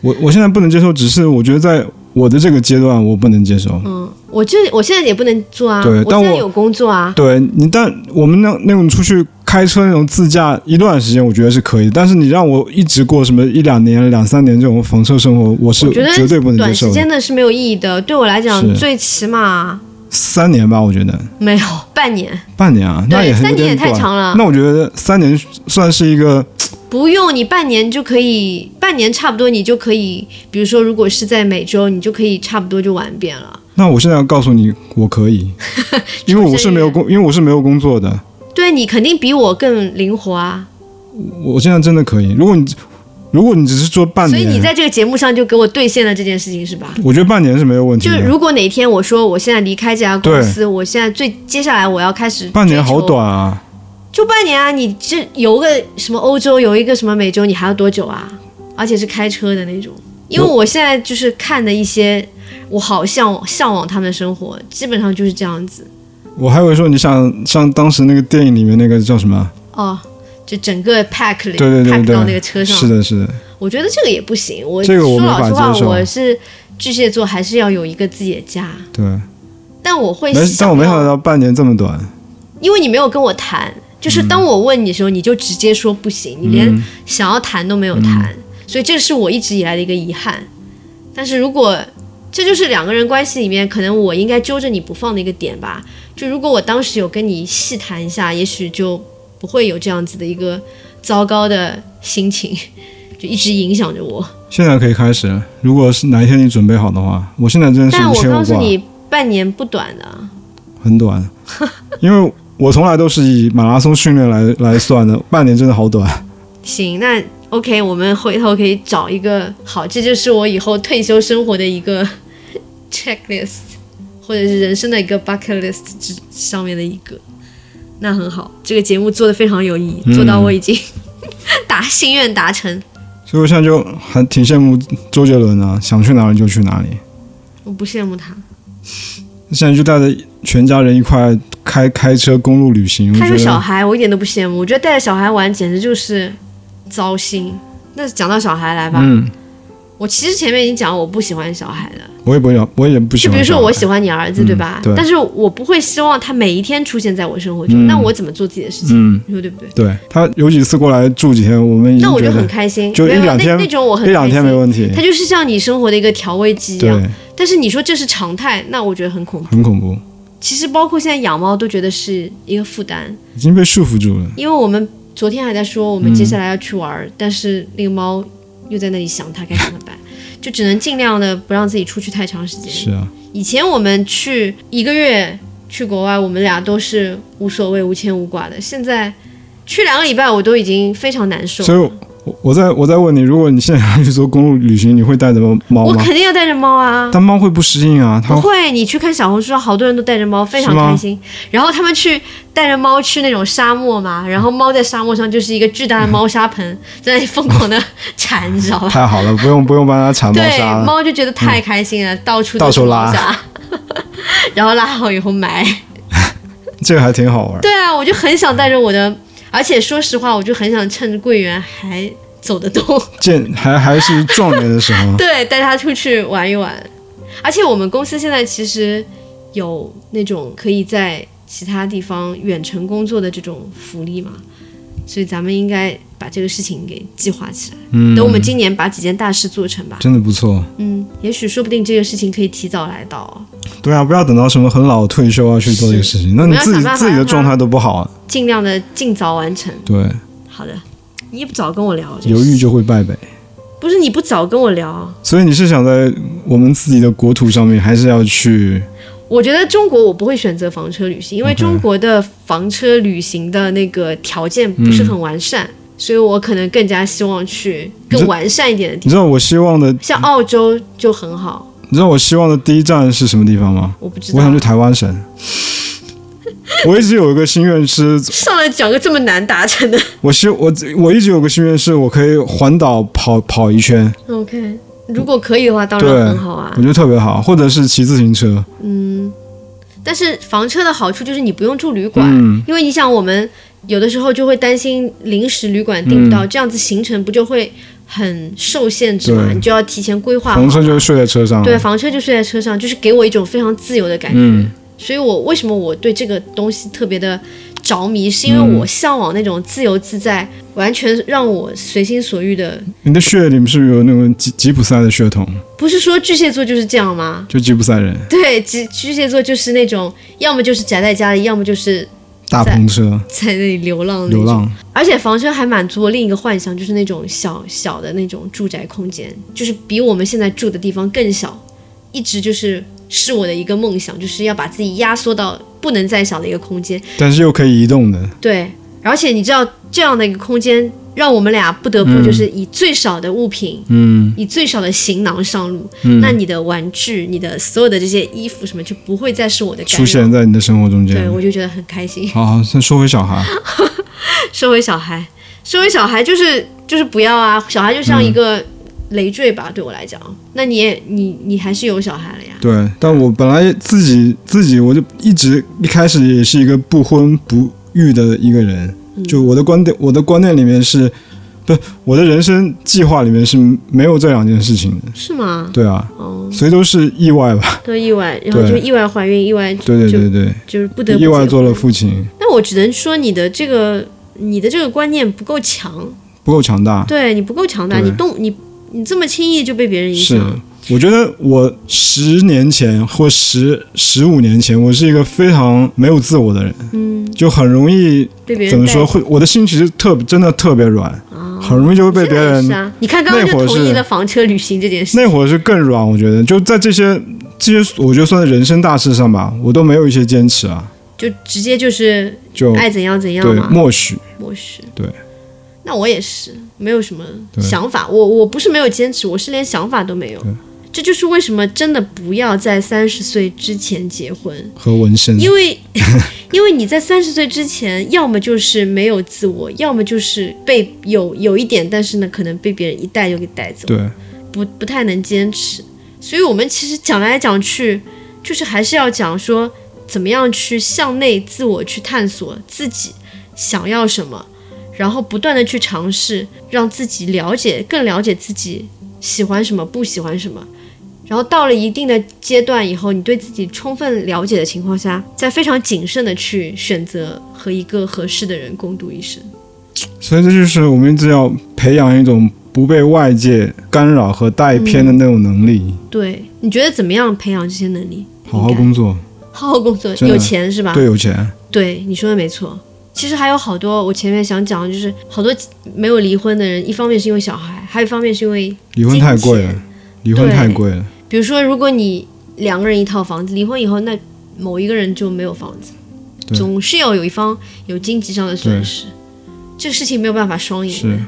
Speaker 1: 我我现在不能接受，只是我觉得在我的这个阶段我不能接受。
Speaker 2: 嗯，我就我现在也不能做啊，
Speaker 1: 对但
Speaker 2: 现在
Speaker 1: 我
Speaker 2: 有工作
Speaker 1: <laughs>
Speaker 2: 啊，
Speaker 1: 对你，但我们那那种出去开车那种自驾一段时间，我觉得是可以。但是你让我一直过什么一两年、两三年这种房车生活，我是
Speaker 2: 我觉得
Speaker 1: 绝对不能接
Speaker 2: 短时
Speaker 1: 受的。
Speaker 2: 间的是没有意义的。对我来讲，
Speaker 1: 是
Speaker 2: 最起码
Speaker 1: 三年吧，我觉得
Speaker 2: 没有 <laughs> 半年，
Speaker 1: 半年啊，
Speaker 2: 对
Speaker 1: 那也很
Speaker 2: 三
Speaker 1: 有
Speaker 2: 年也
Speaker 1: 点
Speaker 2: 太
Speaker 1: 短。
Speaker 2: 长了
Speaker 1: 那我觉得三年算是一个，
Speaker 2: 不用你半年就可以，半年差不多你就可以，比如说如果是在美洲，你就可以差不多就玩遍了。
Speaker 1: 那我现在要告诉你，我可以， <laughs> 因为我是没有工，因为我是没有工作的，
Speaker 2: 对你肯定比我更灵活啊，
Speaker 1: 我现在真的可以。如果你如果你只是做半
Speaker 2: 所
Speaker 1: 年，
Speaker 2: 以你在这个节目上就给我兑现了这件事情，是吧？
Speaker 1: 我觉得半年是没有问题
Speaker 2: 就
Speaker 1: 的。
Speaker 2: 如果哪天我说我现在离开这家公司，我现在最接下来我要开始
Speaker 1: 半年
Speaker 2: 追求
Speaker 1: 好，短啊，
Speaker 2: 就半年啊！你这游个什么欧洲，游一个什么美洲，你还要多久啊？而且是开车的那种。因为我现在就是看的一些，我好向往向往他们的生活，基本上就是这样子
Speaker 1: 我还以为说你想像当时那个电影里面那个叫什么？
Speaker 2: 哦。就整个 pack 里
Speaker 1: 对对对
Speaker 2: pack
Speaker 1: 对，
Speaker 2: 到那个车上，
Speaker 1: 是的，是的，
Speaker 2: 我觉得这个也不行。我
Speaker 1: 这个我
Speaker 2: 说
Speaker 1: 没
Speaker 2: 老
Speaker 1: 法
Speaker 2: 实话，
Speaker 1: 接受
Speaker 2: 我是巨蟹座，还是要有一个自己的家。
Speaker 1: 对。
Speaker 2: 哎但我会
Speaker 1: 没，
Speaker 2: 想
Speaker 1: 但我没
Speaker 2: 要
Speaker 1: 想到半年这么短。
Speaker 2: 因为你没有跟我谈，
Speaker 1: 嗯
Speaker 2: 就是当我问你的时候，你就直接说不行，你连想要谈都没有谈，
Speaker 1: 嗯
Speaker 2: 所以这是我一直以来的一个遗憾。但是如果这就是两个人关系里面，可能我应该揪着你不放的一个点吧。就如果我当时有跟你细谈一下，也许就不会有这样子的一个糟糕的心情，就一直影响着我。
Speaker 1: 现在可以开始了，如果是哪一天你准备好的话，我现在真的是
Speaker 2: 但
Speaker 1: 无
Speaker 2: 我
Speaker 1: 牵
Speaker 2: 告
Speaker 1: 无
Speaker 2: 诉
Speaker 1: 挂，
Speaker 2: 你，半年不短的，<laughs>
Speaker 1: 很短，因为我从来都是以马拉松训练来来算的，半年真的好短。
Speaker 2: 行，那 OK，我们回头可以找一个好，这就是我以后退休生活的一个 <laughs> checklist，或者是人生的一个 bucket list 之上面的一个。那很好，这个节目做的非常有意
Speaker 1: 嗯
Speaker 2: 义，做到我已经 <laughs> 达心愿达成。
Speaker 1: 所以我现在就还挺羡慕周杰伦啊，想去哪里就去哪里。
Speaker 2: 我不羡慕他，
Speaker 1: 现在就带着全家人一块开开车公路旅行，我
Speaker 2: 他
Speaker 1: 觉
Speaker 2: 有小
Speaker 1: 得
Speaker 2: 孩，我一点都不羡慕。我觉得带着小孩玩简直就是糟心。那讲到小孩来吧，
Speaker 1: 嗯，
Speaker 2: 我其实前面已经讲我不喜欢小孩了。
Speaker 1: 我也不要，我也不喜
Speaker 2: 就
Speaker 1: 欢
Speaker 2: 比
Speaker 1: 小孩。
Speaker 2: 如说我喜欢你儿子，对吧？
Speaker 1: 嗯对
Speaker 2: 但是我不会希望他每一天出现在我生活中，那我怎么做自己的事情？
Speaker 1: 嗯，
Speaker 2: 你说对不对？
Speaker 1: 对他有几次过来住几天，我们已
Speaker 2: 那
Speaker 1: 经
Speaker 2: 我
Speaker 1: 觉
Speaker 2: 就很
Speaker 1: 得
Speaker 2: 开心，
Speaker 1: 就
Speaker 2: 没
Speaker 1: 一
Speaker 2: 有
Speaker 1: 两天
Speaker 2: 那那种我很
Speaker 1: 一两天没
Speaker 2: 有，
Speaker 1: 问题
Speaker 2: 它，就是像你生活的一个调味剂一样。
Speaker 1: 对，
Speaker 2: 但是你说这是常态，那我觉得很恐怖。
Speaker 1: 很恐怖，
Speaker 2: 其实包括现在养猫都觉得是一个负担，
Speaker 1: 已经被束缚住了。
Speaker 2: 因为我们昨天还在说我们接下来要去玩儿，但是那个猫又在那里想它该怎么办，就只能尽量的不让自己出去太长时间。
Speaker 1: 是啊，
Speaker 2: 以前我们去一个月去国外，我们俩都是无所谓、无牵无挂的。现在去两个礼拜，我都已经非常难受。
Speaker 1: 所以我，我我在我在问你，如果你现在要去做公路旅行，你会带着猫
Speaker 2: 我
Speaker 1: 吗
Speaker 2: 肯？定要带着猫啊！
Speaker 1: 但猫会不适应啊，它
Speaker 2: 不会，你去看小红书上，好多人都带着猫，非常
Speaker 1: 是吗
Speaker 2: 开心。然后他们去带着猫去那种沙漠嘛，然后猫在沙漠上就是一个巨大的猫砂盆，在那里疯狂
Speaker 1: <laughs>
Speaker 2: 的铲，你知道吧？
Speaker 1: 太好了，不用不用帮它铲猫
Speaker 2: 对，
Speaker 1: 砂了。
Speaker 2: 猫就觉得太开心了，到处都
Speaker 1: 到
Speaker 2: 是
Speaker 1: 处
Speaker 2: 猫
Speaker 1: 拉
Speaker 2: 砂， <laughs> 然后拉好以后埋。
Speaker 1: 这个还挺好玩。
Speaker 2: 对啊，我就很想带着我的，而且说实话，我就很想趁着桂圆还走得
Speaker 1: <laughs>
Speaker 2: 动，，
Speaker 1: 健还还是壮年的时候
Speaker 2: 对，带他出去玩一玩。而且我们公司现在其实有那种可以在其他地方远程工作的这种福利嘛，所以咱们应该把这个事情给计划起来。嗯，等我们今年把几件大事做成吧。
Speaker 1: 真的不错。
Speaker 2: 嗯，也许说不定这个事情可以提早来到哦，
Speaker 1: 对啊，不要等到什么很老退休啊去做这个事情，那
Speaker 2: 我
Speaker 1: 你
Speaker 2: 们要
Speaker 1: 自己
Speaker 2: 想办法
Speaker 1: 自己的
Speaker 2: 让它
Speaker 1: 状态都不好啊。
Speaker 2: 尽量的尽早完成。
Speaker 1: 对，
Speaker 2: 好的，你不早跟我聊，
Speaker 1: 犹豫就会败北。
Speaker 2: 不是你不早跟我聊，
Speaker 1: 所以你是想在我们自己的国土上面，还是要去？
Speaker 2: 我觉得中国我不会选择房车旅行，因
Speaker 1: 嗯
Speaker 2: 为中国的房车旅行的那个条件不是很完善，所以我可能更加希望去更完善一点的地
Speaker 1: 你知道我希望的，
Speaker 2: 方，像澳洲就很好，
Speaker 1: 你知道我希望的第一站是什么地方吗？
Speaker 2: 我不知道。
Speaker 1: 我想去台湾省。
Speaker 2: <laughs>
Speaker 1: 我一直有一个心愿是，
Speaker 2: 上来讲个这么难达成
Speaker 1: <laughs>
Speaker 2: 的
Speaker 1: 我希我我一直有个心愿是，我可以环岛跑跑一圈，
Speaker 2: 啊，OK，如果可以的话，当
Speaker 1: 对
Speaker 2: 然很好啊
Speaker 1: 我。觉得特别好，或者是骑自行车。
Speaker 2: 但是房车的好处就是你不用住旅馆，
Speaker 1: 嗯
Speaker 2: 因为你想我们有的时候就会担心临时旅馆订不
Speaker 1: 嗯
Speaker 2: 到，这样子行程不就会很受限制嘛？
Speaker 1: 对
Speaker 2: 你就要提前规划好
Speaker 1: 房。车就是睡在车上。
Speaker 2: 啊对，，房车就睡在车上，就是给我一种非常自由的感觉。
Speaker 1: 嗯
Speaker 2: 所以我为什么我对这个东西特别的着迷，是因
Speaker 1: 嗯
Speaker 2: 为我向往那种自由自在，完全让我随心所欲的。
Speaker 1: 你的血里面是不是有那种吉吉普赛的血统？
Speaker 2: 不是说巨蟹座就是这样吗？ <laughs>
Speaker 1: 就吉普赛人，
Speaker 2: 对，巨巨蟹座就是那种要么就是宅在家里，要么就是
Speaker 1: 大
Speaker 2: 在
Speaker 1: 篷车
Speaker 2: 在那里流浪的那
Speaker 1: 流
Speaker 2: 种。
Speaker 1: 浪。
Speaker 2: 而且房车还满足我另一个幻想，就是那种小小的那种住宅空间，就是比我们现在住的地方更小，一直就是是我的一个梦想，就是要把自己压缩到不能再小的一个空间。
Speaker 1: 但是又可以移动的，
Speaker 2: 对，而且你知道这样的一个空间，让我们俩不得不
Speaker 1: 嗯
Speaker 2: 就是以最少的物品，嗯，以最少的行囊上路。
Speaker 1: 嗯
Speaker 2: 那你的玩具、你的所有的这些衣服什么，就不会再是我的干
Speaker 1: 出
Speaker 2: 扰
Speaker 1: 现。在你的生活中
Speaker 2: 对，
Speaker 1: 间。
Speaker 2: 我就觉得很开心。
Speaker 1: 好好，先说回小孩，
Speaker 2: 收回小孩，收回小孩就是就是不要啊，小孩就像一
Speaker 1: 嗯
Speaker 2: 个累赘吧，对我来讲。那你也你你还是有小孩了呀？
Speaker 1: 对，但我本来自己自己我就一直一开始也是一个不婚不育的一个人，
Speaker 2: 嗯
Speaker 1: 就我的观点，我的观念里面是，不，我的人生计划里面是没有这两件事情的，
Speaker 2: 是吗？
Speaker 1: 对啊，
Speaker 2: 哦，
Speaker 1: 所以都是意外吧， <laughs>
Speaker 2: 都意外，然后就
Speaker 1: 对
Speaker 2: 意外怀孕，意外
Speaker 1: 对对对
Speaker 2: 就是不得
Speaker 1: 对，
Speaker 2: 不
Speaker 1: 意外
Speaker 2: 结
Speaker 1: 做了
Speaker 2: 婚
Speaker 1: 父亲，
Speaker 2: 那我只能说你的这个你的这个观念不够强，
Speaker 1: 不够强大，
Speaker 2: 对你不够强大，
Speaker 1: 对
Speaker 2: 你动你你这么轻易就被别人影
Speaker 1: 是
Speaker 2: 响，。
Speaker 1: 我觉得我十年前或十十五年前，我是一个非常没有自我的人，嗯，就很容易
Speaker 2: 被别人
Speaker 1: 怎么
Speaker 2: 带啊
Speaker 1: 说？会我的心其实特真的特别软，很容易就会被别
Speaker 2: 现在也
Speaker 1: 人
Speaker 2: 是。啊，你看刚刚
Speaker 1: 那会
Speaker 2: 就
Speaker 1: 儿
Speaker 2: 同
Speaker 1: 是
Speaker 2: 意了房车旅行这件事，
Speaker 1: 那会儿是更软，我觉得就在这些这些，我觉得算是人生大事上吧，我都没有一些坚持啊，
Speaker 2: 就直接就是
Speaker 1: 就
Speaker 2: 爱怎样怎样
Speaker 1: 对
Speaker 2: 嘛，
Speaker 1: 默许，
Speaker 2: 模式。
Speaker 1: 对，
Speaker 2: 那我也是没有什么
Speaker 1: 对
Speaker 2: 想法，我我不是没有坚持，我是连想法都没有
Speaker 1: 对。
Speaker 2: 这就是为什么真的不要在三十岁之前结婚，
Speaker 1: 和纹身。
Speaker 2: 因为 <laughs> 因为你在三十岁之前，要么就是没有自我，要么就是被有有一点，但是呢，可能被别人一带就给带走，
Speaker 1: 对，
Speaker 2: 不不太能坚持。所以我们其实讲来讲去，就是还是要讲说怎么样去向内自我去探索自己想要什么，然后不断的去尝试，让自己了解更了解自己喜欢什么，不喜欢什么。然后到了一定的阶段以后，你对自己充分了解的情况下，再非常谨慎的去选择和一个合适的人共度一生。
Speaker 1: 所以这就是我们一直要培养一种不被外界干扰和带
Speaker 2: 嗯
Speaker 1: 偏的那种能力，
Speaker 2: 对，你觉得怎么样培养这些能力？
Speaker 1: 好好
Speaker 2: 应该啊
Speaker 1: 工作，
Speaker 2: 好好工作，
Speaker 1: 真的
Speaker 2: 有钱是吧？
Speaker 1: 对有钱，
Speaker 2: 对，你说的没错。其实还有好多，我前面想讲，的就是好多没有离婚的人，一方面是因为小孩，还有一方面是因为，
Speaker 1: 离婚太贵
Speaker 2: 金
Speaker 1: 了，离婚
Speaker 2: 对
Speaker 1: 太贵了，
Speaker 2: 比如说，如果你两个人一套房子，离婚以后，那某一个人就没有房子，
Speaker 1: 对
Speaker 2: 总是要有一方有经济上的损
Speaker 1: 对
Speaker 2: 失，这个事情没有办法双赢。
Speaker 1: 是。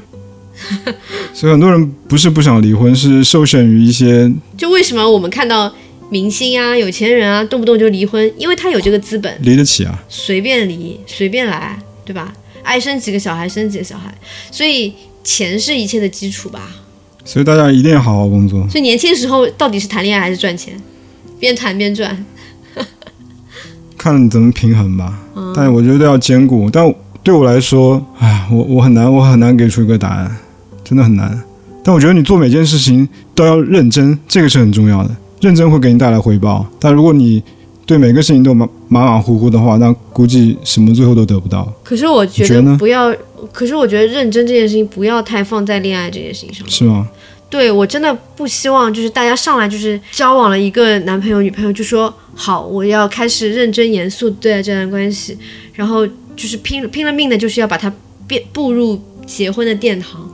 Speaker 1: 所以很多人不是不想离婚，是受限于一些
Speaker 2: 就为什么我们看到明星啊、有钱人啊，动不动就离婚，因为他有这个资本，
Speaker 1: 离得起啊，
Speaker 2: 随便离，随便来，对吧？爱生几个小孩生几个小孩，所以钱是一切的基础吧。
Speaker 1: 所以大家一定要好好工作。
Speaker 2: 所以年轻时候到底是谈恋爱还是赚钱？边谈边赚，
Speaker 1: 看你怎么平衡吧。但我觉得要兼顾。但对我来说，唉，我我很难，我很难给出一个答案，真的很难。但我觉得你做每件事情都要认真，这个是很重要的。认真会给你带来回报，但如果你对每个事情都马马马虎虎的话，那估计什么最后都得不到。
Speaker 2: 可是我觉
Speaker 1: 你觉得
Speaker 2: 得
Speaker 1: 呢
Speaker 2: 不要，可是我觉得认真这件事情不要太放在恋爱这件事情上面。
Speaker 1: 是吗？
Speaker 2: 对我真的不希望就是大家上来就是交往了一个男朋友女朋友就说好我要开始认真严肃对待这段关系，然后就是拼拼了命的就是要把它变步入结婚的殿堂，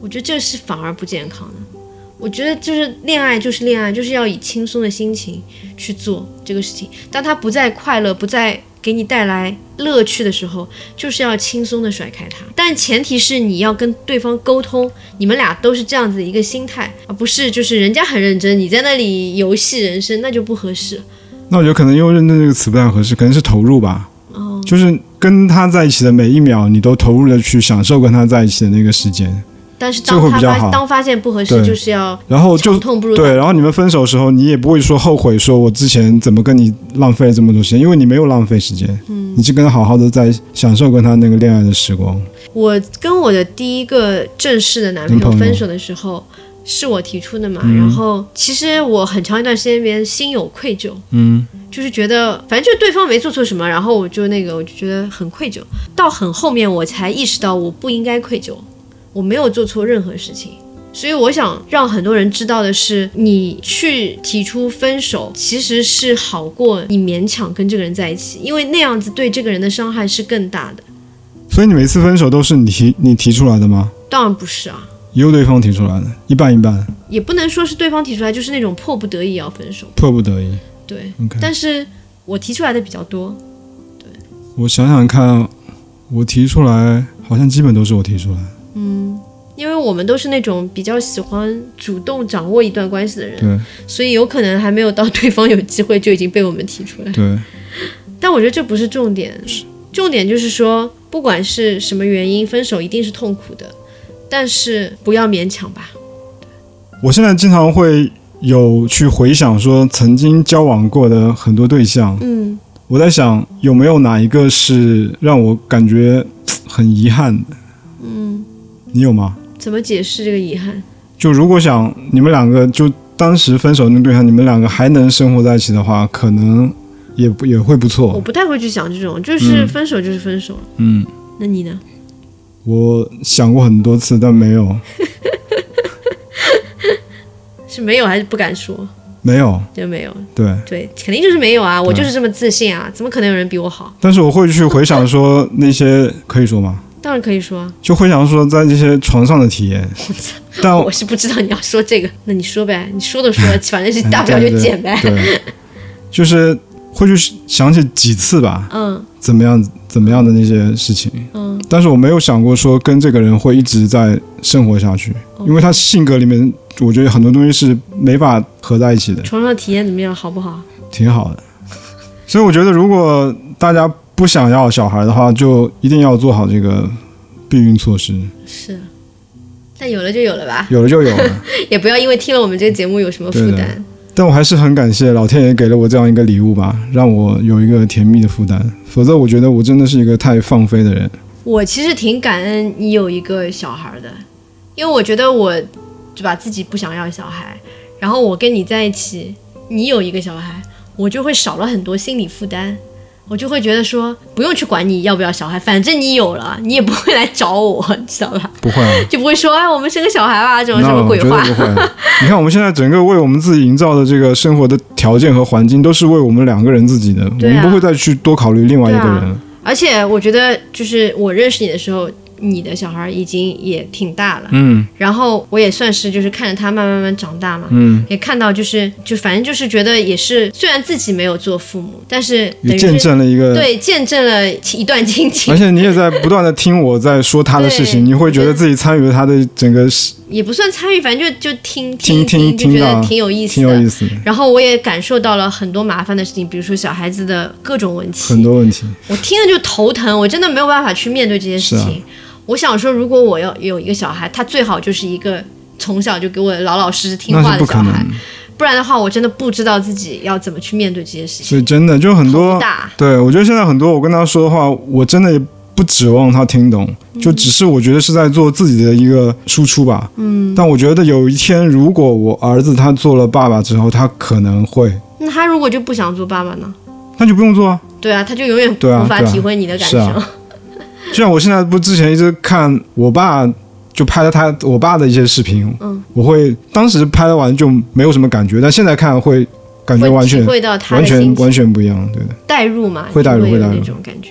Speaker 2: 我觉得这是反而不健康的。我觉得就是恋爱就是恋爱，就是要以轻松的心情去做这个事情。当它不再快乐，不再给你带来乐趣的时候，就是要轻松的甩开它。但前提是你要跟对方沟通，你们俩都是这样子一个心态，而不是就是人家很认真，你在那里游戏人生，那就不合适。
Speaker 1: 那我觉得可能用“认真”这个词不太合适，可能是投入吧。
Speaker 2: 哦，
Speaker 1: 就是跟他在一起的每一秒，你都投入的去享受跟他在一起的那个时间。
Speaker 2: 但是
Speaker 1: 这
Speaker 2: 当
Speaker 1: 会
Speaker 2: 他
Speaker 1: 比较
Speaker 2: 发
Speaker 1: 好
Speaker 2: 当发现不合适，
Speaker 1: 对
Speaker 2: 就是要
Speaker 1: 然后就
Speaker 2: 长痛不如
Speaker 1: 对，然后你们分手的时候，你也不会说后悔，说我之前怎么跟你浪费了这么多时间，因为你没有浪费时间，嗯，你是跟他好好的在享受跟他那个恋爱的时光。
Speaker 2: 我跟我的第一个正式的男朋友
Speaker 1: 男朋友
Speaker 2: 分手的时候，是我提出的嘛。然后其实我很长一段时间里面心有愧疚，
Speaker 1: 嗯，
Speaker 2: 就是觉得反正就对方没做错什么，然后我就那个我就觉得很愧疚。到很后面我才意识到我不应该愧疚，我没有做错任何事情。所以我想让很多人知道的是，你去提出分手，其实是好过你勉强跟这个人在一起，因为那样子对这个人的伤害是更大的。
Speaker 1: 所以你每次分手都是你提你提出来的吗？
Speaker 2: 当然不是啊，
Speaker 1: 由对方提出来的，一半一半，
Speaker 2: 也不能说是对方提出来，就是那种迫不得已要分手。
Speaker 1: 迫不得已。
Speaker 2: 对，
Speaker 1: OK，
Speaker 2: 但是我提出来的比较多，
Speaker 1: 我想想看，我提出来好像基本都是我提出来。
Speaker 2: 因为我们都是那种比较喜欢主动掌握一段关系的人，
Speaker 1: 对
Speaker 2: 所以有可能还没有到对方有机会就已经被我们提出来。
Speaker 1: 对，
Speaker 2: 但我觉得这不是重点，重点就是说，不管是什么原因，分手一定是痛苦的，但是不要勉强吧。
Speaker 1: 我现在经常会有去回想说曾经交往过的很多对象，
Speaker 2: 嗯，
Speaker 1: 我在想有没有哪一个是让我感觉很遗憾的？嗯，你有吗？
Speaker 2: 怎么解释这个遗憾？
Speaker 1: 就如果想你们两个就当时分手那个对象，你们两个还能生活在一起的话，可能也不也会不
Speaker 2: 我
Speaker 1: 错。
Speaker 2: 不太会去想这种，就是
Speaker 1: 嗯
Speaker 2: 分手就是分手。
Speaker 1: 嗯，
Speaker 2: 那你呢？
Speaker 1: 我想过很多次，但没有
Speaker 2: 是没有还是不敢说？
Speaker 1: 没有
Speaker 2: 就没有。
Speaker 1: 对。
Speaker 2: 对，肯定就是没有啊！我
Speaker 1: 对
Speaker 2: 就是这么自信啊，怎么可能有人比我好？
Speaker 1: 但是我会去回想说那些可以说吗？
Speaker 2: 当然可以说啊，
Speaker 1: 就回想说在这些床上的体验，但
Speaker 2: 我是不知道你要说这个，那你说呗，你说都说
Speaker 1: <laughs>
Speaker 2: 了，反正是大不了就减呗。
Speaker 1: 对，就是会去想起几次吧，
Speaker 2: 嗯
Speaker 1: 怎么样怎么样的那些事情，
Speaker 2: 嗯，
Speaker 1: 但是我没有想过说跟这个人会一直在生活下去，因为他性格里面，我觉得很多东西是没法合在一起的，
Speaker 2: 床上体验怎么样，好不好？
Speaker 1: 挺好的。所以我觉得，如果大家不想要小孩的话，就一定要做好这个避孕措施，
Speaker 2: 是，但有了就有了吧，
Speaker 1: 有了就有了。
Speaker 2: 也不要因为听了我们这个节目有什么负
Speaker 1: 对
Speaker 2: 担
Speaker 1: 的。但我还是很感谢老天爷给了我这样一个礼物吧，让我有一个甜蜜的负担，否则我觉得我真的是一个太放飞的人。
Speaker 2: 我其实挺感恩你有一个小孩儿的，因为我觉得我就把自己不想要小孩，然后我跟你在一起，你有一个小孩，我就会少了很多心理负担，我就会觉得说不用去管你要不要小孩，反正你有了，你也不会来找我，你知道吧？
Speaker 1: 不会啊，
Speaker 2: 就不会说哎我们生个小孩吧这种什
Speaker 1: 那
Speaker 2: 么
Speaker 1: 我
Speaker 2: 鬼
Speaker 1: 绝对
Speaker 2: 话。
Speaker 1: 不会。你看，我们现在整个为我们自己营造的这个生活的条件和环境，都是为我们两个人自己的，我
Speaker 2: 对啊
Speaker 1: 们不会再去多考虑另外一个
Speaker 2: 对啊
Speaker 1: 人。
Speaker 2: <laughs> 而且我觉得就是我认识你的时候，你的小孩已经也挺大了，
Speaker 1: 嗯
Speaker 2: 然后我也算是就是看着他慢慢慢慢长大嘛，
Speaker 1: 嗯，
Speaker 2: 也看到，就是就反正就是觉得也是，虽然自己没有做父母，但是等
Speaker 1: 也
Speaker 2: 于
Speaker 1: 见
Speaker 2: 是
Speaker 1: 证了一个，
Speaker 2: 对见证了一段亲情
Speaker 1: 而，且你也在不断的听我在说他的事情，
Speaker 2: 对
Speaker 1: 你会觉得自己参与了他的整个事，
Speaker 2: 也不算参与，反正就就听
Speaker 1: 听
Speaker 2: 听就
Speaker 1: 听
Speaker 2: 觉得
Speaker 1: 到
Speaker 2: 挺有意思
Speaker 1: 挺有
Speaker 2: 的
Speaker 1: 意。思的，
Speaker 2: 然后我也感受到了很多麻烦的事情，比如说小孩子的各种问题，
Speaker 1: 很多问题。
Speaker 2: 我听着就头疼，我真的没有办法去面对这些事
Speaker 1: 是
Speaker 2: 情。我想说，如果我要有一个小孩，他最好就是一个从小就给我老老实实听
Speaker 1: 那
Speaker 2: 话
Speaker 1: 是
Speaker 2: 的
Speaker 1: 不
Speaker 2: 小
Speaker 1: 可能
Speaker 2: 孩，，不然的话，我真的不知道自己要怎么去面对这些事情。
Speaker 1: 所以真的就很多
Speaker 2: 头大，
Speaker 1: 对我觉得现在很多我跟他说的话，我真的也不指望他听懂，
Speaker 2: 嗯
Speaker 1: 就只是我觉得是在做自己的一个输出吧。嗯，但我觉得有一天，如果我儿子他做了爸爸之后，他可能会，
Speaker 2: 那他如果就不想做爸爸呢？
Speaker 1: 那就不用做啊。
Speaker 2: 对啊，他就永远
Speaker 1: 对啊
Speaker 2: 无法
Speaker 1: 对啊
Speaker 2: 体会你的感受。
Speaker 1: 是啊就像我现在不之前一直看我爸。就拍了他我爸的一些视频，
Speaker 2: 嗯，
Speaker 1: 我会当时拍完就没有什么感觉，但现在看会感觉完
Speaker 2: 会
Speaker 1: 全
Speaker 2: 体会到他
Speaker 1: 完
Speaker 2: 的
Speaker 1: 全
Speaker 2: 心
Speaker 1: 完
Speaker 2: 情
Speaker 1: 全不一样，对的。
Speaker 2: 代入嘛，
Speaker 1: 会代
Speaker 2: 你
Speaker 1: 入
Speaker 2: 有
Speaker 1: 会代入
Speaker 2: 那种感觉。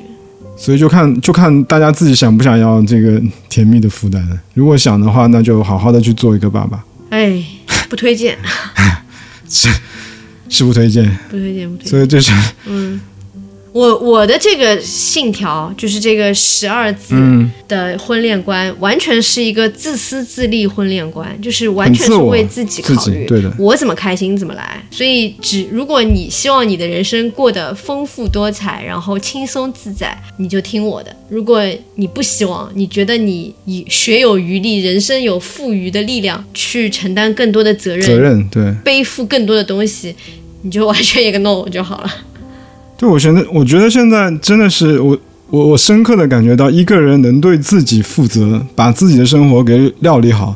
Speaker 1: 所以就看就看大家自己想不想要这个甜蜜的负担。如果想的话，那就好好的去做一个爸爸，
Speaker 2: 哎，不推荐，
Speaker 1: 是不推荐。
Speaker 2: 不推荐，不推荐。
Speaker 1: 所以这 <laughs> 是
Speaker 2: 我我的这个信条就是这个十二字
Speaker 1: 嗯
Speaker 2: 的婚恋观，完全是一个自私自利婚恋观，就是完全
Speaker 1: 很
Speaker 2: 是
Speaker 1: 自我
Speaker 2: 为自己考
Speaker 1: 自
Speaker 2: 虑，
Speaker 1: 己对的
Speaker 2: 我怎么开心怎么来。所以只如果你希望你的人生过得丰富多彩，然后轻松自在，你就听我的；如果你不希望，你觉得你以学有余力，人生有富余的力量去承担更多的责任，
Speaker 1: 责任，对。
Speaker 2: 背负更多的东西，你就完全一个 no 就好了。
Speaker 1: 对，我觉得，我觉得现在真的是我，我，我深刻的感觉到，一个人能对自己负责，把自己的生活给料理好，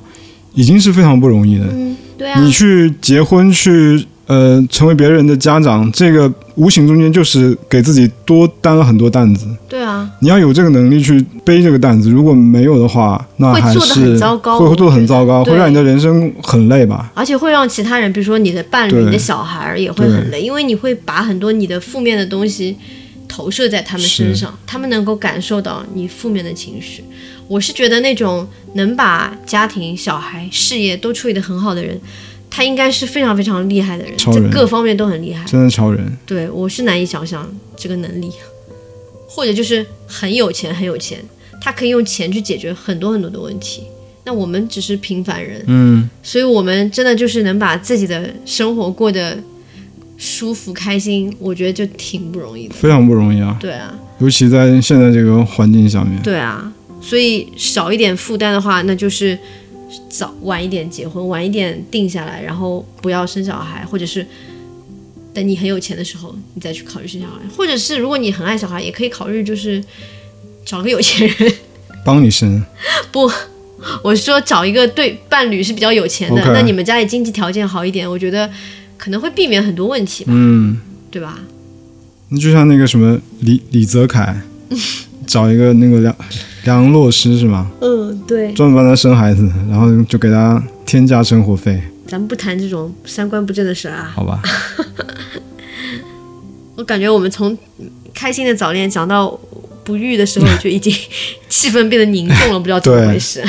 Speaker 1: 已经是非常不容易的。
Speaker 2: 嗯，对啊，
Speaker 1: 你去结婚，去呃，成为别人的家长，这个无形中间就是给自己多担了很多担子。
Speaker 2: 对啊。
Speaker 1: 你要有这个能力去背这个担子，如果没有的话，那
Speaker 2: 会
Speaker 1: 还是
Speaker 2: 做得很糟糕
Speaker 1: 会
Speaker 2: 我
Speaker 1: 会做得很
Speaker 2: 觉得
Speaker 1: 糟糕，会
Speaker 2: 对
Speaker 1: 让你的人生很累吧？
Speaker 2: 而且会让其他人，比如说你的伴侣、
Speaker 1: 对
Speaker 2: 你的小孩儿也会很累，因为你会把很多你的负面的东西投射在他们身上，他们能够感受到你负面的情绪。我是觉得那种能把家庭、小孩、事业都处理得很好的人，他应该是非常非常厉害的人，
Speaker 1: 超
Speaker 2: 在
Speaker 1: 人
Speaker 2: 各方面都很厉害。
Speaker 1: 真的超人，
Speaker 2: 对我是难以想象这个能力，或者就是很有钱，很有钱，他可以用钱去解决很多很多的问题。那我们只是平凡人，
Speaker 1: 嗯，
Speaker 2: 所以我们真的就是能把自己的生活过得舒服开心，我觉得就挺不容易的。
Speaker 1: 非常不容易啊，
Speaker 2: 对啊，
Speaker 1: 尤其在现在这个环境下面。
Speaker 2: 对啊，所以少一点负担的话，那就是早晚一点结婚，晚一点定下来，然后不要生小孩，或者是等你很有钱的时候，你再去考虑生小孩，或者是如果你很爱小孩，也可以考虑就是找个有钱人。 <laughs>
Speaker 1: 帮你生，
Speaker 2: 我是说找一个对伴侣是比较有钱的
Speaker 1: OK
Speaker 2: 那你们家里经济条件好一点，我觉得可能会避免很多问题吧，
Speaker 1: 嗯，
Speaker 2: 对吧？
Speaker 1: 那就像那个什么李李泽楷，
Speaker 2: <laughs>
Speaker 1: 找一个那个梁梁洛施是吗？
Speaker 2: 嗯，对，
Speaker 1: 专门帮他生孩子，然后就给他添加生活费，
Speaker 2: 咱们不谈这种三观不正的事儿啊。
Speaker 1: 好吧？
Speaker 2: 我感觉我们从开心的早恋讲到不育的时候，就已经 <laughs> 气氛变得凝重了，不知道怎么回事。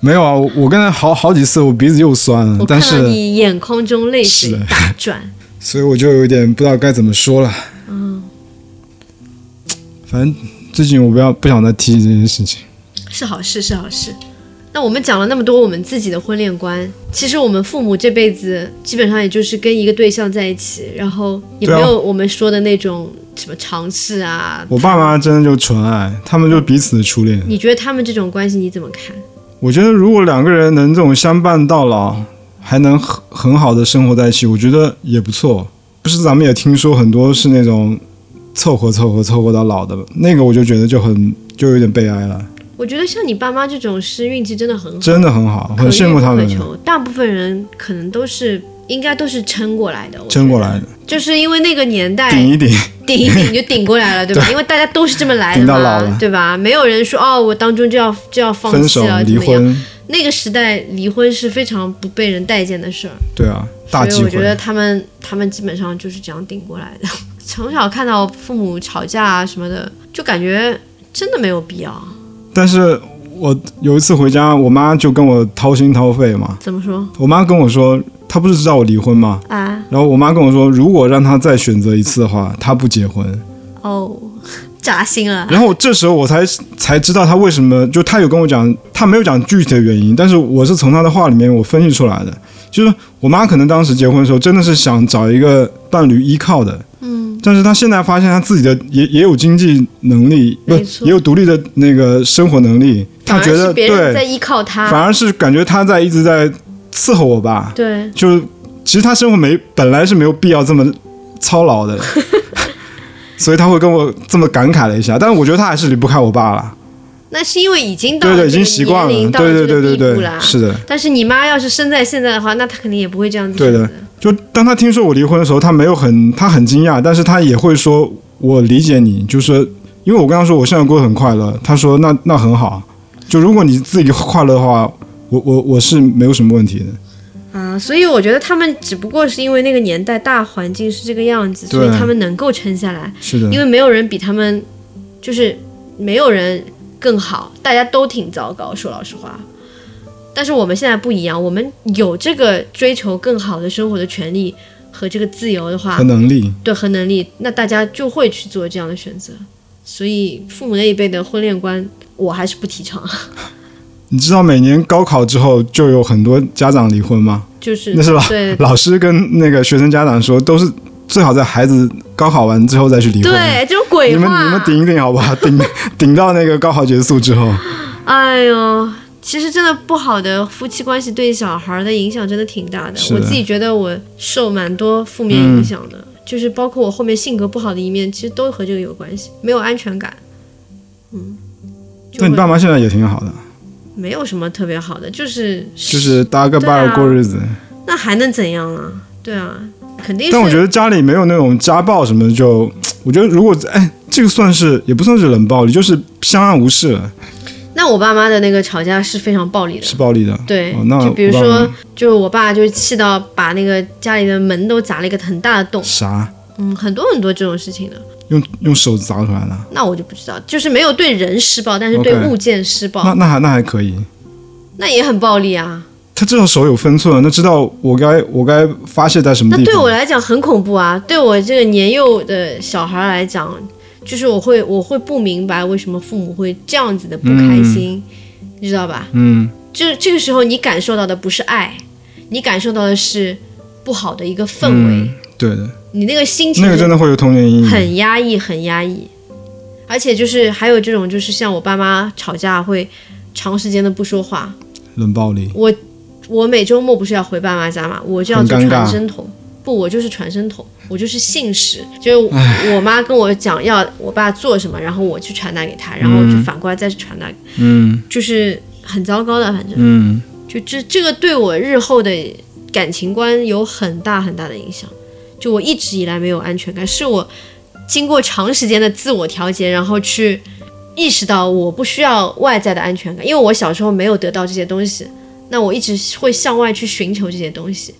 Speaker 1: 没有啊，我我刚才好好几次我鼻子又酸了
Speaker 2: 我，
Speaker 1: 但
Speaker 2: 看到
Speaker 1: 是
Speaker 2: 你眼眶中泪
Speaker 1: 是
Speaker 2: 水
Speaker 1: 的
Speaker 2: 打转，
Speaker 1: 所以我就有点不知道该怎么说了。嗯，反正最近我不要不想再提这件事情。
Speaker 2: 是好事，是好事。那我们讲了那么多我们自己的婚恋观，其实我们父母这辈子基本上也就是跟一个对象在一起，然后也
Speaker 1: 对啊
Speaker 2: 没有我们说的那种什么尝试啊。
Speaker 1: 我爸妈真的就纯爱，他们就彼此的初恋。
Speaker 2: 你觉得他们这种关系你怎么看？
Speaker 1: 我觉得如果两个人能这种相伴到老，还能很很好的生活在一起，我觉得也不错。不是咱们也听说很多是那种凑合凑合凑合到老的，那个我就觉得就很就有点悲哀了，
Speaker 2: 我觉得像你爸妈这种是运气真的很好。
Speaker 1: 真的很好，
Speaker 2: 可
Speaker 1: 很
Speaker 2: 遇
Speaker 1: 羡慕他
Speaker 2: 不可
Speaker 1: 们
Speaker 2: 求。大部分人可能都是应该都是撑过来的，我觉得
Speaker 1: 撑过来的，
Speaker 2: 就是因为那个年代
Speaker 1: 顶一顶。
Speaker 2: 顶一顶就顶过来了，对吧？因为大家都是这么来的
Speaker 1: 顶到老
Speaker 2: 嘛
Speaker 1: 了，
Speaker 2: 对吧？没有人说哦，我当中就要就要放
Speaker 1: 分
Speaker 2: 弃啊
Speaker 1: 手
Speaker 2: 了，怎
Speaker 1: 离
Speaker 2: 么样？
Speaker 1: 婚，
Speaker 2: 那个时代离婚是非常不被人待见的事儿，
Speaker 1: 对啊，大
Speaker 2: 所
Speaker 1: 机
Speaker 2: 以我觉得
Speaker 1: 会。
Speaker 2: 他们他们基本上就是这样顶过来的。 <laughs> 从小看到父母吵架啊什么的，就感觉真的没有必要。
Speaker 1: 但是我有一次回家，我妈就跟我掏心掏肺嘛，
Speaker 2: 怎么说
Speaker 1: 我妈跟我说，她不是知道我离婚吗？
Speaker 2: 啊？
Speaker 1: 然后我妈跟我说，如果让她再选择一次的话，她不结婚。
Speaker 2: 哦， <laughs> 扎心了。
Speaker 1: 然后这时候我才才知道他为什么，就他有跟我讲，他没有讲具体的原因，但是我是从他的话里面我分析出来的，就是我妈可能当时结婚的时候真的是想找一个伴侣依靠的，嗯，但是她现在发现她自己的也也有经济能力，不
Speaker 2: 没错
Speaker 1: 也有独立的那个生活能力，她
Speaker 2: 反而
Speaker 1: 觉
Speaker 2: 是
Speaker 1: 得
Speaker 2: 别人在
Speaker 1: 对，
Speaker 2: 依靠
Speaker 1: 反
Speaker 2: 他。
Speaker 1: 而是感觉她在一直在伺候我爸，
Speaker 2: 对，
Speaker 1: 就是其实她生活没本来是没有必要这么操
Speaker 2: <laughs>
Speaker 1: 劳的。所以她会跟我这么感慨了一下，但是我觉得她还是离不开我爸了。
Speaker 2: 那是因为已经到
Speaker 1: 对
Speaker 2: 了
Speaker 1: 对，已
Speaker 2: 这个
Speaker 1: 经习惯
Speaker 2: 年
Speaker 1: 了，
Speaker 2: 龄到了
Speaker 1: 对对
Speaker 2: 这个
Speaker 1: 对对
Speaker 2: 地步
Speaker 1: 对，
Speaker 2: 啦
Speaker 1: 是的，
Speaker 2: 但是你妈要是生在现在的话，那她肯定也不会这样子
Speaker 1: 对
Speaker 2: 选
Speaker 1: 的
Speaker 2: 择。
Speaker 1: 就当他听说我离婚的时候，他没有很，他很惊讶，但是他也会说，我理解你，就是因为我跟他说我现在过得很快乐，他说那那很好，就如果你自己快乐的话，我我我是没有什么问题的。
Speaker 2: 啊，所以我觉得他们只不过是因为那个年代大环境是这个样子，所以
Speaker 1: 对
Speaker 2: 他们能够撑下来，
Speaker 1: 是的，
Speaker 2: 因为没有人比他们，就是没有人更好，大家都挺糟糕。说老实话，但是我们现在不一样，我们有这个追求更好的生活的权利和这个自由的话
Speaker 1: 和，能力，
Speaker 2: 对和能力，那大家就会去做这样的选择。所以父母那一辈的婚恋观，我还是不提倡，
Speaker 1: 你知道每年高考之后就有很多家长离婚吗？
Speaker 2: 就是
Speaker 1: 那是老
Speaker 2: 对
Speaker 1: 老师跟那个学生家长说，都是最好在孩子高考完之后再去离婚。
Speaker 2: 对，这种鬼
Speaker 1: <laughs> 你们
Speaker 2: 话。
Speaker 1: 你们顶一顶好
Speaker 2: <laughs>
Speaker 1: 不好？顶顶到那个高考结束之后，
Speaker 2: 哎呦，其实真的不好的夫妻关系对小孩的影响真的挺大的。
Speaker 1: 是的嗯
Speaker 2: 我自己觉得我受蛮多负面影响的，就是包括我后面性格不好的一面，其实都和这个有关系，没有安全感。嗯，就
Speaker 1: 那你
Speaker 2: 会
Speaker 1: 爸妈现在也挺好的，
Speaker 2: 没有什么特别好的，就是
Speaker 1: 就是搭个伴
Speaker 2: 对
Speaker 1: 儿
Speaker 2: 啊
Speaker 1: 过日子。
Speaker 2: 那还能怎样啊？对啊，肯定是。
Speaker 1: 但我觉得家里没有那种家暴什么的就，我觉得如果哎，这个算是也不算是冷暴力，就是相安无事了，
Speaker 2: 那我爸妈的那个吵架是非常暴力的，
Speaker 1: 是暴力的。
Speaker 2: 对，
Speaker 1: 哦那
Speaker 2: 就比如
Speaker 1: 我爸妈
Speaker 2: 说，就是我爸就气到把那个家里的门都砸了一个很大的洞，
Speaker 1: 啥？
Speaker 2: 嗯，很多很多这种事情的。
Speaker 1: 用用手砸出来的？
Speaker 2: 那我就不知道，就是没有对人施暴，但是
Speaker 1: OK
Speaker 2: 对物件施暴
Speaker 1: 那那还那还可以。
Speaker 2: 那也很暴力啊。
Speaker 1: 他至少手有分寸，他知道我该我该发泄在什么
Speaker 2: 那
Speaker 1: 地
Speaker 2: 对
Speaker 1: 方
Speaker 2: 我。来讲很恐怖啊，对我这个年幼的小孩来讲，就是我会我会不明白为什么父母会这样子的不开心，你知道吧？
Speaker 1: 嗯，
Speaker 2: 这这个时候你感受到的不是爱，你感受到的是不好的一个氛围，
Speaker 1: 嗯对的，
Speaker 2: 你那个心情
Speaker 1: 那个真的嗯会有童年阴影。
Speaker 2: 很压抑，很压抑。而且就是还有这种，就是像我爸妈吵架会长时间的不说话，
Speaker 1: 冷暴力，
Speaker 2: 我每周末不是要回爸妈家嘛，我就要做
Speaker 1: 很尴尬
Speaker 2: 传声筒。不，我就是传声筒，我就是信使，就是我妈跟我讲要我爸做什么，然后我去传达给他，然后我就反过来再去传达，
Speaker 1: 嗯
Speaker 2: 就是很糟糕的，反正
Speaker 1: 嗯，
Speaker 2: 就这这个对我日后的感情观有很大很大的影响。就我一直以来没有安全感，是我经过长时间的自我调节，然后去意识到我不需要外在的安全感，因为我小时候没有得到这些东西，那我一直会向外去寻求这些东西，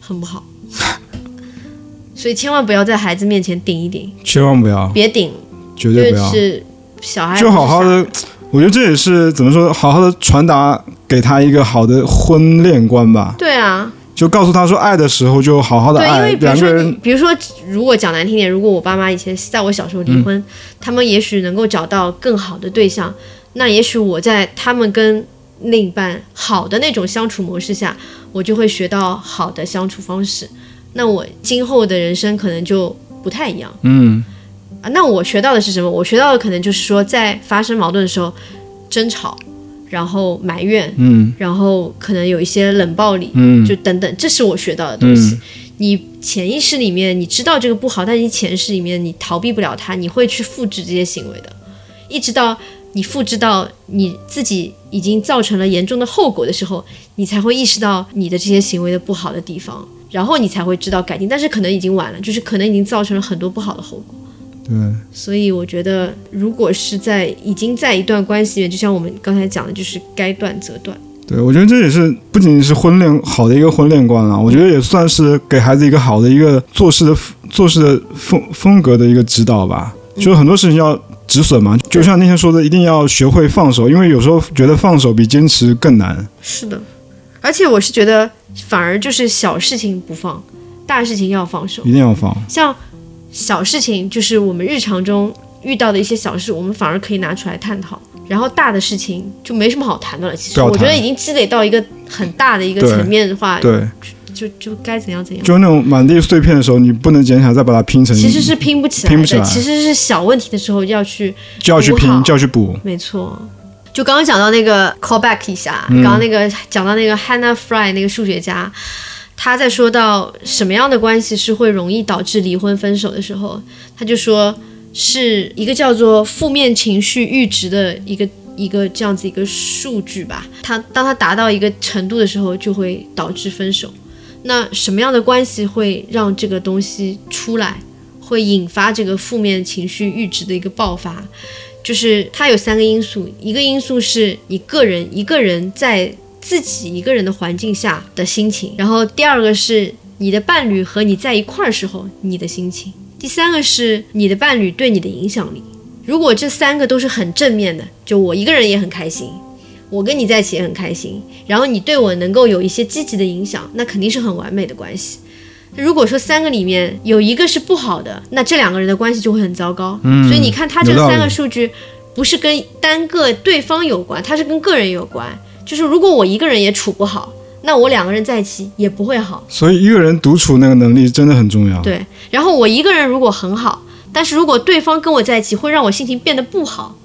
Speaker 2: 很不好。 <laughs> 所以千万不要在孩子面前顶一顶，
Speaker 1: 千万不要，
Speaker 2: 别顶，
Speaker 1: 绝对
Speaker 2: 就
Speaker 1: 不要，
Speaker 2: 是小孩
Speaker 1: 就好好
Speaker 2: 不是
Speaker 1: 的。我觉得这也是怎么说，好好的传达给他一个好的婚恋观吧。
Speaker 2: 傻对啊，
Speaker 1: 就告诉他说，爱的时候就好好的
Speaker 2: 对，因
Speaker 1: 爱，
Speaker 2: 为比如
Speaker 1: 哎两个
Speaker 2: 说你，
Speaker 1: 人
Speaker 2: 比如说，如果讲难听点，如果我爸妈以前在我小时候离
Speaker 1: 嗯
Speaker 2: 婚，他们也许能够找到更好的对象，那也许我在他们跟另一半好的那种相处模式下，我就会学到好的相处方式，那我今后的人生可能就不太一样。
Speaker 1: 嗯，
Speaker 2: 啊，那我学到的是什么？我学到的可能就是说，在发生矛盾的时候，争吵，然后埋怨，
Speaker 1: 嗯，
Speaker 2: 然后可能有一些冷暴力，
Speaker 1: 嗯，
Speaker 2: 就等等，这是我学到的东西。你潜意识里面你知道这个不好，但你潜意识里面你逃避不了它，你会去复制这些行为的，一直到你复制到你自己已经造成了严重的后果的时候，你才会意识到你的这些行为的不好的地方，然后你才会知道改进，但是可能已经晚了，就是可能已经造成了很多不好的后果。
Speaker 1: 对，
Speaker 2: 所以我觉得，如果是在已经在一段关系里面，就像我们刚才讲的，就是该断则断。
Speaker 1: 对，我觉得这也是不仅仅是婚恋好的一个婚恋观了，我觉得也算是给孩子一个好的一个做事的做事的风风格的一个指导吧。
Speaker 2: 嗯
Speaker 1: 就是很多事情要止损嘛，就像那天说的，一定要学会放手，因为有时候觉得放手比坚持更难。
Speaker 2: 是的，而且我是觉得，反而就是小事情不放，大事情要放手。
Speaker 1: 一定要放，
Speaker 2: 像小事情，就是我们日常中遇到的一些小事，我们反而可以拿出来探讨。然后大的事情就没什么好谈的了。其
Speaker 1: 不
Speaker 2: 实
Speaker 1: 要
Speaker 2: 我觉得
Speaker 1: 谈
Speaker 2: 已经积累到一个很大的一个
Speaker 1: 对
Speaker 2: 层面的话，
Speaker 1: 对，
Speaker 2: 就就该怎样怎样。
Speaker 1: 就是那种满地碎片的时候，你不能捡起来再把它拼成，
Speaker 2: 其实是拼不起来的，
Speaker 1: 拼不起来
Speaker 2: 其实是小问题的时候要去
Speaker 1: 就要去拼
Speaker 2: 补好，
Speaker 1: 就要去补。
Speaker 2: 没错。就刚刚讲到那个 callback 一下，刚刚那个讲到那个 Hannah Fry 那个数学家，他在说到什么样的关系是会容易导致离婚分手的时候，他就说是一个叫做负面情绪阈值的一个一个这样子一个数据吧。它当它达到一个程度的时候，就会导致分手。那什么样的关系会让这个东西出来，会引发这个负面情绪阈值的一个爆发。就是它有三个因素，一个因素是你个人一个人在自己一个人的环境下的心情，然后第二个是你的伴侣和你在一块儿时候你的心情，第三个是你的伴侣对你的影响力。如果这三个都是很正面的，就我一个人也很开心，我跟你在一起也很开心，然后你对我能够有一些积极的影响，那肯定是很完美的关系。如果说三个里面有一个是不好的，那这两个人的关系就会很糟糕。嗯、所以你看，他这
Speaker 1: 有道理
Speaker 2: 三个数据不是跟单个对方有关，它是跟个人有关。就是如果我一个人也处不好，那我两个人在一起也不会好。
Speaker 1: 所以一个人独处那个能力真的很重要。
Speaker 2: 对，然后我一个人如果很好，但是如果对方跟我在一起会让我心情变得不好，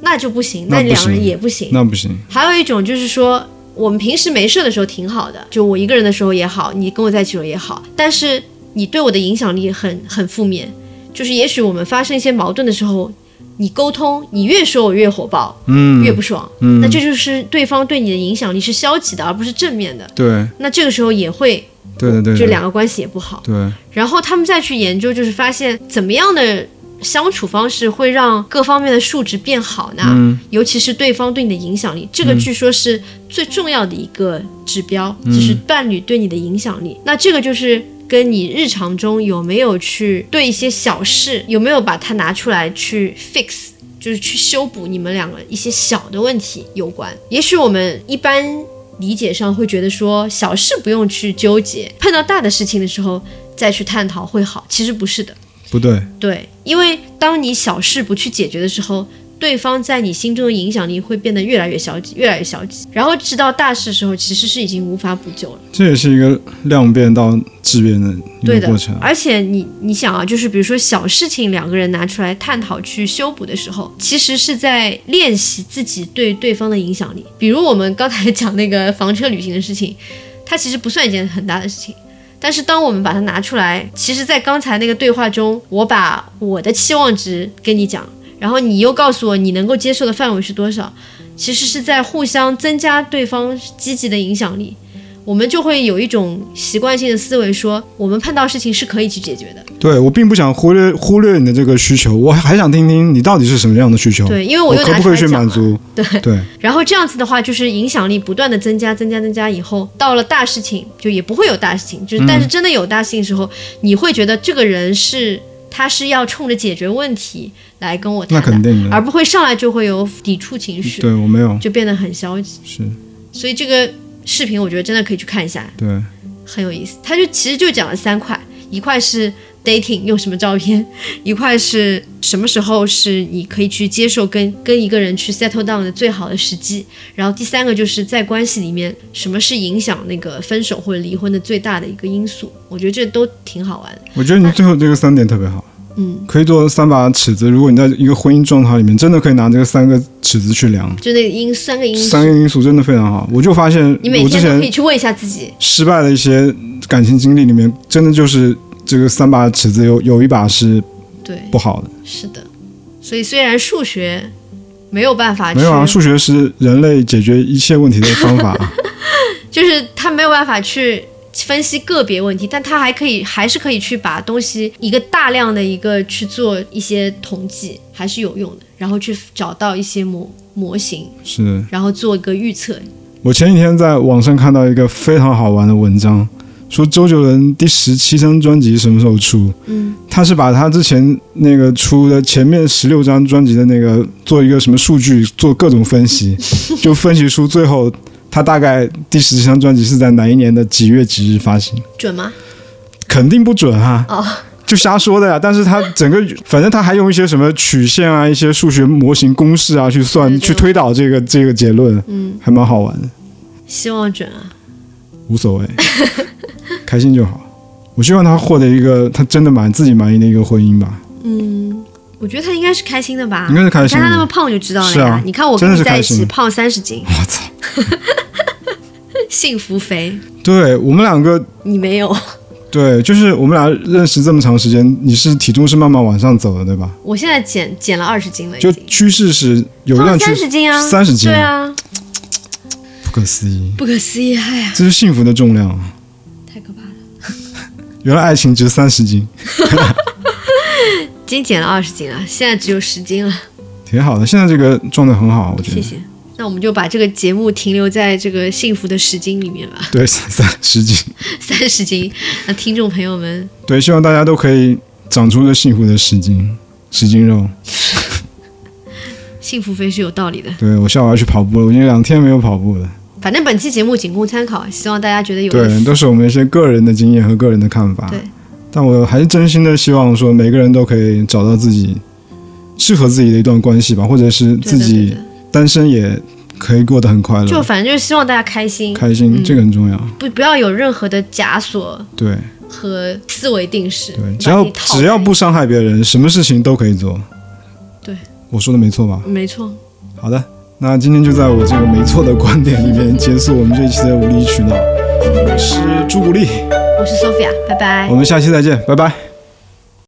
Speaker 2: 那就不行，
Speaker 1: 那
Speaker 2: 那
Speaker 1: 不
Speaker 2: 两个人
Speaker 1: 行
Speaker 2: 也不行。
Speaker 1: 那不行，
Speaker 2: 还有一种就是说，我们平时没事的时候挺好的，就我一个人的时候也好，你跟我在一起的时候也好，但是你对我的影响力很很负面，就是也许我们发生一些矛盾的时候，你沟通，你越说我越火爆，
Speaker 1: 嗯，
Speaker 2: 越不爽，
Speaker 1: 嗯
Speaker 2: 那这就是对方对你的影响力是消极的，而不是正面的，
Speaker 1: 对
Speaker 2: 那这个时候也会
Speaker 1: 对对对，
Speaker 2: 就两个关系也不好。
Speaker 1: 对，
Speaker 2: 然后他们再去研究，就是发现怎么样的相处方式会让各方面的数值变好呢？
Speaker 1: 嗯
Speaker 2: 尤其是对方对你的影响力，这个据说是最重要的一个指标，就是伴侣对你的影响力。那这个就是。跟你日常中有没有去对一些小事，有没有把它拿出来去 fix，就是去修补你们两个一些小的问题有关。也许我们一般理解上会觉得说小事不用去纠结，碰到大的事情的时候再去探讨会好，其实不是的。
Speaker 1: 不对，
Speaker 2: 对，因为当你小事不去解决的时候，对方在你心中的影响力会变得越来越消极，越来越消极，然后直到大事的时候，其实是已经无法补救了。
Speaker 1: 这也是一个量变到质变的一
Speaker 2: 对
Speaker 1: 个
Speaker 2: 的
Speaker 1: 过程，。
Speaker 2: 而且你你想啊，就是比如说小事情两个人拿出来探讨去修补的时候，其实是在练习自己对对方的影响力。比如我们刚才 <laughs> 讲那个房车旅行的事情，它其实不算一件很大的事情。但是当我们把它拿出来，其实，在刚才那个对话中，我把我的期望值跟你讲，然后你又告诉我你能够接受的范围是多少，其实是在互相增加对方积极的影响力。我们就会有一种习惯性的思维说，我们碰到事情是可以去解决的。
Speaker 1: 对我并不想忽略忽略你的这个需求，我还想听听你到底是什么样的需求，
Speaker 2: 对，因为
Speaker 1: 我
Speaker 2: 又
Speaker 1: 哦可
Speaker 2: 拿
Speaker 1: 不
Speaker 2: 出
Speaker 1: 可以
Speaker 2: 来讲
Speaker 1: 去满
Speaker 2: 了。
Speaker 1: 足？
Speaker 2: 对
Speaker 1: 对，
Speaker 2: 然后这样子的话，就是影响力不断的增加、增加、增加，以后到了大事情就也不会有大事情，
Speaker 1: 嗯
Speaker 2: 就是但是真的有大事情的时候，你会觉得这个人是他是要冲着解决问题来跟我
Speaker 1: 那
Speaker 2: 谈
Speaker 1: 肯
Speaker 2: 的，
Speaker 1: 定的。
Speaker 2: <laughs> 而不会上来就会有抵触情绪，
Speaker 1: 对我没有，
Speaker 2: 就变得很消极。
Speaker 1: 是
Speaker 2: 所以这个视频我觉得真的可以去看一下，
Speaker 1: 对
Speaker 2: 很有意思。他就其实就讲了三块，一块是 dating 用什么照片， <laughs> 一块是什么时候是你可以去接受跟跟一个人去 settle down 的最好的时机，然后第三个就是在关系里面什么是影响那个分手或者离婚的最大的一个因素。我觉得这都挺好玩的。
Speaker 1: 我觉得你最后这个三点特别好，
Speaker 2: 嗯，
Speaker 1: 可以做三把尺子。如果你在一个婚姻状态里面，真的可以拿这个三个尺子去量，
Speaker 2: 就那个因三个因素
Speaker 1: 三，个因素真的非常好。我就发现
Speaker 2: 嗯你每
Speaker 1: 我之
Speaker 2: 天都可以
Speaker 1: 前
Speaker 2: 去问一下自己。
Speaker 1: 失败的一些感情经历里面，真的就是这个三把尺子有有一把是
Speaker 2: 对，
Speaker 1: 不好的。
Speaker 2: 是的。所以虽然数学没有办法去
Speaker 1: 没有啊，数学是人类解决一切问题的方法。啊
Speaker 2: 就是他没有办法去分析个别问题，但他还可以还是可以去把东西一个大量的一个去做一些统计，还是有用的，然后去找到一些模模型，
Speaker 1: 是
Speaker 2: 然后做一个预测。
Speaker 1: 我前几天在网上看到一个非常好玩的文章，说周杰伦第十七张专辑什么时候出？
Speaker 2: 嗯，
Speaker 1: 他是把他之前那个出的前面十六张专辑的那个做一个什么数据，做各种分析，就分析出最后他大概第十七张专辑是在哪一年的几月几日发行，
Speaker 2: 准吗？
Speaker 1: 肯定不准啊。
Speaker 2: 哦
Speaker 1: 就瞎说的呀，但是他整个，反正他还用一些什么曲线啊、一些数学模型公式啊去算、
Speaker 2: 对对
Speaker 1: 去推导这个这个结论，
Speaker 2: 嗯，
Speaker 1: 还蛮好玩的。
Speaker 2: 希望准啊。
Speaker 1: 无所
Speaker 2: <laughs>
Speaker 1: 谓，开心就好。我希望他获得一个他真的满自己满意的一个婚姻吧，
Speaker 2: 嗯，我觉得他应该是开心的吧。
Speaker 1: 应该是开
Speaker 2: 啊你
Speaker 1: 心
Speaker 2: 看他那么
Speaker 1: 的。
Speaker 2: 胖，我就知道了
Speaker 1: 是
Speaker 2: 呀。
Speaker 1: 啊
Speaker 2: 你看我
Speaker 1: 真
Speaker 2: 跟你
Speaker 1: 的是
Speaker 2: 在一
Speaker 1: 开心
Speaker 2: 起胖三十斤，
Speaker 1: 我操！
Speaker 2: 幸福肥，
Speaker 1: 对我们两个，
Speaker 2: 你没有。
Speaker 1: 对，就是我们俩认识这么长时间，你是体重是慢慢往上走的，对吧？
Speaker 2: 我现在减减了二十 <laughs> 斤了，已啊
Speaker 1: 就
Speaker 2: 经
Speaker 1: 趋势是有一
Speaker 2: 胖了
Speaker 1: 段趋
Speaker 2: 三十斤啊，
Speaker 1: 三十斤
Speaker 2: 对，啊，
Speaker 1: 不可思议，
Speaker 2: <laughs> 不可思议，哎呀，
Speaker 1: 这是幸福的重量啊。
Speaker 2: 太可怕了。
Speaker 1: 原来爱情值三十斤，
Speaker 2: 已经减了二十斤了，现在只有十斤了。
Speaker 1: 挺好的。现在这个状态很好，我觉
Speaker 2: 谢
Speaker 1: 得。
Speaker 2: 谢。那我们就把这个节目停留在这个幸福的十斤里面吧， <laughs>
Speaker 1: 对， <laughs> 三三十斤。
Speaker 2: 三十斤。那听众朋友们，
Speaker 1: 对，希望大家都可以长出个幸福的十斤，十斤肉。
Speaker 2: 幸福肥是有道理的。
Speaker 1: 对我下午要去跑步了，我已经两天没有跑步了。
Speaker 2: 反正本期节目仅供参考，希望大家觉得有意
Speaker 1: 对，
Speaker 2: 思。
Speaker 1: 都是我们一些个人的经验和个人的看法。
Speaker 2: 对
Speaker 1: 但我还是真心的希望说，每个人都可以找到自己适合自己的一段关系吧，或者是
Speaker 2: 对对
Speaker 1: 自
Speaker 2: 对
Speaker 1: 己
Speaker 2: 对
Speaker 1: 单身也可以过得很快
Speaker 2: 就嗯
Speaker 1: 乐、
Speaker 2: 反正就是希望大家开心，
Speaker 1: 开心，这个很重要。
Speaker 2: 不不要有任何的枷锁
Speaker 1: 对
Speaker 2: 和思维定式。
Speaker 1: 对，
Speaker 2: 把
Speaker 1: 只要
Speaker 2: 你套
Speaker 1: 只要
Speaker 2: 在
Speaker 1: 不伤害别人，什么事情都可以做。
Speaker 2: 对，
Speaker 1: 我说的没错吧？
Speaker 2: 没错，
Speaker 1: 好的，那今天就在我这个没错的观点里面结束我们这一期的呃无理取闹。我是朱古力，
Speaker 2: 我是 Sophia，拜拜
Speaker 1: 我。们下期再见，拜拜。